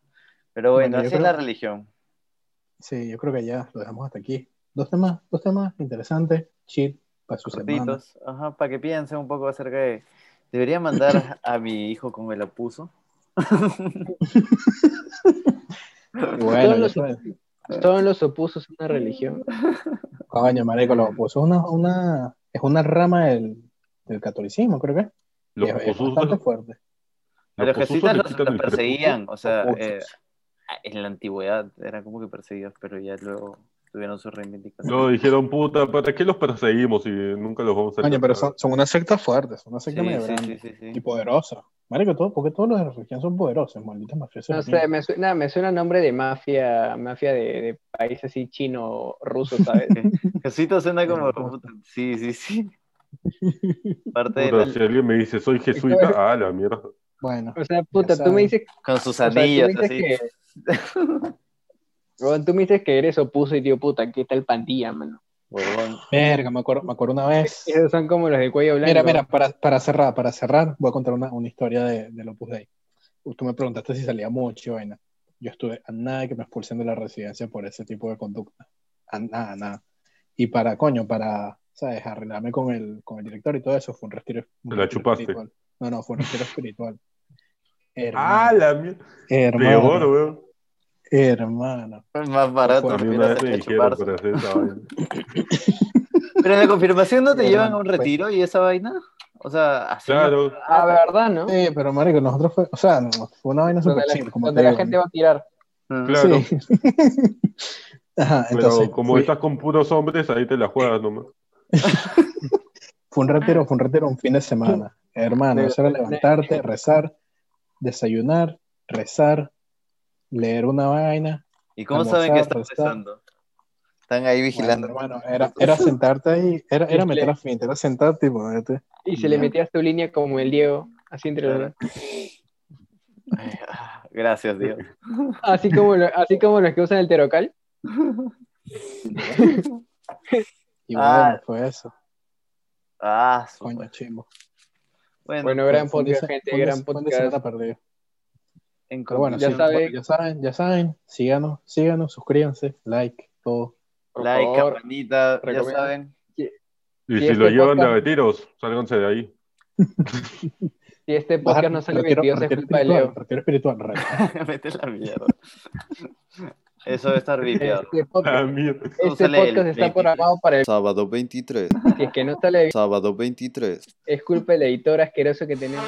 Speaker 3: Pero bueno,
Speaker 2: Bueno, yo
Speaker 3: así es
Speaker 2: creo-
Speaker 3: la religión.
Speaker 2: Sí, yo creo que ya lo dejamos hasta aquí. Dos temas, dos temas interesantes, chip para su semana.
Speaker 3: Cortitos. Ajá, para que piensen un poco acerca de. Debería mandar a mi hijo como me lo puso.
Speaker 2: Y Bueno,
Speaker 5: Todos
Speaker 2: ya
Speaker 5: los-
Speaker 2: sabes.
Speaker 5: Todos los opusos a una religión.
Speaker 2: Coño, marico, lo opuso una, una, es una rama del, del catolicismo, creo que.
Speaker 4: Los
Speaker 2: Y es, es
Speaker 4: opusos-
Speaker 2: bastante fuerte.
Speaker 4: los
Speaker 3: Los
Speaker 4: opusos
Speaker 3: jesuitas
Speaker 4: le
Speaker 3: los,
Speaker 4: quitan
Speaker 3: los
Speaker 4: el
Speaker 3: perseguían, o sea,
Speaker 2: Opusos.
Speaker 3: eh, en la antigüedad eran como que perseguidos, pero ya luego tuvieron su reivindicación.
Speaker 4: No, dijeron, puta, ¿para qué los perseguimos si eh, nunca los vamos a
Speaker 2: Coño, pero son,
Speaker 4: alcanzar?
Speaker 2: son una secta fuerte, son una
Speaker 3: sí,
Speaker 2: secta medio
Speaker 3: sí,
Speaker 2: grande.
Speaker 3: sí, sí, sí.
Speaker 2: Y poderosa. Marico, todo, porque todos los de la religión son poderosos, malditos mafiosos.
Speaker 5: No sé, me suena, me suena nombre de mafia, mafia de, de país así chino, ruso, ¿sabes?
Speaker 3: Jesuita Eh, suena como.
Speaker 2: Pero-
Speaker 3: Sí, sí, sí. Parte de
Speaker 4: Puta,
Speaker 3: la-
Speaker 4: si alguien me dice, soy jesuita, ah, la mierda.
Speaker 2: Bueno,
Speaker 5: O sea, puta, tú me
Speaker 2: saben.
Speaker 5: dices,
Speaker 3: Con sus
Speaker 5: o sea, tú
Speaker 3: anillos,
Speaker 5: me dices
Speaker 3: así.
Speaker 5: que. Weón, tú me dices que eres opuso y tío puta, aquí está el pandilla, mano.
Speaker 3: Huevón.
Speaker 2: verga, me acuerdo, me acuerdo una vez.
Speaker 5: Esos son como los de cuello blanco.
Speaker 2: Mira, mira, para, para cerrar, para cerrar, voy a contar una, una historia de, del Opus Dei. Pues Tú me preguntaste si salía mucho y vaina. Yo estuve a nada que me expulsen de la residencia por ese tipo de conducta. A nada, a nada. Y para, coño, para, ¿sabes? Arreglarme con el, con el director y todo eso, fue un retiro. un
Speaker 4: Te la
Speaker 2: retiro
Speaker 4: chupaste.
Speaker 2: espiritual. No, no, fue un retiro espiritual.
Speaker 4: Ah,
Speaker 2: Hermano,
Speaker 4: la mierda.
Speaker 2: hermano,
Speaker 4: Peor, weón.
Speaker 2: hermano.
Speaker 3: Más barato.
Speaker 4: A mí
Speaker 3: porque
Speaker 4: una
Speaker 3: no
Speaker 4: vez
Speaker 3: se puede
Speaker 4: me dijeron
Speaker 3: chuparse.
Speaker 4: para hacer esa vaina.
Speaker 3: Pero en la confirmación no te
Speaker 2: Sí,
Speaker 3: llevan
Speaker 2: hermano,
Speaker 3: a un
Speaker 2: pues.
Speaker 3: retiro y esa vaina. O sea, así.
Speaker 4: Claro,
Speaker 5: Ah, verdad, ¿no?
Speaker 2: Sí, pero marico, nosotros fue, o sea, no, fue una vaina
Speaker 5: donde
Speaker 2: súper
Speaker 5: la,
Speaker 2: simple, como
Speaker 5: donde
Speaker 2: te
Speaker 5: la
Speaker 2: digo,
Speaker 5: gente va a tirar.
Speaker 3: Mm.
Speaker 4: claro.
Speaker 2: Sí. Ajá,
Speaker 4: Pero
Speaker 2: entonces,
Speaker 4: como
Speaker 2: fui-
Speaker 4: estás con puros hombres, ahí te la juegas nomás.
Speaker 2: fue un retiro, fue un retiro un fin de semana. Hermano,
Speaker 5: Ah. De-
Speaker 2: eso era levantarte, rezar, desayunar, rezar, leer una vaina.
Speaker 3: Mm. ¿Y cómo
Speaker 2: Almorzar,
Speaker 3: saben que están
Speaker 2: restar.
Speaker 3: rezando? Están ahí vigilando.
Speaker 2: pues, Bueno, hermano, era, era sentarte ahí, era, era meter la finta, era sentarte y ponerte.
Speaker 5: Y se le
Speaker 2: Ya.
Speaker 5: metías tu línea como el Diego, así entre los
Speaker 3: Ay, ah, Gracias, Dios.
Speaker 5: Así como, lo- así como los que usan el terocal.
Speaker 2: Y
Speaker 3: Ah.
Speaker 2: bueno, fue eso.
Speaker 3: Ah, su-
Speaker 2: Coño, chimbo.
Speaker 3: bueno,
Speaker 5: Bueno, gran
Speaker 2: Fue un
Speaker 5: podcast,
Speaker 2: desa-
Speaker 5: gente,
Speaker 2: fue un
Speaker 5: gran
Speaker 2: des- fue un desierto
Speaker 5: podcast.
Speaker 2: perdido.
Speaker 3: en
Speaker 2: Pero bueno,
Speaker 5: Ya
Speaker 2: sí,
Speaker 5: saben.
Speaker 2: bueno, ya saben, ya saben, síganos, síganos, suscríbanse, like, todo.
Speaker 5: Por
Speaker 3: like,
Speaker 5: favor.
Speaker 3: campanita, ya
Speaker 5: recomiendo.
Speaker 3: saben.
Speaker 4: Y
Speaker 5: Y
Speaker 4: si
Speaker 5: este
Speaker 4: lo llevan de
Speaker 5: podcast-
Speaker 4: retiros, sálganse de ahí.
Speaker 5: Si este podcast no sale 22, es
Speaker 2: retiro
Speaker 5: culpa de
Speaker 2: espiritual,
Speaker 5: Leo.
Speaker 2: retiro espiritual, re-
Speaker 3: Vete a la mierda. Eso debe estar vipeado.
Speaker 5: Este podcast,
Speaker 4: Ah, mierda.
Speaker 5: este
Speaker 3: sale el
Speaker 5: podcast está
Speaker 3: 23.
Speaker 5: programado para el.
Speaker 7: Sábado 23.
Speaker 5: Si es que no sale,
Speaker 7: Sábado 23.
Speaker 5: es culpa del editor asqueroso que tenemos.